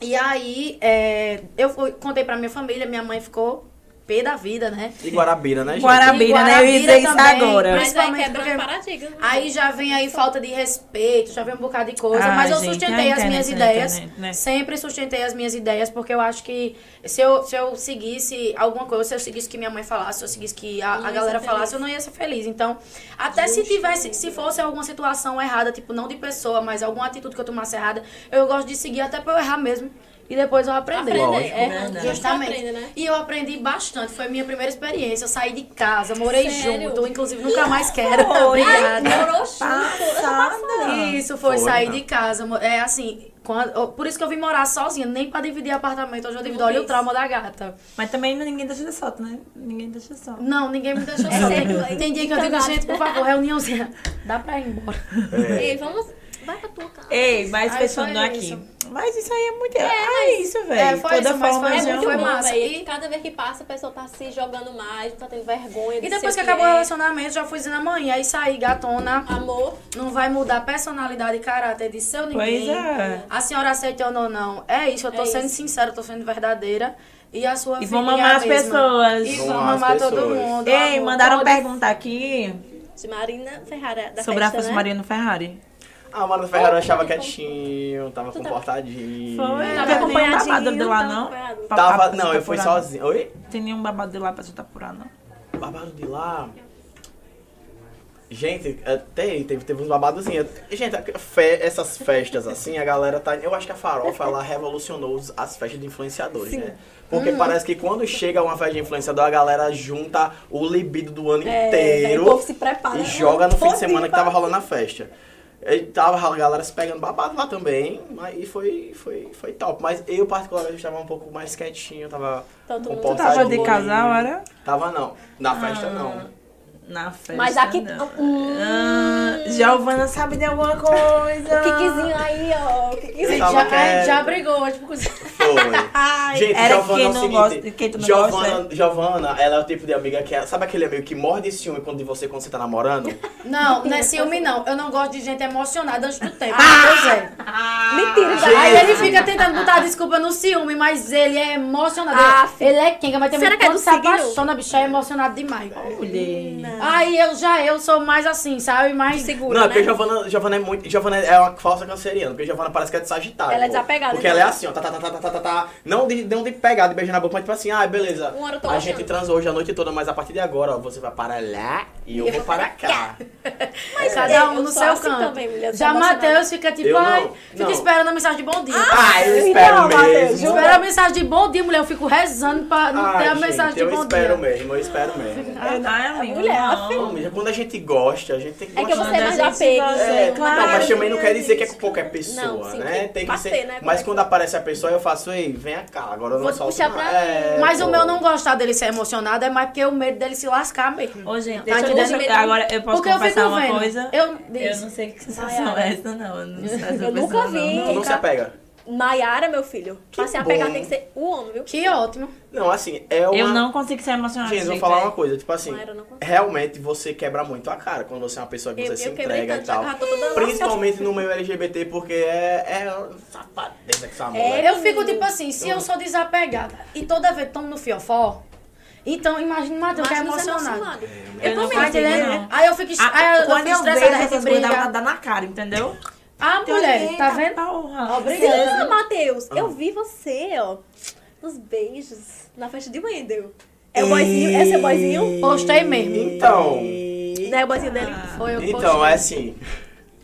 S3: E aí, é, eu fui- contei pra minha família, minha mãe ficou pé da vida, né?
S4: E Guarabira, né, gente?
S1: Guarabira, né? Eu ia dizer
S3: Guarabira
S1: isso
S3: também.
S1: agora.
S2: Mas aí
S3: Principalmente
S2: quebra
S3: porque-
S2: um paradigma.
S3: Aí já vem aí falta de respeito, já vem um bocado de coisa,
S1: Ah,
S3: mas eu
S1: gente,
S3: sustentei
S1: a
S3: as minhas
S1: internet, a
S3: ideias.
S1: internet, né?
S3: Sempre sustentei as minhas ideias, porque eu acho que se eu, se eu seguisse alguma coisa, se eu seguisse o que minha mãe falasse, se eu seguisse o que a,
S2: Não
S3: a
S2: ia
S3: galera
S2: ser
S3: falasse,
S2: feliz.
S3: eu não ia ser feliz. Então, até se tivesse, se fosse alguma situação errada, tipo, não de pessoa, mas alguma atitude que eu tomasse errada, eu gosto de seguir até pra eu errar mesmo. E depois eu aprender.
S2: Aprender,
S4: Lógico,
S2: é,
S1: verdade.
S3: Justamente.
S2: Aprende, né?
S3: E eu aprendi bastante. Foi a minha primeira experiência. Eu saí de casa, morei
S2: Sério?
S3: junto. Inclusive, nunca mais quero.
S2: Ai,
S3: Obrigada.
S2: morou chuto.
S1: Passada.
S3: Isso, foi,
S4: Foi,
S3: sair
S4: né?
S3: de casa. mo- É assim, quando- ó, por isso que eu vim morar sozinha, nem pra dividir apartamento. Hoje eu divido.
S2: Não
S3: Olha o
S2: fez.
S3: trauma da gata.
S1: Mas também ninguém deixa de solto, né? Ninguém deixa solto.
S3: Não, ninguém me deixou
S2: É
S3: só.
S2: sério,
S3: Tem, tem dia que eu
S2: fica
S3: digo,
S2: lá.
S3: gente, por favor, reuniãozinha. Dá pra ir embora.
S4: É.
S2: Ei, vamos. Vai pra tua casa.
S1: Ei, mas
S3: Ai,
S1: pensando
S3: foi
S1: aqui.
S3: isso.
S1: Mas isso aí é muito. É, isso, velho.
S3: É, foi
S1: Toda
S3: isso, mas
S1: forma
S3: foi-
S1: de
S2: É muito
S3: foi
S1: amor.
S2: bom,
S3: massa.
S2: velho.
S3: E-
S2: Cada vez que passa, a pessoa tá se jogando mais, tá tendo vergonha de
S3: E
S2: ser
S3: depois que
S2: o
S3: acabou o
S2: é.
S3: relacionamento, já fui dizendo, amanhã, aí saí, gatona.
S2: Amor.
S3: Não vai mudar personalidade e caráter de seu ninguém.
S1: Pois é.
S3: A senhora aceitando ou não. É isso, eu tô
S2: É
S3: sendo
S2: isso.
S3: sincera, eu tô sendo verdadeira. E a sua
S1: E
S3: filha
S1: vão
S3: é
S1: mamar
S3: a
S1: as
S3: mesma.
S1: pessoas.
S3: E
S4: Vão
S3: vão
S4: mamar as
S3: mamar todo
S4: pessoas.
S3: mundo.
S1: Ei,
S3: amor.
S1: mandaram um
S3: Pode-
S1: perguntar aqui
S2: De Marina Ferrara da
S1: sobre
S2: festa,
S1: a
S2: né?
S1: Marina Ferrari.
S4: A Mara Ferrari eu
S2: Foi.
S4: achava quietinho, tava
S2: Tu tava-
S4: comportadinho.
S1: tá- Foi. Não
S2: Tava
S1: tem nenhum
S2: acompanhadinho,
S1: babado de lá,
S2: tava
S1: não?
S2: acompanhado.
S1: Pra- pra-
S4: Tava,
S1: pra
S4: não,
S1: se
S4: eu fui
S1: apurar, não.
S4: sozinho. Oi?
S1: Tem nenhum babado de lá pra se apurar, não.
S4: Babado de lá. Gente, é, tem, teve, teve uns babados assim. É, Gente, a fe- essas festas assim, a galera tá. Eu acho que a farofa ela revolucionou os- as festas de influenciadores, né? Porque
S2: Uhum.
S4: parece que quando chega uma festa de influenciador, a galera junta o libido do ano
S2: É,
S4: inteiro.
S2: o povo se prepara.
S4: E joga no fim de
S2: Povo
S4: semana
S2: se
S4: que tava rolando a festa. E tava a galera se pegando babado lá também, mas e foi, foi, foi top. Mas eu, particularmente, tava um pouco mais quietinho, tava
S2: Todo mundo-
S1: Tu
S2: Tá,
S1: tava
S4: comportadinho.
S1: de casal, era?
S4: Tava não. Na festa, não.
S1: Na festa.
S2: Mas aqui-
S1: não.
S2: Hum.
S1: Ah, Giovana sabe de alguma coisa.
S2: O Kikizinho aí, ó. O Kikizinho.
S4: Eu
S3: Já,
S4: tava
S3: ai,
S4: quieto.
S3: já brigou hoje por coisa.
S4: Foi. Gente,
S1: Era
S4: Giovana
S1: quem
S4: é o
S1: não
S4: seguinte.
S1: gosta- quem tu não
S4: Giovana,
S1: gosta,
S4: Giovana, ela é o tipo de amiga que é. Sabe aquele amigo que morde ciúme quando você, quando você tá namorando?
S3: Não, não é ciúme, não. Eu não gosto de gente emocionada antes do
S1: Ah!
S3: tempo. Pois é.
S2: Mentira,
S4: Gente.
S3: Aí ele fica tentando botar desculpa no ciúme, mas ele é emocionado.
S2: Ah, fi-
S3: ele é quem, mas tem
S2: Será
S3: muito
S2: que é
S3: quando
S2: do
S3: se
S2: signo?
S3: apaixona, bicho, é emocionado demais.
S1: Mulher.
S3: Aí eu já, eu sou mais assim, sabe? Mais
S2: segura,
S4: Não, é
S2: né?
S4: porque Giovana, Giovana é muito. Giovana é uma falsa canceriana, porque Giovana parece que é de Sagitário.
S2: Ela é
S4: pô.
S2: desapegada,
S4: Porque
S2: então.
S4: ela é assim, ó, tá, tá, tá, tá, tá, tá, tá, tá. Não de, não de pegar, de beijar na boca, mas tipo assim, ah, beleza.
S2: Uma hora eu tô
S4: a
S2: gostando.
S4: gente transou hoje a noite toda, mas a partir de agora, ó, você vai para lá e eu vou para cá.
S3: Mas
S2: eu-
S3: cada um
S2: eu
S3: no
S2: sou
S3: seu
S2: assim
S3: canto.
S2: também, mulher,
S3: já
S2: emocionada.
S3: Matheus fica tipo,
S4: Eu não,
S3: ai,
S4: não.
S3: fica esperando a mensagem de bom dia.
S4: Ah, eu espero
S1: não, Matheus,
S4: mesmo.
S3: Espera a mensagem de bom dia, mulher. Eu fico rezando pra não
S4: Ai,
S3: ter a
S4: gente,
S3: mensagem de
S4: eu
S3: bom
S4: espero
S3: dia.
S4: mesmo, eu espero mesmo.
S1: Ai, amigo,
S2: mulher,
S1: não.
S4: Não, amiga, quando a gente gosta, a gente tem que
S2: É que
S4: gostar.
S2: você é mais
S1: Quando a
S2: da
S1: gente
S2: pega.
S1: gosta,
S4: É,
S1: claro.
S4: não, mas também não
S2: né,
S4: quer dizer que é
S2: gente?
S4: com qualquer pessoa,
S2: Não, sim,
S4: né?
S2: tem que
S4: Tem que
S2: bater,
S4: ser.
S2: né,
S4: Mas
S2: quando-
S4: quando aparece a pessoa, eu faço, ei, vem cá, agora eu não
S2: Vou
S4: solto
S2: puxar
S4: mais.
S2: pra
S4: É,
S3: Mas o
S4: pô.
S3: meu não gostar dele ser emocionado é mais porque o medo dele se lascar mesmo.
S1: Ô, gente,
S3: Tá
S1: deixa eu,
S3: aqui
S1: deixa eu-
S2: dentro.
S1: Agora eu posso
S3: Porque eu
S1: confessar
S3: fico
S1: uma
S3: vendo.
S1: coisa.
S3: Eu-
S1: eu não sei que sensação
S2: Maiara.
S1: é essa, não. Eu, não sou essa
S2: Eu nunca
S1: pessoa,
S2: vi.
S1: não.
S4: Tu não se apega.
S2: Maiara, meu filho. Pra
S4: Que
S2: se apegar
S4: bom.
S2: tem que ser o homem, viu?
S3: Que ótimo.
S4: Não, assim, é uma...
S1: Eu não é. consigo ser emocionada.
S4: Gente, eu vou
S1: desse
S4: falar
S1: jeito,
S4: uma coisa, tipo assim,
S2: Mas eu não consigo.
S4: realmente você quebra muito a cara quando você é uma pessoa que
S2: Eu-
S4: você
S2: eu
S4: se
S2: quebrei
S4: entrega e
S2: tanto,
S3: Ah,
S4: tal.
S2: já tô toda
S4: Principalmente no meio LGBT, porque é, é safadeza que essa
S2: É,
S4: mulher.
S3: Eu fico tipo assim, se eu sou desapegada e toda vez tomo no fiofó, então imagina o Matheus que é
S2: Mas não é
S3: emocionado.
S1: Eu
S3: Eu
S1: não
S3: também, tá
S1: consigo,
S3: entendendo?
S1: não.
S3: Aí eu fico,
S1: Ah,
S3: aí eu, eu
S1: quando
S3: fico
S1: eu vejo
S3: estressada, a gente
S1: essas coisas, dá
S3: briga.
S1: vontade de dar na cara, entendeu? Então,
S3: Ah, mulher, tá
S1: Eita
S3: vendo?
S1: Porra.
S3: Obrigada.
S2: Ah, Matheus, eu vi você, ó, nos beijos na festa de Wendel. É o boizinho? É seu boizinho?
S3: Postei mesmo.
S4: Então,
S2: Não é o boizinho dele?
S3: Foi eu
S4: então, é assim,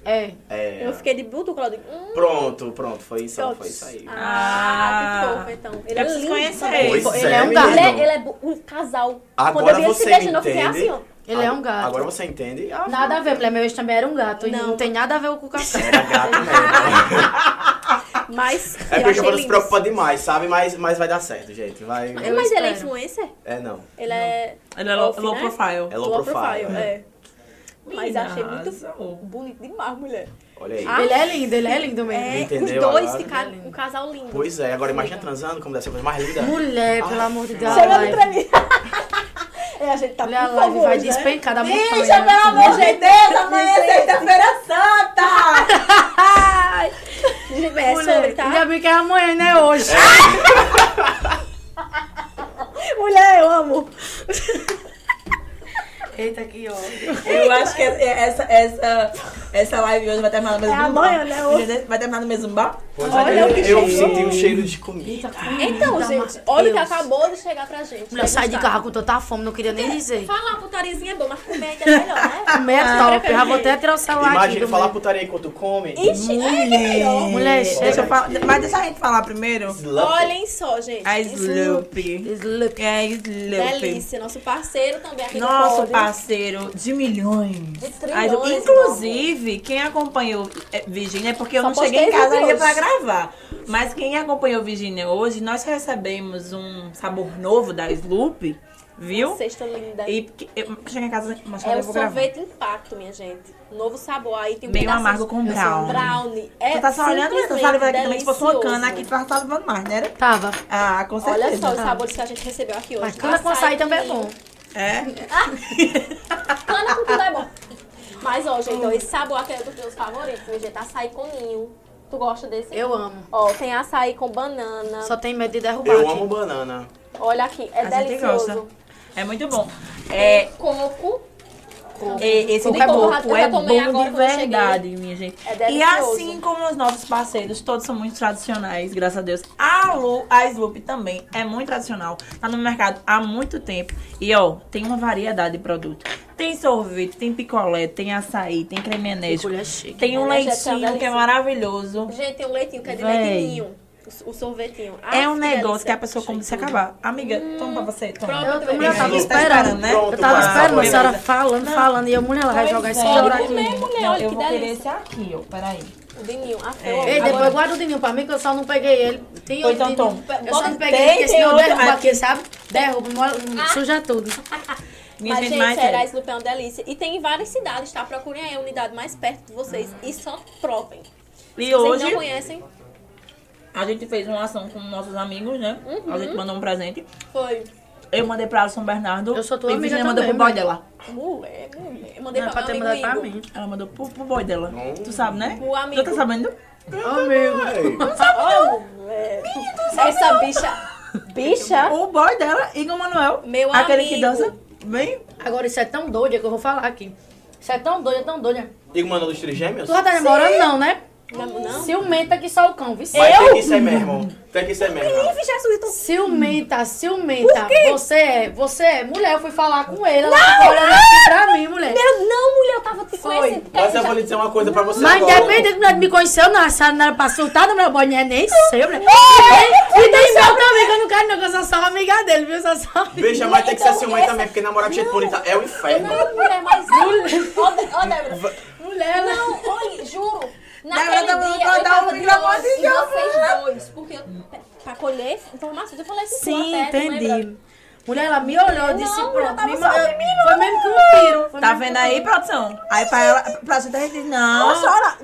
S3: É.
S4: é,
S2: Eu fiquei de butuca, eu digo, hum,
S4: pronto, pronto, foi isso,
S2: Pronto.
S4: foi isso aí.
S2: Ah,
S1: Ah.
S2: que fofo, então. Ele
S1: Eu
S2: é
S1: preciso
S2: lindo.
S1: conhecer
S2: também.
S1: ele.
S2: Ele,
S4: Pois
S3: é,
S2: é um gato. Ele
S3: menino.
S2: é, ele é bu- um casal. Quando eu
S4: Agora
S2: vi ele se
S4: você
S2: beijando, eu fiquei
S4: entende...
S2: assim, ó.
S3: Ele é um gato.
S4: Agora você entende... Ah,
S3: Nada a ver, mulher. Meu ex também era um gato. e
S2: Não.
S3: Não, tem nada a ver com o café.
S4: Era gato mesmo.
S2: Mas
S4: É
S2: eu
S4: porque eu
S2: achei
S4: não se
S2: lindo.
S4: preocupa demais, sabe? Mas, mas vai dar certo, gente. Vai...
S2: Mas
S3: Eu
S2: mas ele é
S3: espero.
S2: influencer?
S4: É, não.
S2: Ele é...
S1: Ele é low,
S2: off,
S1: low
S2: né?
S1: profile.
S4: É low, profile. é.
S2: é. Mas achei muito
S1: Arrasou.
S2: bonito demais, mulher.
S4: Olha aí.
S2: Ah.
S3: Ele é lindo, ele é lindo mesmo.
S2: É, os
S4: Entendeu
S2: dois
S4: agora?
S2: ficaram um casal lindo.
S4: Pois é, agora imagina transando como deve ser a coisa mais linda.
S3: Mulher,
S4: Ah,
S3: pelo amor de Deus.
S4: filha.
S2: Chega
S3: live.
S2: de pra mim. é, a gente tá
S3: Olha a
S2: por
S3: live,
S2: favor,
S3: vai
S2: né?
S3: despencar da montanha.
S2: Bicha, pelo amor de Deus, amanhã é
S1: sexta-feira santa!
S2: Gente, É sobre,
S3: Mulher,
S2: tá?
S3: Ainda bem que é amanhã, né? Hoje.
S2: Mulher, eu amo.
S3: direita aqui, ó.
S1: Eu acho que essa, essa, essa live hoje vai terminar no mesmo
S2: É amanhã, né, hoje?
S1: Vai terminar no mesmo bar?
S2: Olha o que
S4: é, eu
S2: chegou.
S4: senti um cheiro de comida.
S3: Eita, comida,
S2: Então, gente, olha o que
S3: Matheus.
S2: acabou de chegar pra gente. né?
S3: Mulher,
S2: Vai
S3: saí de
S2: gostar.
S3: carro com tanta fome, não queria nem dizer.
S2: Falar putarizinha é bom, mas comédia é melhor, né?
S3: Comer é top, eu já vou até tirar o celular aqui.
S4: Imagina
S3: do
S4: falar
S3: meu.
S4: putaria enquanto come.
S2: Ixi, olha que é melhor.
S3: Mulher,
S1: Deixa eu
S3: chega.
S1: falar. Mas deixa a gente falar primeiro.
S4: Slap.
S2: Olhem só, gente.
S1: A
S2: Isso-
S1: Sloopy.
S3: Slurp.
S1: É Sloopy.
S2: Delícia, nosso parceiro também aqui
S1: Nosso
S2: do Pod.
S1: parceiro de milhões.
S2: De
S1: Aí,
S2: trilhões,
S1: eu- inclusive, quem acompanhou é, Virgínia, é porque eu
S2: Só
S1: não cheguei em
S2: postei
S1: casa ainda
S2: vídeo
S1: pra
S2: hoje.
S1: gravar. Mas quem acompanhou Virgínia hoje, nós recebemos um sabor novo da Sloop, viu?
S2: Sexta linda.
S1: E porque- eu cheguei em casa, mas
S2: é
S1: eu
S2: o
S1: vou gravar.
S2: sorvete impacto, minha gente. Novo sabor aí. Tem um
S1: Bem
S2: pedaço
S1: amargo com
S2: de-
S1: brownie.
S2: brownie. É
S1: Tu tá só olhando, né? Tu
S2: simplesmente
S1: salivando aqui também. Se fosse uma cana aqui,
S2: delicioso.
S1: tu tava salivando mais, né? era?
S3: Tava.
S1: Ah, com certeza.
S2: Olha só os
S1: tá.
S2: sabores que a gente recebeu aqui hoje.
S3: Mas cana com açaí também é bom.
S1: É?
S2: Cana com tudo é bom. Mas, ó, gente, ó, esse sabor aqui é dos meus favoritos. Meu jeito, açaí com ninho. Tu gosta desse?
S3: Eu amo.
S2: Ó, tem açaí com banana.
S3: Só tem medo de derrubar
S4: Eu
S3: aqui.
S4: amo banana.
S2: Olha aqui, é
S1: A gente gosta.
S2: delicioso.
S1: É muito bom. É,
S2: Coco.
S1: É, Esse de
S2: Coco
S1: coco
S2: borrado
S1: é
S2: que eu
S1: bom
S2: tomei agora
S1: de
S2: quando eu cheguei.
S1: verdade, minha gente.
S2: É
S1: e
S2: delicioso.
S1: assim como os nossos parceiros, todos são muito tradicionais, graças a Deus. A Lu, a Sloop também é muito tradicional. Tá no mercado há muito tempo. E ó, tem uma variedade de produto. Tem sorvete, tem picolé, tem açaí, tem creme
S3: Que
S1: enérgico.
S2: é
S3: colher chique.
S1: Tem um
S2: Olha, gente, é uma
S1: leitinho que é
S2: delícia.
S1: maravilhoso.
S2: Gente, tem um leitinho que é de
S1: Véi.
S2: leitinho. O sorvetinho. Ah,
S1: É um negócio
S2: delícia.
S1: que a pessoa come se acabar. Amiga,
S2: Hum.
S1: toma pra você, toma.
S2: Prova,
S3: Eu-
S2: tu
S3: eu
S2: vai
S3: já
S2: ver.
S3: tava
S1: Tá
S3: esperando,
S1: né?
S4: Pronto,
S3: Eu tava
S4: passa,
S3: esperando a
S4: beleza.
S3: senhora falando, falando, e a mulher lá vai
S1: Pois
S3: jogar esse
S1: é.
S3: chorar
S2: Pode
S3: aqui.
S2: comer, mulher,
S1: Não,
S2: né? olha
S1: eu
S2: que
S1: vou querer
S2: delícia.
S1: esse aqui, ó. Peraí.
S2: O Dininho, a
S1: É.
S2: feu.
S3: Ei,
S1: Agora-
S3: depois guarda o dininho pra mim, que eu só não peguei ele. Tem
S1: Ou
S3: outro
S1: então
S3: dininho.
S1: toma.
S3: Eu só não
S1: Tem,
S3: peguei ele, porque
S1: tem
S3: senão
S1: outro
S3: derruba
S1: aqui.
S3: aqui, sabe? Derruba, molha- um- suja tudo.
S1: Minha
S2: Mas, gente,
S1: mais
S2: será
S1: sério.
S2: esse Lupé é uma delícia. E tem em várias cidades, tá? Procurem aí a unidade mais perto de vocês e só provem.
S1: E
S2: Se vocês
S1: hoje.
S2: não conhecem,
S1: A gente fez uma ação com nossos amigos, né?
S2: Uhum.
S1: A gente mandou um presente.
S2: foi.
S1: Eu mandei pra São Bernardo.
S3: Eu sou tua
S1: e
S3: amiga
S1: Virginia mandou pro
S3: também,
S1: boy
S3: né?
S1: dela.
S2: Mulher, mulher. Eu Mandei
S3: Não é pra
S2: pra
S3: ter
S2: meu
S3: mudado pra
S2: amigo Igor.
S3: mim.
S1: Ela mandou pro, pro boy dela.
S4: Hum.
S1: Tu sabe, né?
S2: O amigo.
S1: Tu tá sabendo?
S4: Amigo.
S2: Oh, mulher. Essa bicha... Bicha?
S1: O boy dela, Igor Manuel.
S2: Meu
S1: aquele
S2: amigo.
S1: que dança bem.
S3: Agora, isso é tão doido é que eu vou falar aqui. Isso é tão doido, é tão doido.
S4: Digo, mano, dos trigêmeos?
S3: Tu já tá namorando, não, né?
S2: Não, não.
S3: Ciumenta que só o cão, viu?
S4: Mas tem que ser mesmo. Tem que ser mesmo.
S2: Ih, Jesus, eu tô...
S3: Ciumenta, ciumenta. Você é, você é. Mulher, eu fui falar com ele. Ela ficou olhando aqui pra mim, mulher.
S2: Meu, não, mulher, eu tava te conhecendo.
S4: Mas eu vou lhe dizer uma coisa pra você
S3: Mas
S4: agora.
S3: independente de mulher me conhecer, eu não achava não era pra surtar, não, meu boy, não é nem seu, mulher. E tem- E tem meu também, que eu não quero, não, que eu sou só amiga dele, viu? Eu sou só.
S4: Veja, mas tem que ser
S2: Então,
S4: ciumento
S2: essa-
S4: também, porque namorado de gente bonita é o
S2: Eu
S4: inferno.
S2: não, mulher, mas... Ó, Dé- ó, Débora.
S3: Mulher, ela-
S2: Não, olha, juro.
S1: Débora
S2: Naquele
S1: tá
S2: dia,
S1: mandando
S2: eu
S1: dar um
S2: tava de
S1: pelo amor de
S2: olhos e
S1: Deus,
S2: vocês dois. Porque, eu, pra colher informações, eu falei assim, isso
S3: Sim,
S2: até, tu lembra?
S3: entendi. Mulher, ela me olhou e disse,
S2: Não, mulher,
S3: pronto,
S2: tava
S3: me
S2: só
S3: mandou.
S2: de mim,
S3: Foi mesmo que um tiro. foi
S1: Tá
S3: mesmo que
S1: vendo
S3: um
S1: aí,
S3: tiro.
S1: produção? Aí pra ela, pra gente, a gente diz, não,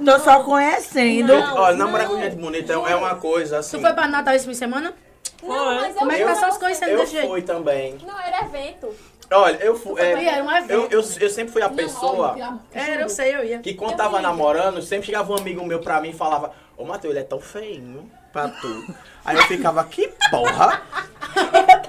S1: tô só conhecendo.
S2: Não.
S4: Olha, namorar
S2: não.
S4: com gente bonita é é uma coisa assim.
S3: Tu foi pra Natal esse fim de semana?
S2: Não, mas eu
S3: Como é que
S2: fui com
S3: tá essas
S2: você.
S3: coisas sendo
S4: Eu
S3: desse jeito?
S4: fui também.
S2: Não, era evento.
S4: Olha, eu fui.
S3: foi
S4: é,
S3: pra ir, era um evento,
S4: eu, eu, eu sempre fui a pessoa
S1: É,
S3: Era, eu sei, eu ia.
S4: que quando tava namorando, sempre chegava um amigo meu pra mim e falava, ô Matheus, ele é tão feinho pra tu. Aí eu ficava, que porra!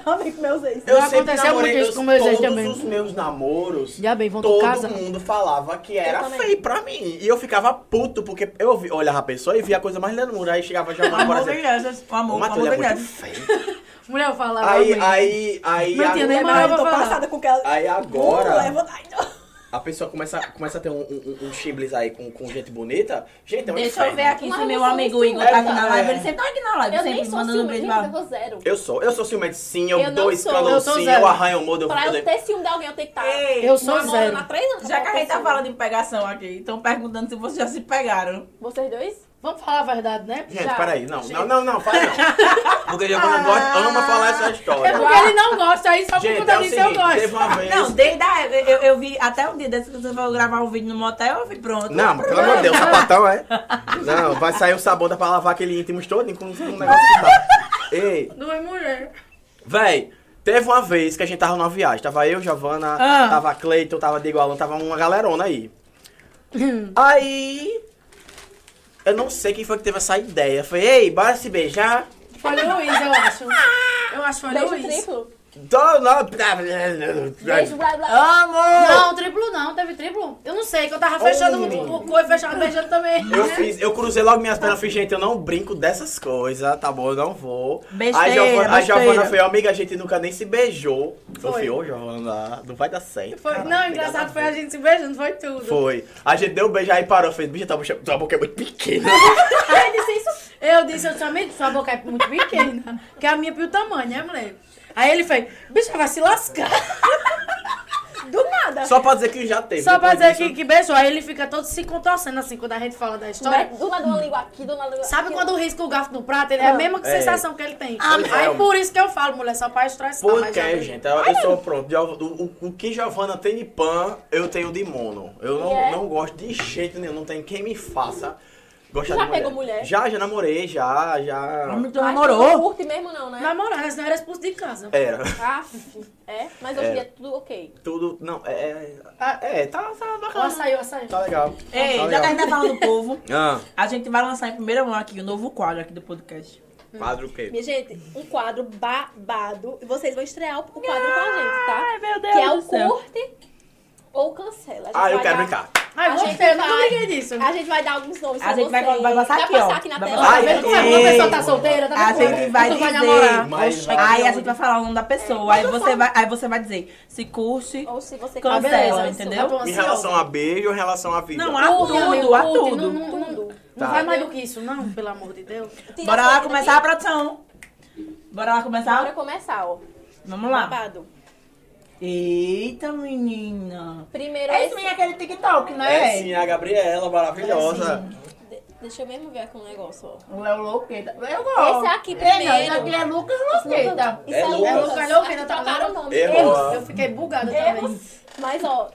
S2: Também com meus ex.
S4: Eu
S3: Já
S4: sempre
S3: aconteceu muito
S4: namorei,
S3: isso
S4: eu-
S3: com meus ex
S4: todos
S3: também.
S4: os meus namoros,
S3: Já bem, vão tu
S4: todo
S3: casa?
S4: mundo falava que
S2: Eu
S4: era
S2: também.
S4: feio pra mim. E eu ficava puto, porque eu vi- olhava a pessoa e via a coisa mais linda do mundo. Aí chegava já uma namorada
S1: Amor,
S4: e dizia,
S1: crianças. O
S4: "Ô,
S1: amor,
S4: Matheus,
S1: amor,
S4: ele é muito
S1: crianças.
S4: feio.
S3: Mulher, eu falava.
S4: Aí,
S3: mãe.
S4: aí, aí...
S3: Não tinha nem
S4: agora-
S3: mais
S1: Mas
S3: pra
S1: eu tô
S3: falar.
S1: passada com aquela.
S4: Aí
S1: Não
S4: agora,
S1: leva- Ai, não.
S4: a pessoa começa, começa a ter um, um, um- um chiblis aí com, com gente bonita. Gente, é um
S1: Deixa eu
S4: inferno.
S1: ver aqui
S2: Mas
S1: se
S2: eu
S1: meu
S2: sou
S1: amigo Igor
S4: ciumenta.
S1: tá aqui na live.
S4: É.
S1: Ele sempre tá aqui na live,
S2: Eu nem
S1: sempre
S2: sou
S1: mandando um beijo
S2: ciumenta, eu
S1: pra...
S2: vou zero.
S4: Eu sou, eu sou ciumento sim, eu,
S2: Eu não
S4: dou esse
S2: sou.
S4: calor
S3: Eu sou
S4: sim,
S3: zero.
S4: eu arranho o modo, eu,
S2: Pra
S4: eu,
S2: eu ter ciúme de alguém, eu tenho que estar...
S1: Ei,
S3: Eu sou
S2: namorando
S3: zero.
S2: há três anos
S1: Já
S2: com
S1: que
S2: a
S1: a gente tá
S2: pessoa.
S1: falando em pegação aqui, estão perguntando se vocês já se pegaram.
S2: Vocês dois?
S3: Vamos falar a verdade, né?
S4: Gente,
S3: Já.
S4: peraí, não, não, não, não, fala não. Porque Giovana gosta, ama falar essa
S3: É
S4: história.
S3: porque ele não gosta, aí só por
S4: Gente,
S3: conta
S4: é o
S3: disso eu
S4: seguinte, teve
S3: gosto.
S4: uma vez...
S1: Não, desde a, eu, eu vi até um dia desse que você foi gravar um vídeo no motel, eu fui pronto.
S4: Não, mas pelo amor de Deus, sapatão é. Não, vai sair o sabão dá pra lavar aquele íntimo todo com um negócio que tá. Ei,
S3: Não é mulher.
S4: véi, teve uma vez que a gente tava numa viagem. Tava eu, Giovana,
S1: Ah.
S4: tava Cleiton, tava Diego Alan, tava uma galerona aí. aí. Eu não sei quem foi que teve essa ideia. Foi, ei, bora se beijar.
S3: Foi Luiz, eu acho. Eu acho que foi
S2: Beijo
S3: Luiz.
S2: triplo.
S4: Então, não.
S2: Beijo blá blá.
S4: Amor!
S3: Não, triplo não, teve triplo. Eu não sei, que eu tava fechando o o coi, fechado, beijando também.
S4: Eu fiz, eu cruzei logo minhas pernas, fiz, gente, eu não brinco dessas coisas, tá bom, eu não vou.
S1: Besteira,
S4: a Giovana, a
S1: besteira.
S4: Giovana foi amiga, a gente nunca nem se beijou. Eu
S3: Foi.
S4: fui, ô Giovana, não vai dar certo.
S3: Foi-
S4: caralho,
S3: não,
S4: tem nada
S3: engraçado foi
S4: ver."
S3: a gente se beijando, foi tudo.
S4: Foi. A gente deu um beijo aí parou, fez, bicho, tua boca, tua boca é muito pequena.
S3: Aí ele disse isso. Eu disse, eu também, sua boca é muito pequena. Que a minha é pro tamanho, né, mulher? Aí ele fez, bicho, vai se lascar.
S2: Do nada.
S4: Só pra dizer que já teve.
S3: Só pra
S4: depois
S3: dizer
S4: disso-
S3: que, que beijou. Aí ele fica todo se contorcendo assim quando a gente fala da história.
S2: Do nada uma língua aqui, do nada uma língua
S3: Sabe
S2: aqui.
S3: quando risca o garfo no prato?
S2: Ah.
S3: Ele é a mesma
S4: É.
S3: sensação que ele tem.
S4: Pois
S3: aí
S4: é.
S3: por isso que eu falo, mulher, só pra estressar. Ah, mas já
S4: Porque,
S3: beijou.
S4: gente, eu, eu sou pronto. Giov- O, o- o que Giovana tem de pan, eu tenho de mono. Eu não,
S2: E é?
S4: não gosto de jeito nenhum, não tem quem me faça gostar
S2: Já
S4: de mulher.
S2: pegou mulher?
S4: Já, já namorei, já, já.
S1: Homem, tu
S2: Ai, tu Não
S1: namorou.
S2: curte mesmo não, né?
S3: Namorar, senão era expulso de casa.
S1: É.
S4: Era.
S2: Aff. É, mas hoje em dia é tudo ok.
S4: Tudo. Não, é. é- É, tá, tá
S3: O
S4: bacana.
S3: açaí, o açaí.
S4: Tá legal.
S1: Ei, já
S4: tá
S1: que a
S4: legal.
S1: gente tá falando do povo,
S4: Ah,
S1: a gente vai lançar em primeira mão aqui o novo quadro aqui do podcast.
S4: quadro o quê?
S2: Minha gente, um quadro babado. E vocês vão estrear o o quadro com a gente, tá?
S1: Ai, meu Deus
S2: Que é o
S1: do céu.
S2: curte ou cancela. A gente
S4: Ah, eu
S2: vai
S4: quero
S2: dar-
S4: brincar.
S3: Ai,
S2: A
S3: gostei,
S2: gente
S3: eu não
S2: vai-
S3: liguei disso.
S2: A gente vai dar alguns nomes pra
S1: A gente vai-
S2: vocês.
S1: vai passar aqui, ó.
S2: na
S1: Vai
S2: tela.
S1: passar
S3: Tá vendo como é que
S4: Ei.
S3: uma pessoa tá solteira? Tá
S1: A
S3: vendo como é?
S1: gente vai
S3: Tu vai
S1: dizer.
S3: namorar.
S4: Mas-
S1: Aí a gente vai falar o nome da pessoa. Aí você vai, aí você vai dizer se curte.
S2: Ou se você
S1: Cancela,
S2: cancela,
S1: entendeu?
S3: Tá bom,
S4: Em
S3: assim,
S4: relação
S3: ó.
S4: a beijo ou em relação à vida?
S1: Não, a
S3: Curte, amigo,
S1: tudo, a
S3: curte. Não,
S1: tudo.
S3: não, não, não
S4: Tá.
S3: vai mais do que isso, não, pelo amor de Deus.
S2: Tira
S1: Bora
S2: a
S1: lá
S2: foto
S1: começar a
S2: daqui.
S1: produção. Bora lá
S2: assim, é Bora
S1: começar?
S2: começar, ó.
S1: Vamos lá.
S2: Babado.
S1: Eita, menina.
S2: Primeiro é
S1: Esse
S2: esse.
S1: menino é aquele TikTok,
S4: É
S1: né?
S4: sim, a Gabriela, maravilhosa.
S2: De- Deixa eu mesmo ver aqui um negócio, ó.
S1: É O Léo Louqueta. Eu
S2: Esse
S1: gosto.
S2: é aqui
S1: É, não,
S2: primeiro.
S1: esse aqui é Lucas Louqueta.
S2: Isso
S4: É Lucas.
S3: Lucas,
S2: Acho que
S3: Lucas, tá
S2: trocaram o
S3: vendo?
S2: nome.
S4: Errou.
S2: Erros.
S4: Boa.
S3: Eu fiquei bugada também.
S2: Erros. Mas, ó,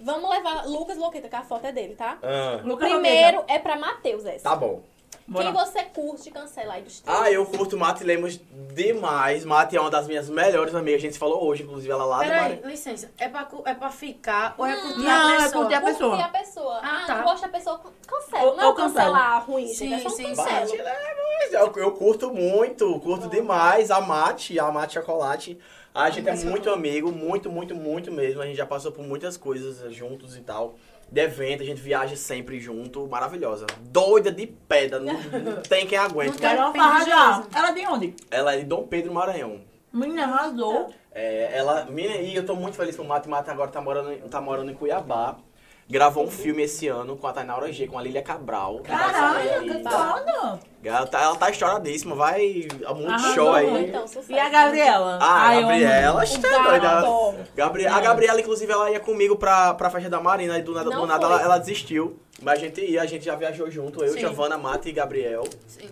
S2: vamos levar Lucas Loqueta, que a foto é dele, tá?
S4: Ah,
S1: Lucas Louqueta.
S2: Primeiro é pra Matheus essa.
S4: tá bom.
S1: Bora.
S2: Quem você curte, cancela aí dos três.
S4: Ah, eu curto Mati Lemos demais. Mati é uma das minhas melhores amigas. A gente falou hoje, inclusive, ela lá do
S3: Peraí,
S4: Mare-
S3: licença. É pra, cu- é pra ficar ou é curtir
S1: Não,
S3: a
S1: é
S3: pessoa?
S1: curtir a
S2: Curte
S1: pessoa.
S2: a pessoa.
S3: Ah,
S2: Ah,
S3: tá.
S2: não gosta da pessoa, can- cancela.
S1: Ou-
S2: não
S1: ou
S2: é cancelar ruim,
S3: Sim,
S2: gente. É só
S3: sim,
S2: um
S3: sim.
S4: Mati
S2: cancelo.
S4: Lemos. Eu, eu curto muito, curto demais a Mate, a Mate Chocolate. A gente é muito amigo, muito, muito, muito mesmo. A gente já passou por muitas coisas eh, juntos e tal. De evento, a gente viaja sempre junto, maravilhosa. Doida de pedra, não, não tem quem aguente. né?
S3: Não tem.
S1: Quero uma farra já. Ela é de onde?
S4: Ela é de Dom Pedro Maranhão.
S1: Menina, arrasou.
S4: É, ela, mina, e eu tô muito feliz pro Mata. Mata agora tá morando, em- tá morando em Cuiabá. Gravou um filme esse ano com a Tainaura G, com a Lilia Cabral.
S1: Tá.
S4: que vai sair
S1: Caralho,
S4: aí.
S1: que foda.
S4: Ela tá, ela tá estouradíssima, vai a muito
S1: Arrasou,
S4: show
S2: Não,
S4: aí.
S2: então, sucesso.
S1: E a Gabriela?
S4: Ah,
S1: Ai,
S4: a
S1: eu amo.
S4: Gabriela, está
S2: gato.
S4: doida. Gabri- A Gabriela, inclusive, ela ia comigo pra, pra festa da Marina e do nada,
S2: Não
S4: do nada
S2: foi.
S4: ela, ela desistiu. Mas a gente ia, a gente já viajou junto, eu,
S3: Sim.
S4: Giovana, Mata e Gabriel.
S3: Sim.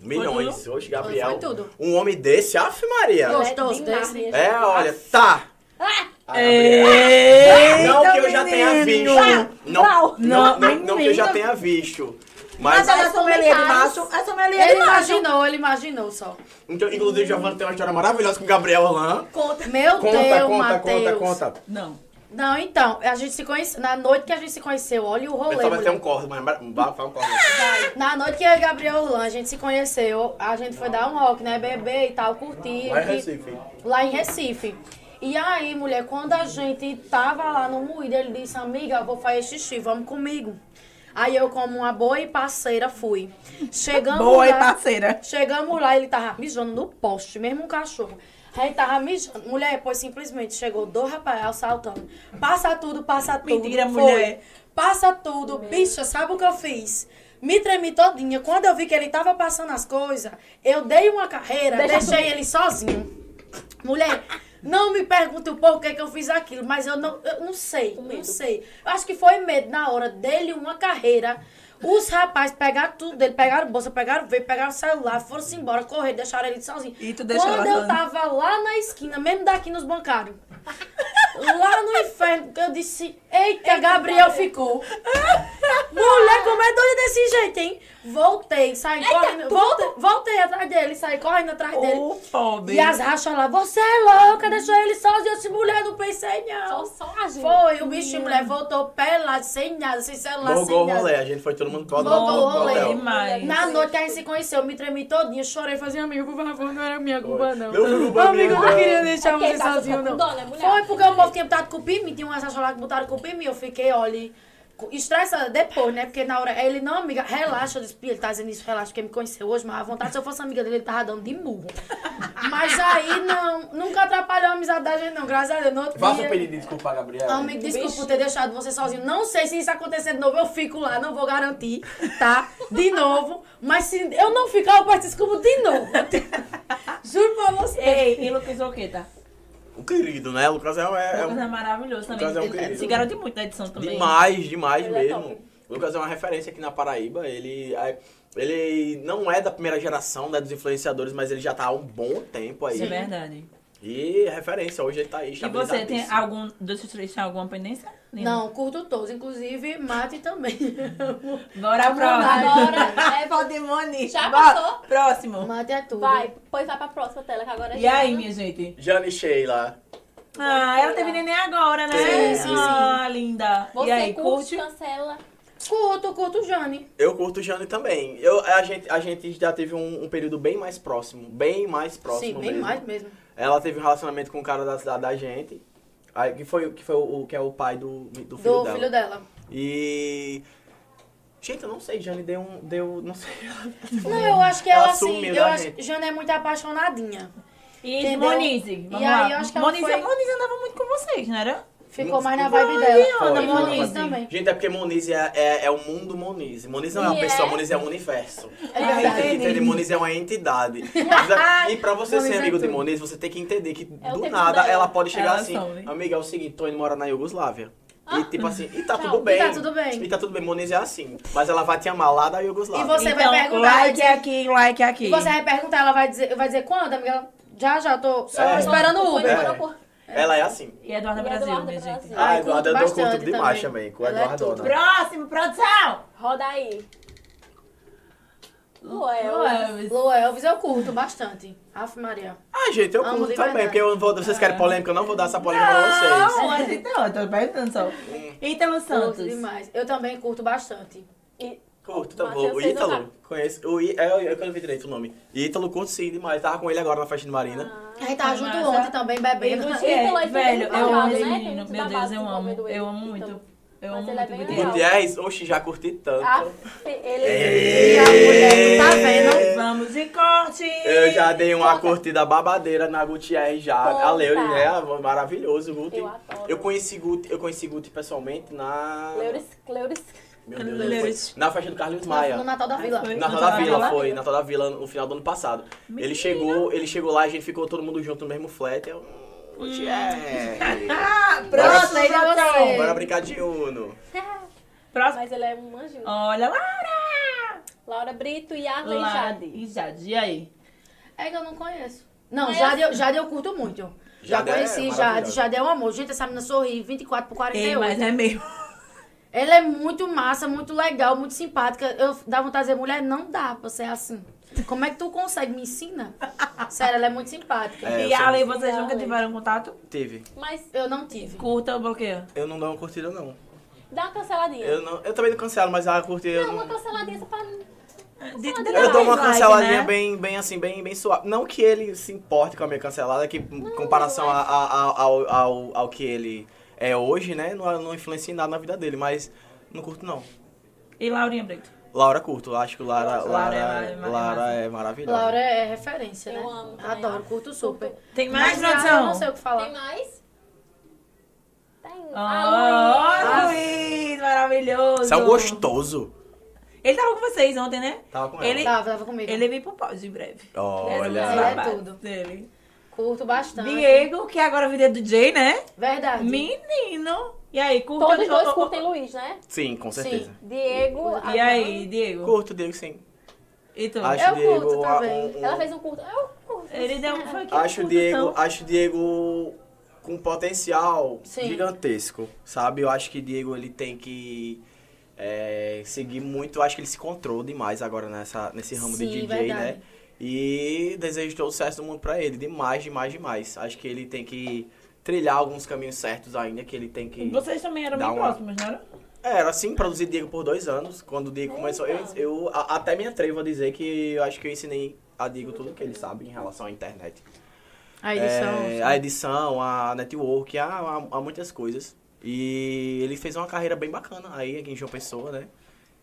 S4: Milhões. Hoje, Gabriel.
S3: Foi tudo.
S4: Um homem desse, af Maria.
S2: Ela é
S3: Gostoso
S2: de
S3: desse.
S2: Nárnia,
S4: É,
S2: gente.
S4: olha, tá.
S3: Ah.
S4: A Gabriela.
S1: Eita,
S4: Não que eu já tenha visto.
S1: menino.
S3: Ah,
S4: Não, não, não,
S1: Não,
S4: não que eu já
S1: menino.
S4: tenha visto. Mas,
S1: Mas ela é sommelier de macho.
S2: comentários.
S1: É sommelier de
S3: Ele
S1: macho.
S3: imaginou, ele imaginou só.
S4: então, inclusive, Giovanna tem uma história maravilhosa com o Gabriel Alain.
S2: Conta.
S3: Meu
S4: Conta,
S3: Deus,
S4: conta,
S3: Matheus.
S4: conta, conta.
S1: Não.
S3: Não, então, a gente se conheceu. Na noite que a gente se conheceu, olha o rolê.
S4: Eu só vai ter
S3: mulher.
S4: um corte, mas vai- vai um corte.
S3: Na noite que eu e a Gabriel Lan, a gente se conheceu, a gente foi dar um rock, né? Beber e tal, curtir.
S4: Vai em
S3: e-
S4: Recife.
S3: Lá em Recife. E aí, mulher, quando a gente tava lá no Moída, ele disse, amiga, eu vou fazer xixi, vamos comigo. Aí eu, como uma boa e parceira, fui. Chegamos
S1: Boa e
S3: lá,
S1: parceira.
S3: Chegamos lá, ele tava mijando no poste, mesmo um cachorro. Aí ele tava mijando. Mulher, pois simplesmente chegou dois rapazes assaltando. Passa tudo, passa tudo.
S1: Mentira,
S3: Foi.
S1: mulher.
S3: Passa tudo. Bicha, sabe o que eu fiz? Me tremi todinha. Quando eu vi que ele tava passando as coisas, eu dei uma carreira, deixei ele sozinho. Mulher, não me pergunte o porquê que eu fiz aquilo, mas eu não, eu não sei, não
S2: medo.
S3: sei. Eu acho que foi medo na hora dele uma carreira. Os rapazes pegaram tudo dele, pegaram bolsa, pegaram veio, pegaram o celular, foram-se embora, correram, deixaram ele sozinho.
S1: E tu deixou
S3: Quando
S1: ela
S3: eu
S1: sozinha?
S3: tava lá na esquina, mesmo daqui nos bancários, lá no inferno, eu disse, eita, Gabriel ficou. Mulher, como é doida desse jeito, hein? Voltei, saí correndo. Voltei, voltei atrás dele, saí correndo atrás dele.
S1: Ô,
S2: Oh,
S1: pobre.
S3: E as rachas lá, você é louca, deixou ele sozinho, esse mulher não pensei
S2: Só,
S3: não.
S2: só a gente.
S3: Foi, o bicho e mulher voltou pelado, sem nada, sem celular,
S4: Bogou
S3: tá sem
S4: o
S3: nada.
S4: rolê, a gente foi todo mundo pro
S3: Bogou o rolê.
S4: hotel.
S1: Demais.
S3: Na noite a gente se conheceu, me tremi todinha, chorei, fazia amigo, por favor, não era minha culpa, não.
S4: Não foi culpa
S3: amigo, eu
S4: minha,
S3: não queria
S4: não.
S3: deixar
S2: Porque
S3: você
S2: tá
S3: sozinho,
S2: com
S3: não.
S2: dó, né, mulher?
S3: Foi porque o povo tinha botado culpa em mim, tinha umas achas lá que botaram culpa em mim, eu fiquei, olha, cu- estressada depois, né? Porque na hora, aí ele, não, amiga, relaxa, eu disse, "Pia, ele tá dizendo isso, relaxa, porque me conheceu hoje, mas à vontade, se eu fosse amiga dele, ele tava dando de murro. Mas aí, não, nunca atrapalhou a amizade da gente, não, graças a Deus, no outro
S5: Faça
S3: dia-
S5: um pedido de desculpa,
S4: né?
S5: Gabriel.
S3: Amigo, desculpa por ter deixado você sozinho. Não sei se isso acontecer de novo, eu fico lá, não vou garantir, tá? De novo. Mas se eu não ficar, eu peço desculpa de novo. Juro pra você.
S1: Ei, e Lucas Oqueta?
S4: O querido, né? Lucas é, é, é
S1: Lucas é
S4: um...
S1: maravilhoso também.
S4: Lucas é um
S1: Ele-
S4: querido.
S1: se garante muito na edição também.
S4: demais, demais
S2: Ele é top.
S4: mesmo. O Lucas é uma referência aqui na Paraíba. Ele, é- ele não é da primeira geração, né, dos influenciadores, mas ele já tá há um bom tempo aí.
S1: Isso é verdade.
S4: E é referência, hoje ele tá aí.
S1: E você tem
S4: estabilizadíssimo.
S1: algum. Desses três tem alguma pendência? Nenhuma.
S3: Não, curto todos, inclusive Mate também.
S1: Bora pra
S2: Agora, é, pode-
S1: Demônio.
S2: Já passou?
S1: Próximo.
S3: Mate é tudo.
S2: vai, pois vai pra próxima tela, que agora é
S1: E aí, minha gente?
S4: Jane Sheila.
S1: Ah, ela teve neném agora, né?
S3: Sim, sim,
S1: Ah, linda.
S2: Você
S1: e aí, curte?
S2: curte, cancela.
S3: Curto, curto Jane.
S4: Eu curto Jane também. Eu, a, gente, a gente já teve um, um período bem mais próximo. Bem mais próximo
S3: Sim, bem
S4: mesmo.
S3: mais mesmo.
S4: Ela teve um relacionamento com um cara da cidade da gente. Aí, que foi, que foi o, o que é o pai do, do filho
S3: Do
S4: dela.
S3: filho dela.
S4: E. Gente, eu não sei, Jane deu um. Deu. Não sei.
S3: Não, eu acho que
S4: Ela
S3: ela, assim.
S4: sumiu
S3: Eu
S4: da
S3: acho
S4: gente.
S3: que Jane é muito apaixonadinha.
S1: E
S3: Entendeu?
S1: Moniz. Vamos
S3: E
S1: lá.
S3: aí, eu acho que ela
S1: Moniz,
S3: foi-
S1: Moniz andava muito com vocês, não era?
S3: Ficou
S4: Não,
S3: mais na
S4: foi,
S3: vibe dela.
S1: Ana
S4: Foi,
S3: E
S4: foi,
S3: Moniz
S4: foi.
S3: também.
S4: Gente, é porque Moniz é, é, é o mundo Moniz. Moniz não é uma
S2: E
S4: pessoa,
S2: é?
S4: Moniz é um universo.
S3: É
S1: Ai,
S3: verdade.
S1: entendi.
S4: Entende? Moniz é uma entidade. Mas é- E pra você
S3: Moniz
S4: ser
S3: é
S4: amigo de
S3: tudo.
S4: Moniz, você tem que entender que
S2: É o
S4: do
S2: tempo
S4: nada
S2: dela.
S4: ela pode chegar
S1: Ela
S4: assim.
S3: né?
S1: some.
S4: Amiga, é o seguinte, tô indo morar na Iugoslávia. E tipo assim, e tá
S2: Tchau.
S4: tudo bem.
S3: Ah. E tá tudo bem.
S4: E tá tudo bem, Moniz é assim. Mas ela vai te amar lá da Iugoslávia.
S3: E você vai
S1: então,
S3: perguntar, vai
S1: like
S3: dizer-
S1: aqui, like aqui.
S3: E você vai perguntar, ela vai dizer, vai dizer quando, amiga? Ela, já, já, tô só
S4: É.
S3: esperando o
S2: Foi
S3: Uber.
S4: É.
S2: no aeroporto.
S4: Ela é assim.
S1: E Eduarda
S2: E
S1: Brasil,
S2: Eduarda
S1: minha gente.
S2: Brasil.
S4: Ah,
S3: Ai,
S4: Eduardo,
S3: curto
S4: eu curto
S3: bastante
S4: demais
S3: também.
S4: também, com o
S3: Ela é
S4: Eduardo.
S3: tudo.
S4: né?
S1: Próximo, produção!
S2: Roda aí.
S4: É,
S2: Luel.
S1: Lu Elvis.
S3: Lu Elvis eu curto bastante. Aff, Maria.
S4: Ah, gente, eu
S3: Amo
S4: curto
S3: de
S4: também,
S3: verdade. Ah.
S4: porque eu não vou, vocês querem polêmica, eu não vou dar essa polêmica pra vocês.
S1: Não, a gente não, eu tô perguntando só.
S2: É.
S1: Ítalo
S3: Curto
S1: Santos.
S3: demais. Eu também curto bastante.
S2: E-
S4: Curto, tá
S2: Mateus,
S4: bom. O
S2: vocês não
S4: Ítalo, conheço. O I, é, eu, eu que eu não vi direito o nome. Ítalo, curto sim demais. Tava com ele agora na festa de Marina.
S3: A gente tava
S1: Ai,
S3: junto
S1: massa.
S3: ontem também, bebendo.
S2: Ítalo
S1: É,
S2: é
S1: velho,
S2: muito
S1: eu amo
S2: babado,
S1: esse
S2: né? Tem
S1: menino.
S2: muito
S1: Meu Deus,
S2: babado
S1: eu
S2: com o
S1: amo.
S2: cabelo
S1: Eu amo
S2: dele,
S1: muito.
S2: então.
S1: Eu
S2: Mas
S1: amo
S2: ele é
S1: muito o
S2: bem legal. Ah,
S1: BTS.
S4: Gutiérrez, oxe, já curti tanto.
S2: Aff, ele... é um
S3: E a mulher, tá vendo?
S1: Vamos de corte! Ah,
S4: Eu já dei uma
S2: Conta.
S4: curtida babadeira na Gutierrez já.
S2: Conta.
S4: A Leury, né? Maravilhoso, Guti.
S2: Eu adoro.
S4: Eu conheci Guti, eu conheci Guti pessoalmente na.
S2: Leuris, Leuris.
S4: Meu Deus,
S1: Leuris.
S4: foi na festa do Carlinhos Maia.
S3: No Natal da Vila.
S1: foi.
S4: Natal da Vila, foi. Natal da Vila, no final do ano passado.
S1: Menina.
S4: Ele chegou, ele chegou lá e a gente ficou todo mundo junto no mesmo flat. Eu, "Hum, Gutierrez,
S1: Ah,
S4: Próximo
S1: próximo,
S3: pra
S1: produção!
S3: você.
S4: bora brincar de Uno.
S1: Próximo.
S2: Mas ele é um anjo.
S1: Olha, Laura!
S2: Laura Brito e Arlen
S1: Ah. Laura
S2: Jade.
S1: E Jade, e aí?
S3: É que eu não conheço. Não,
S2: Conhece?
S3: Jade, eu- Jade eu curto muito. Já
S4: Jade é
S3: conheci Jade.
S4: maravilhosa.
S3: Jade é um amor. Gente, essa menina sorri 24 por
S1: Ei,
S3: 48.
S1: mas é meio.
S3: Ela é muito massa, muito legal, muito simpática. Eu dá vontade de dizer, mulher, não dá pra ser assim. Como é que tu consegue? Me ensina. Sério, ela é muito simpática.
S4: É,
S1: e
S4: eu sou-
S1: Ale, vocês
S2: E
S1: nunca
S2: Ale.
S1: tiveram contato?
S4: Teve.
S2: Mas
S3: Eu não tive.
S1: Curta ou bloqueia?
S4: Eu não dou uma curtida, não.
S2: dá uma canceladinha.
S4: Eu, não, eu também não cancelo, mas a curtida. eu
S2: Dá É. uma
S4: não-
S2: canceladinha só pra...
S1: De- de-
S4: Eu dou uma
S1: dislike,
S4: canceladinha
S1: né?
S4: bem, bem assim, bem, bem suave. Não que ele se importe com a minha cancelada, que em comparação a, a- a- ao, ao, ao que ele é hoje, né? Não, não influencia em nada na vida dele, mas não curto não.
S1: E Laurinha Brito?
S4: Laura curto, acho que Lara,
S1: Laura
S4: Lara,
S1: é
S4: Lara,
S1: mara-
S4: é maravilhosa.
S3: Laura é referência, né?
S2: Eu amo também.
S3: Adoro, curto super.
S1: Tem mais,
S3: Mas, ah, Eu não
S1: produção?
S3: sei o que
S2: Tem
S3: falar.
S2: mais? Tem.
S1: Ah,
S2: Ah,
S1: Luiz, maravilhoso.
S4: Você é um gostoso.
S1: Ele tava com vocês ontem, né?
S4: Tava com
S1: Ele-
S4: ela.
S3: Tava, tava comigo.
S1: Ele vem pro pós em breve.
S3: Ela é
S4: Olha.
S1: Babado
S3: tudo.
S1: Dele.
S3: Curto bastante.
S1: Diego, que agora vira DJ, né?
S3: Verdade.
S1: Menino. E aí, curta
S2: Todos
S1: ou-
S2: dois
S1: ou-
S2: curtem Luiz, né?
S4: Sim, com certeza.
S2: Diego. a
S1: E
S2: Van.
S1: aí, Diego?
S4: Curto Diego, sim.
S1: E tu?
S4: Acho
S3: Eu
S4: Diego
S3: curto
S4: a-
S3: também.
S4: um- um-
S2: Ela fez um curto. Eu curto. É.
S1: Ele deu um foi aqui,
S4: Acho o
S1: curta,
S4: Diego,
S1: então.
S4: acho o Diego com potencial
S3: Sim.
S4: gigantesco, sabe? Eu acho que Diego ele tem que é, seguir muito, acho que ele se encontrou demais agora nessa, nesse ramo de
S3: Sim,
S4: DJ,
S3: verdade.
S4: né? E desejo todo o sucesso do mundo pra ele, demais, demais, demais. Acho que ele tem que trilhar alguns caminhos certos ainda, que ele tem que...
S1: então. Vocês também eram
S4: Dá
S1: bem
S4: uma-
S1: próximos, não era?
S4: É, Era assim, produzi Diego por dois anos. Quando o
S3: É,
S4: Diego começou, eu,
S3: então.
S4: eu a- até me atrevo a dizer que eu acho que eu ensinei a Diego tudo que ele sabe em relação à internet.
S3: A edição.
S4: É, a edição, a network, a, a- a muitas coisas. E ele fez uma carreira bem bacana aí aqui em João Pessoa, né?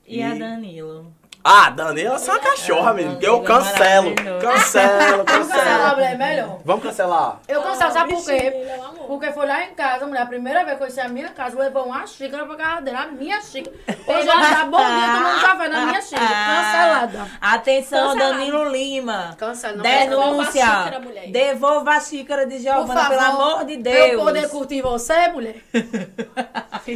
S1: E, a Danilo.
S4: Ah, Danilo, você é uma cachorra, menino. Que eu
S1: Danilo é
S4: cancelo.
S1: maravilhoso.
S4: Cancelo,
S5: Cancelar,
S4: cancelo.
S5: mulher, é melhor.
S4: Vamos cancelar.
S5: Eu cancelo, sabe por
S2: bichinho,
S5: quê?
S2: ele é um amor.
S5: Porque foi lá em casa, mulher, a primeira vez que eu conheci a minha casa, levou uma xícara pra casa dele, a minha xícara. Hoje ela tá bom dia tomando café na minha xícara, cancelada.
S1: Atenção,
S2: Cancelado.
S1: Danilo Lima.
S3: Cancela, não cancela.
S1: Denúncia.
S2: Devolva a xícara, mulher.
S1: Devolva a xícara de
S5: Por
S1: Giovana,
S5: favor,
S1: pelo amor de Deus.
S5: eu poder curtir você, mulher.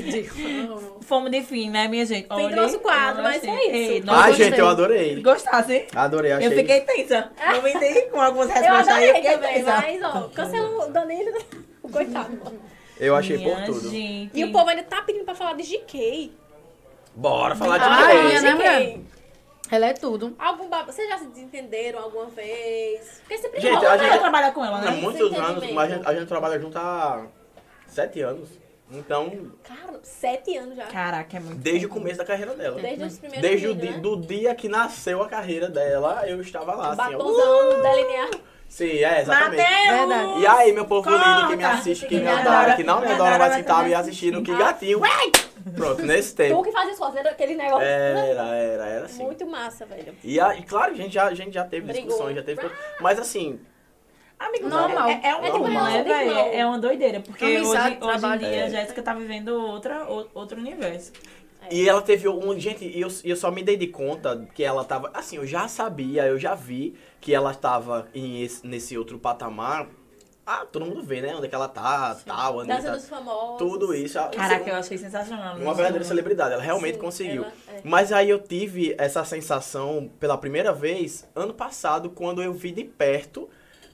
S1: Fomos de fim, né, minha gente?
S2: Fim do nosso quadro, mas
S1: foi
S2: é isso.
S1: Ei,
S4: Ah,
S1: nós
S4: gente, eu adorei.
S1: gostasse, hein?
S4: Adorei, achei.
S1: Eu fiquei tensa. Eu me entendi com algumas
S2: Eu
S1: respostas aí. Eu
S2: adorei
S1: fiquei
S2: também,
S1: tensa.
S2: mas ó, cancela o Danilo, né? o coitado.
S4: Eu achei
S1: Minha
S4: por tudo.
S1: gente.
S2: E o povo ainda tá pedindo pra falar de GK.
S4: Bora falar de
S5: Ah,
S4: três.
S2: é,
S5: minha- né, mulher?
S2: GK.
S5: Ela é tudo.
S2: Algum babo. Vocês já se desentenderam alguma vez? Porque sempre
S4: Gente,
S2: rola,
S1: Eu
S4: a
S2: né?
S1: gente trabalha com ela,
S4: Há
S1: né?
S4: muitos
S2: Sem
S4: anos,
S2: entendimento.
S4: mas a gente, a gente trabalha junto há sete anos. Então,
S2: Cara, sete anos já.
S1: Caraca, é muito.
S4: desde o começo da carreira dela.
S2: Desde os primeiros
S4: Desde o
S2: vídeos,
S4: di-
S2: né?
S4: do dia que nasceu a carreira dela, eu estava lá, assim, ó.
S2: Batonzão, delinear.
S4: Sim, é, exatamente.
S1: Mateus!
S5: Verdade.
S4: E aí, meu povo
S1: Corta!
S4: lindo que me assiste, que
S1: Me
S4: me
S1: adora,
S4: adora, que não me
S1: me
S4: adora,
S1: adora,
S4: mas que tá
S1: mas
S4: me
S1: tá
S4: assistindo, que
S1: assistindo.
S2: Ah,
S4: gatinho. Ué! Pronto, nesse
S2: Tu
S4: tempo.
S2: que faz isso, fazendo aquele negócio.
S4: Era, era, era assim.
S2: Muito massa, velho.
S4: E, aí, claro, a gente já, a gente já teve
S2: Brigou. Ah!
S4: discussões, já teve. coisa- Mas assim,
S1: Amigo,
S5: Normal.
S1: É, é um
S4: É tipo
S1: normal, né,
S2: relação de
S1: velho?
S2: irmão.
S1: É uma doideira, porque
S5: Amizade,
S1: hoje, hoje em
S5: trabalho.
S1: dia
S4: É.
S1: a Jéssica tá vivendo outra, o- outro universo.
S2: É.
S4: E ela teve um. Gente, e eu, e eu só me dei de conta que ela tava. Assim, eu já sabia, eu já vi que ela tava em esse- nesse outro patamar. Ah, todo mundo vê, né? Onde é que ela tá, tal, onde
S2: Dança
S4: tá.
S2: dos famosos.
S4: Tudo isso. ela-
S1: Caraca,
S4: assim,
S1: eu achei sensacional. né?
S4: uma verdadeira celebridade, ela realmente
S2: Sim,
S4: conseguiu.
S2: ela é.
S4: Mas aí eu tive essa sensação pela primeira vez ano passado, quando eu vi de perto.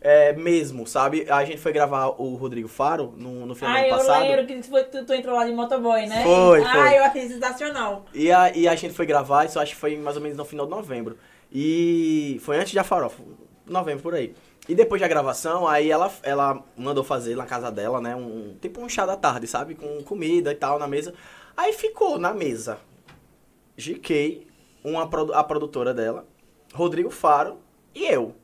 S4: é, mesmo, sabe? A gente foi gravar o Rodrigo Faro no, no final
S1: Ah,
S4: do
S1: eu
S4: passado.
S1: lembro que tu, foi- tu- tu entrou lá de motoboy, né?
S4: Foi,
S1: ah,
S4: foi.
S1: eu achei sensacional.
S4: E a, e a gente foi gravar, isso acho que foi mais ou menos no final de novembro. E foi antes de a farofa, novembro por aí. E depois da gravação, aí ela, ela mandou fazer na casa dela, né? Um, tipo um chá da tarde, sabe? Com comida e tal na mesa. Aí ficou na mesa. GK, uma, produ- a produtora dela, Rodrigo Faro e eu.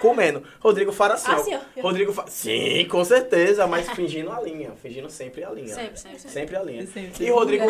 S4: Comendo. Rodrigo Faro assim,
S2: Assim, ó.
S4: Rodrigo Faro. Sim, com certeza, mas fingindo a linha. Fingindo sempre a linha.
S3: Sempre, sempre.
S4: Sempre a linha.
S1: Sempre.
S4: E o Rodrigo,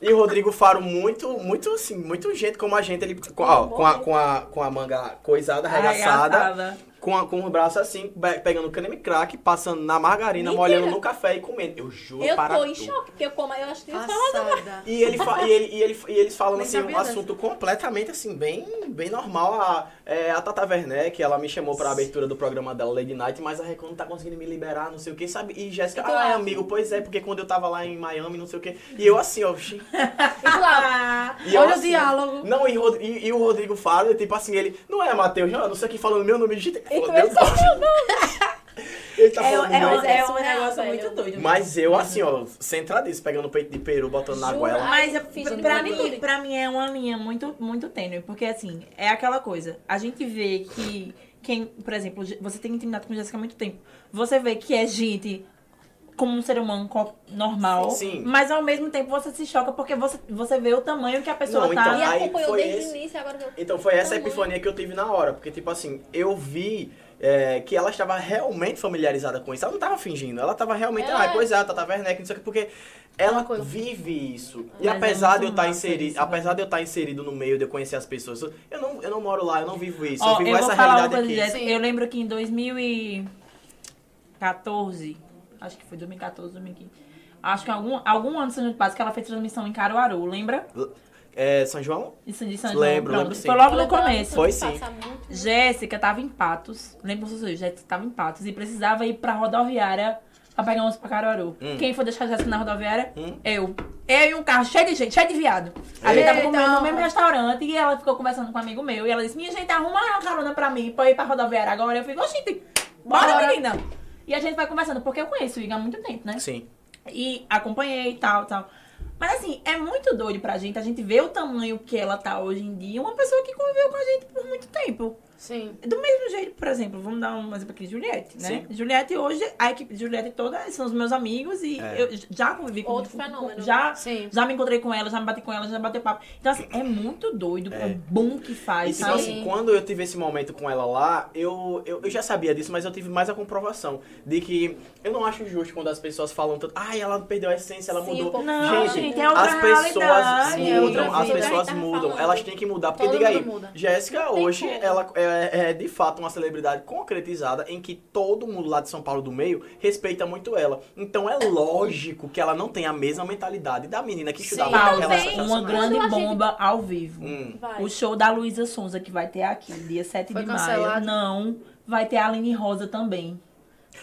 S4: e, e o Rodrigo Faro, muito, muito assim, muito gente como a gente, ele com a, ó, com a, com a, com a manga coisada, arregaçada,
S1: Arregaçada.
S4: com, a, com o braço assim, pe- pegando creme crack, passando na margarina,
S2: Mentira.
S4: molhando no café e comendo. Eu juro
S2: Eu
S4: para
S2: tô em
S4: tu.
S2: choque, porque eu como, eu acho que eles falam
S3: Passada.
S4: E, ele fa- e, ele, e, ele, e eles falam
S3: Nem
S4: assim, um
S3: sabia dessa.
S4: assunto completamente assim, bem, bem normal. A, é, a Tata Werneck, ela me chamou pra abertura do programa dela, Lady Night, mas a Record não tá conseguindo me liberar, não sei o que, sabe? E Jéssica,
S2: E tu
S4: ah,
S2: acha?
S4: amigo, pois é, porque quando eu tava lá em Miami, não sei o que. E eu assim, ó, "Oxi."
S5: E lá,
S1: Ah,
S4: e eu,
S5: olha o
S4: assim,
S5: diálogo.
S4: Não, e, Rod- e- e o Rodrigo Faro, tipo assim, ele não é Matheus, não, eu não sei quem falando meu nome de jeito-
S2: E
S4: Pô,
S2: começou
S4: Deus, Ele tá
S1: é,
S4: falando
S1: é-
S4: meu-
S2: mas é
S1: é um
S2: surreal,
S1: negócio
S2: velho.
S1: muito doido.
S4: Mas eu, assim, ó, centradíssimo, pegando o peito de peru, botando na
S2: Jura?
S4: goela.
S1: Mas é-
S2: Fingindo
S1: pra
S2: que não
S1: mim,
S2: liga.
S1: pra mim é uma linha muito, muito tênue, porque assim, é aquela coisa. A gente vê que quem, por exemplo, Je- você tem intimidade com Jéssica há muito tempo. Você vê que é gente como um ser humano co- normal,
S4: Sim.
S1: mas ao mesmo tempo você se choca porque você, você vê o tamanho que a pessoa
S4: Não,
S1: tá.
S4: então,
S2: E
S4: Aí
S2: acompanhou
S4: foi
S2: desde o
S4: esse-
S2: início, agora eu...
S4: Então foi essa a
S2: Tamanho.
S4: epifania que eu tive na hora, porque, tipo assim, eu vi é, que ela estava realmente familiarizada com isso. Ela não estava fingindo, ela estava realmente,
S2: É.
S4: ah, pois é, Tata Werneck, não sei o que, porque ela
S5: Uma coisa.
S4: vive isso. E
S1: Mas é
S4: apesar de eu
S1: muito
S4: estar
S1: massa
S4: inserido,
S1: isso, né?
S4: apesar de eu estar inserido no meio, de eu conhecer as pessoas, eu não, eu não moro lá, eu não vivo isso,
S1: Ó,
S4: eu vivo
S1: eu
S4: essa
S1: vou falar uma
S4: realidade
S1: coisa,
S4: aqui.
S1: Jéssica.
S5: Sim.
S1: Eu lembro que em 2014, acho que foi 2014, 2015. Acho que algum, algum ano de São João de Paz que ela fez transmissão em Caruaru, lembra?
S4: É, São João?
S1: Isso de São João.
S4: Lembro,
S1: Pronto,
S4: lembro sim.
S1: Foi logo no
S2: Ela tá-
S1: começo.
S4: Foi
S2: passa
S4: sim.
S2: muito-
S1: Jéssica tava em Patos, lembra vocês, Jéssica tava em Patos e precisava ir pra rodoviária pra pegar um ônibus pra Caruaru.
S4: Hum.
S1: Quem foi deixar a Jéssica na rodoviária?
S4: Hum.
S1: Eu. Eu e um carro cheio de gente, cheio de viado. A gente tava
S5: Eita.
S1: comendo no mesmo restaurante e ela ficou conversando com um amigo meu e ela disse: Minha gente, arruma uma carona pra mim pra eu ir pra rodoviária agora. Eu falei: Oxente, bora,
S5: Bora.
S1: menina. né? E a gente vai conversando, porque eu conheço o Igor há muito tempo, né?
S4: Sim.
S1: E acompanhei e tal, tal. Mas assim, é muito doido pra gente. A gente vê o tamanho que ela tá hoje em dia. Uma pessoa que conviveu com a gente por muito tempo.
S3: Sim.
S1: Do mesmo jeito, por exemplo, vamos dar um exemplo aqui, Juliette, né? Juliette hoje, a equipe de Juliette toda são os meus amigos e
S4: É.
S1: eu já convivi com
S2: Outro
S1: com-
S2: fenômeno. né?
S1: Já,
S3: Sim.
S1: já me encontrei com ela, já me bati com ela, já bati papo. Então, assim, é muito doido
S4: É.
S1: o bom que
S4: E
S1: faz,
S4: tipo
S1: sabe?
S4: assim, quando eu tive esse momento com ela lá, eu, eu, eu já sabia disso, mas eu tive mais a comprovação de que eu não acho justo quando as pessoas falam tanto, ai, ela perdeu a essência, ela
S2: Sim,
S4: mudou.
S2: um pouco.
S1: Não,
S4: Gente,
S1: gente, é outra
S4: As pessoas
S1: realidade, é outra
S4: mudam, as
S1: vida.
S4: pessoas
S2: Tava
S4: mudam,
S2: falando.
S4: elas têm que mudar, porque
S3: Todo
S4: diga
S3: mundo
S4: aí,
S3: muda.
S4: Jéssica
S2: tá Não tem
S4: hoje,
S2: como.
S4: ela é, é de fato uma celebridade concretizada em que todo mundo lá de São Paulo do meio respeita muito ela. Então é lógico que ela não tem a mesma mentalidade da menina que estudava
S3: Sim,
S4: com
S1: Pausa,
S4: ela
S2: também.
S4: essas
S1: uma
S4: semanas.
S1: grande
S2: Quando a gente-
S1: bomba ao vivo.
S4: Hum.
S2: Vai.
S1: O show da Luísa Sonza, que vai ter aqui, dia 7
S3: Foi
S1: de maio.
S3: cancelado?
S1: Não, vai ter a Aline Rosa também.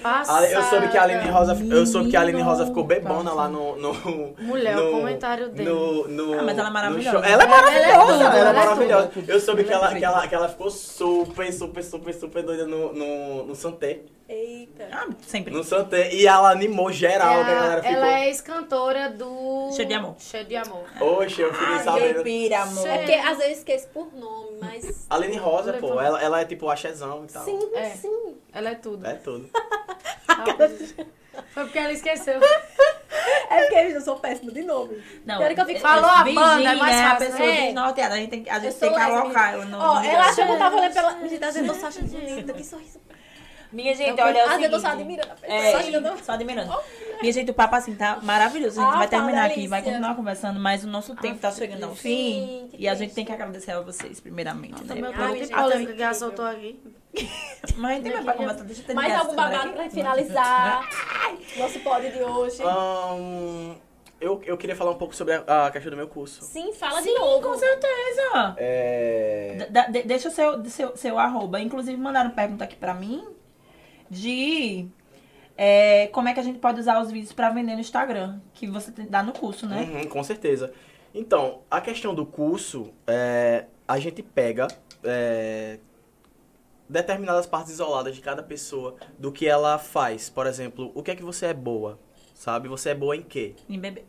S4: Ah,
S3: Passada.
S4: Eu soube que a Aline Rosa, eu soube que a Aline Rosa ficou
S1: Menino,
S4: bebona lá no, no,
S3: Mulher,
S4: no-
S3: o comentário dele.
S4: No, no,
S1: Ah, mas ela é
S4: no
S1: maravilhosa.
S4: show. Ela é maravilhosa, ela é,
S3: tudo, ela é
S4: maravilhosa.
S1: tudo.
S4: Eu soube
S1: Ela
S4: que
S1: é
S4: ela,
S1: tudo.
S4: que, ela, que ela ficou super, super, super, super doida no, no, no Santé.
S2: Eita.
S1: Ah, sempre.
S4: No Santé. E ela animou geral, que a
S3: ela,
S4: galera ficou.
S3: ela é ex-cantora do.
S1: Cheio de Amor.
S3: Cheio de amor.
S4: Oxe, eu fiquei sabendo.
S1: pira,
S3: amor.
S2: É porque às vezes esqueço por nome, mas.
S4: Aline Rosa, pô, ela, ela é tipo axezão e tal.
S2: Sim,
S3: É.
S2: sim.
S3: Ela é tudo.
S4: É tudo.
S3: Foi porque ela esqueceu.
S2: É porque eu sou péssima de nome.
S1: Não,
S2: Quero que eu fique-
S3: Falou a
S1: Virgínia
S3: banda, é mais
S1: a
S3: fácil,
S1: pessoa
S2: né?
S1: desnorteada. A gente tem, que- a gente
S2: Eu
S1: tem
S2: sou
S1: que
S2: lésbica.
S1: alocar ela no...
S2: Ó,
S1: no-
S2: ela achou que eu tava olhando pela. Me tá dizendo Sasha bonita, que sorriso.
S1: Minha gente,
S2: Às
S1: olha, é o
S2: vezes eu tô só
S1: seguinte.
S2: admirando a pessoa.
S1: É,
S2: Sasha, eu não-
S1: só admirando. Minha gente, o papo assim tá maravilhoso. A gente
S2: Ah,
S1: vai
S2: tá uma
S1: terminar aqui,
S2: delícia.
S1: vai continuar conversando, mas o nosso tempo tá chegando ao fim.
S2: Sim, que
S1: E a
S2: triste.
S1: gente tem que agradecer a vocês, primeiramente. né?
S3: Meu
S2: Ai,
S3: Deus, que
S2: gente,
S3: polêmica
S2: é
S3: que ela soltou aqui.
S1: Mas tem mais pra conversar, deixa eu terminar.
S2: Mais
S1: essa
S2: algum
S1: história
S2: babado
S1: aqui.
S2: pra finalizar nosso pódio de hoje?
S4: Ahn, eu, eu queria falar um pouco sobre a, a caixa do meu curso.
S2: Sim, fala de novo.
S1: Com certeza.
S4: É.
S1: Da- da- de- deixa o seu, seu, seu arroba. Inclusive, mandaram pergunta aqui pra mim de é, como é que a gente pode usar os vídeos pra vender no Instagram, que você tem- dá no curso, né?
S4: Uhum, com certeza. Então, a questão do curso, é, a gente pega é, determinadas partes isoladas de cada pessoa, do que ela faz. Por exemplo, o que é que você é boa? Sabe? Você é boa em quê?
S1: Em bebê.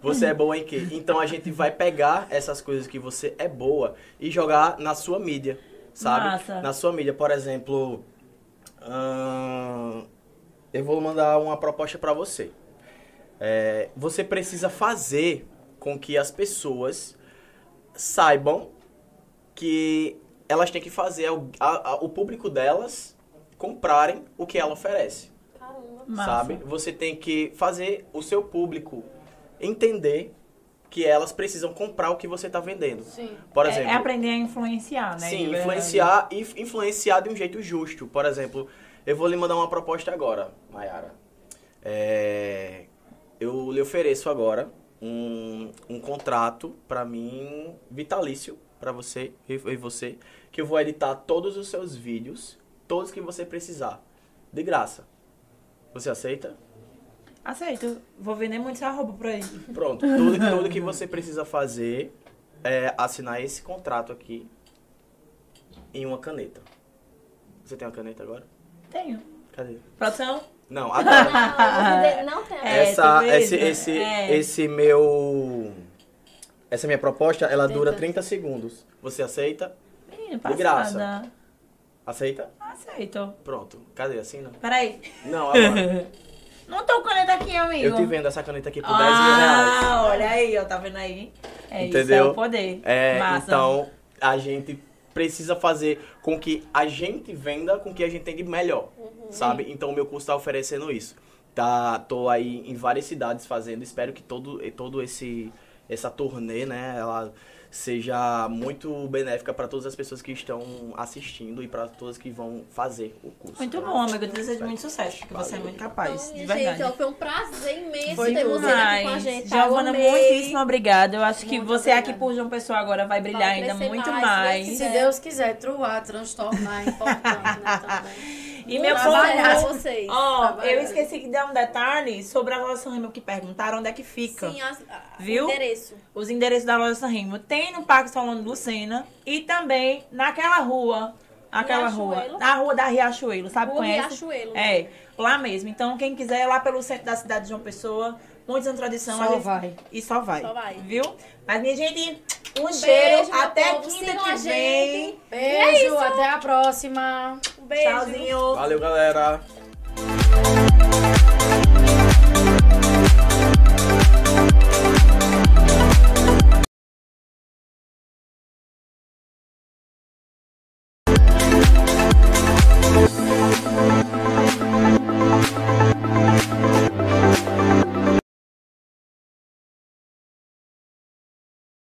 S4: Você é boa em quê? Então a gente vai pegar essas coisas que você é boa e jogar na sua mídia, sabe?
S1: Massa.
S4: Na sua mídia, por exemplo, ahn, eu vou mandar uma proposta pra você. É, você precisa fazer com que as pessoas saibam que elas têm que fazer o, a- a- o público delas comprarem o que ela oferece
S2: Caramba.
S1: Massa.
S4: sabe? Você tem que fazer o seu público entender que elas precisam comprar o que você está vendendo.
S3: Sim.
S4: Por
S1: É,
S4: exemplo,
S1: é aprender a influenciar, né? de
S4: sim,
S1: verdade.
S4: influenciar e f- influenciar de um jeito justo. Por exemplo, eu vou lhe mandar uma proposta agora, Mayara. É, eu lhe ofereço agora um, um contrato para mim vitalício para você e, e você que eu vou editar todos os seus vídeos, todos que você precisar, de graça. Você aceita?
S1: Aceito. Vou vender muito essa roupa por aí.
S4: Pronto, tudo, tudo que você precisa fazer é assinar esse contrato aqui em uma caneta. Você tem uma caneta agora?
S1: Tenho.
S4: Cadê?
S1: Produção?
S4: Não, agora.
S2: Não, não tem.
S1: É,
S4: Essa,
S1: tu vês,
S4: esse,
S1: né?
S4: esse,
S1: É.
S4: esse meu. Essa minha proposta, ela dura
S3: Tenta.
S4: 30 segundos. Você aceita?
S1: Menina,
S4: De
S1: passada.
S4: graça. Aceita?
S1: Aceito.
S4: Pronto. Cadê? Assina?
S1: Peraí.
S4: Não, agora.
S1: Não tô com caneta aqui, amigo.
S4: Eu te vendo essa caneta aqui por 10 mil reais.
S1: Ah, olha aí, ó, tá vendo aí? É
S4: Entendeu?
S1: isso, é o poder.
S4: É,
S1: Massa.
S4: então a gente precisa fazer com que a gente venda com o que a gente tem de melhor, sabe? Então o meu curso tá oferecendo isso. Tá, tô aí em várias cidades fazendo, espero que todo e todo esse essa turnê, né, ela seja muito benéfica para todas as pessoas que estão assistindo e para todas que vão fazer o curso.
S1: Muito
S4: né?
S1: bom, amigo. Eu te desejo muito sucesso, porque você é
S4: Valeu.
S1: muito capaz, de
S2: Então, minha
S1: verdade.
S2: gente, ó, foi um prazer imenso
S3: Foi
S2: ter você aqui com a
S1: Mas,
S2: gente. tá? Eu
S1: Giovana,
S2: amei.
S1: muitíssimo obrigada. Eu acho que
S3: Muito
S1: você
S3: obrigada.
S1: aqui por João Pessoa agora vai brilhar
S2: Vai
S1: ainda
S2: crescer
S1: muito
S2: mais,
S1: mais.
S2: vai
S3: Se Deus quiser, truar, transtornar é importante, né? Também.
S1: E meu
S2: trabalhar
S1: contato.
S2: vocês.
S1: Ó,
S3: Trabalhar.
S1: eu esqueci de dar um detalhe sobre a loja São Remo que perguntaram onde é que fica.
S2: Sim, as- a-
S1: Viu?
S2: o endereço.
S1: Os endereços da loja São Remo tem no Parque Solano Lucena e também naquela rua. Aquela rua.
S2: Riachuelo?
S1: Na rua da Riachuelo, sabe?
S2: Rua
S1: Conhece?
S2: Riachuelo.
S1: É, lá mesmo. Então, quem quiser, lá pelo centro da cidade de João Pessoa, muitos anos de tradição.
S3: Só
S1: às vezes-
S3: vai.
S1: E só vai.
S2: Só vai.
S1: Viu? Mas, minha gente, um
S2: beijo,
S1: cheiro.
S2: meu
S1: Até
S2: povo.
S1: quinta
S2: Sigam
S1: que
S2: a
S1: vem.
S2: gente.
S3: Beijo, até a próxima.
S2: Um beijo.
S1: Tchauzinho.
S4: Valeu, galera.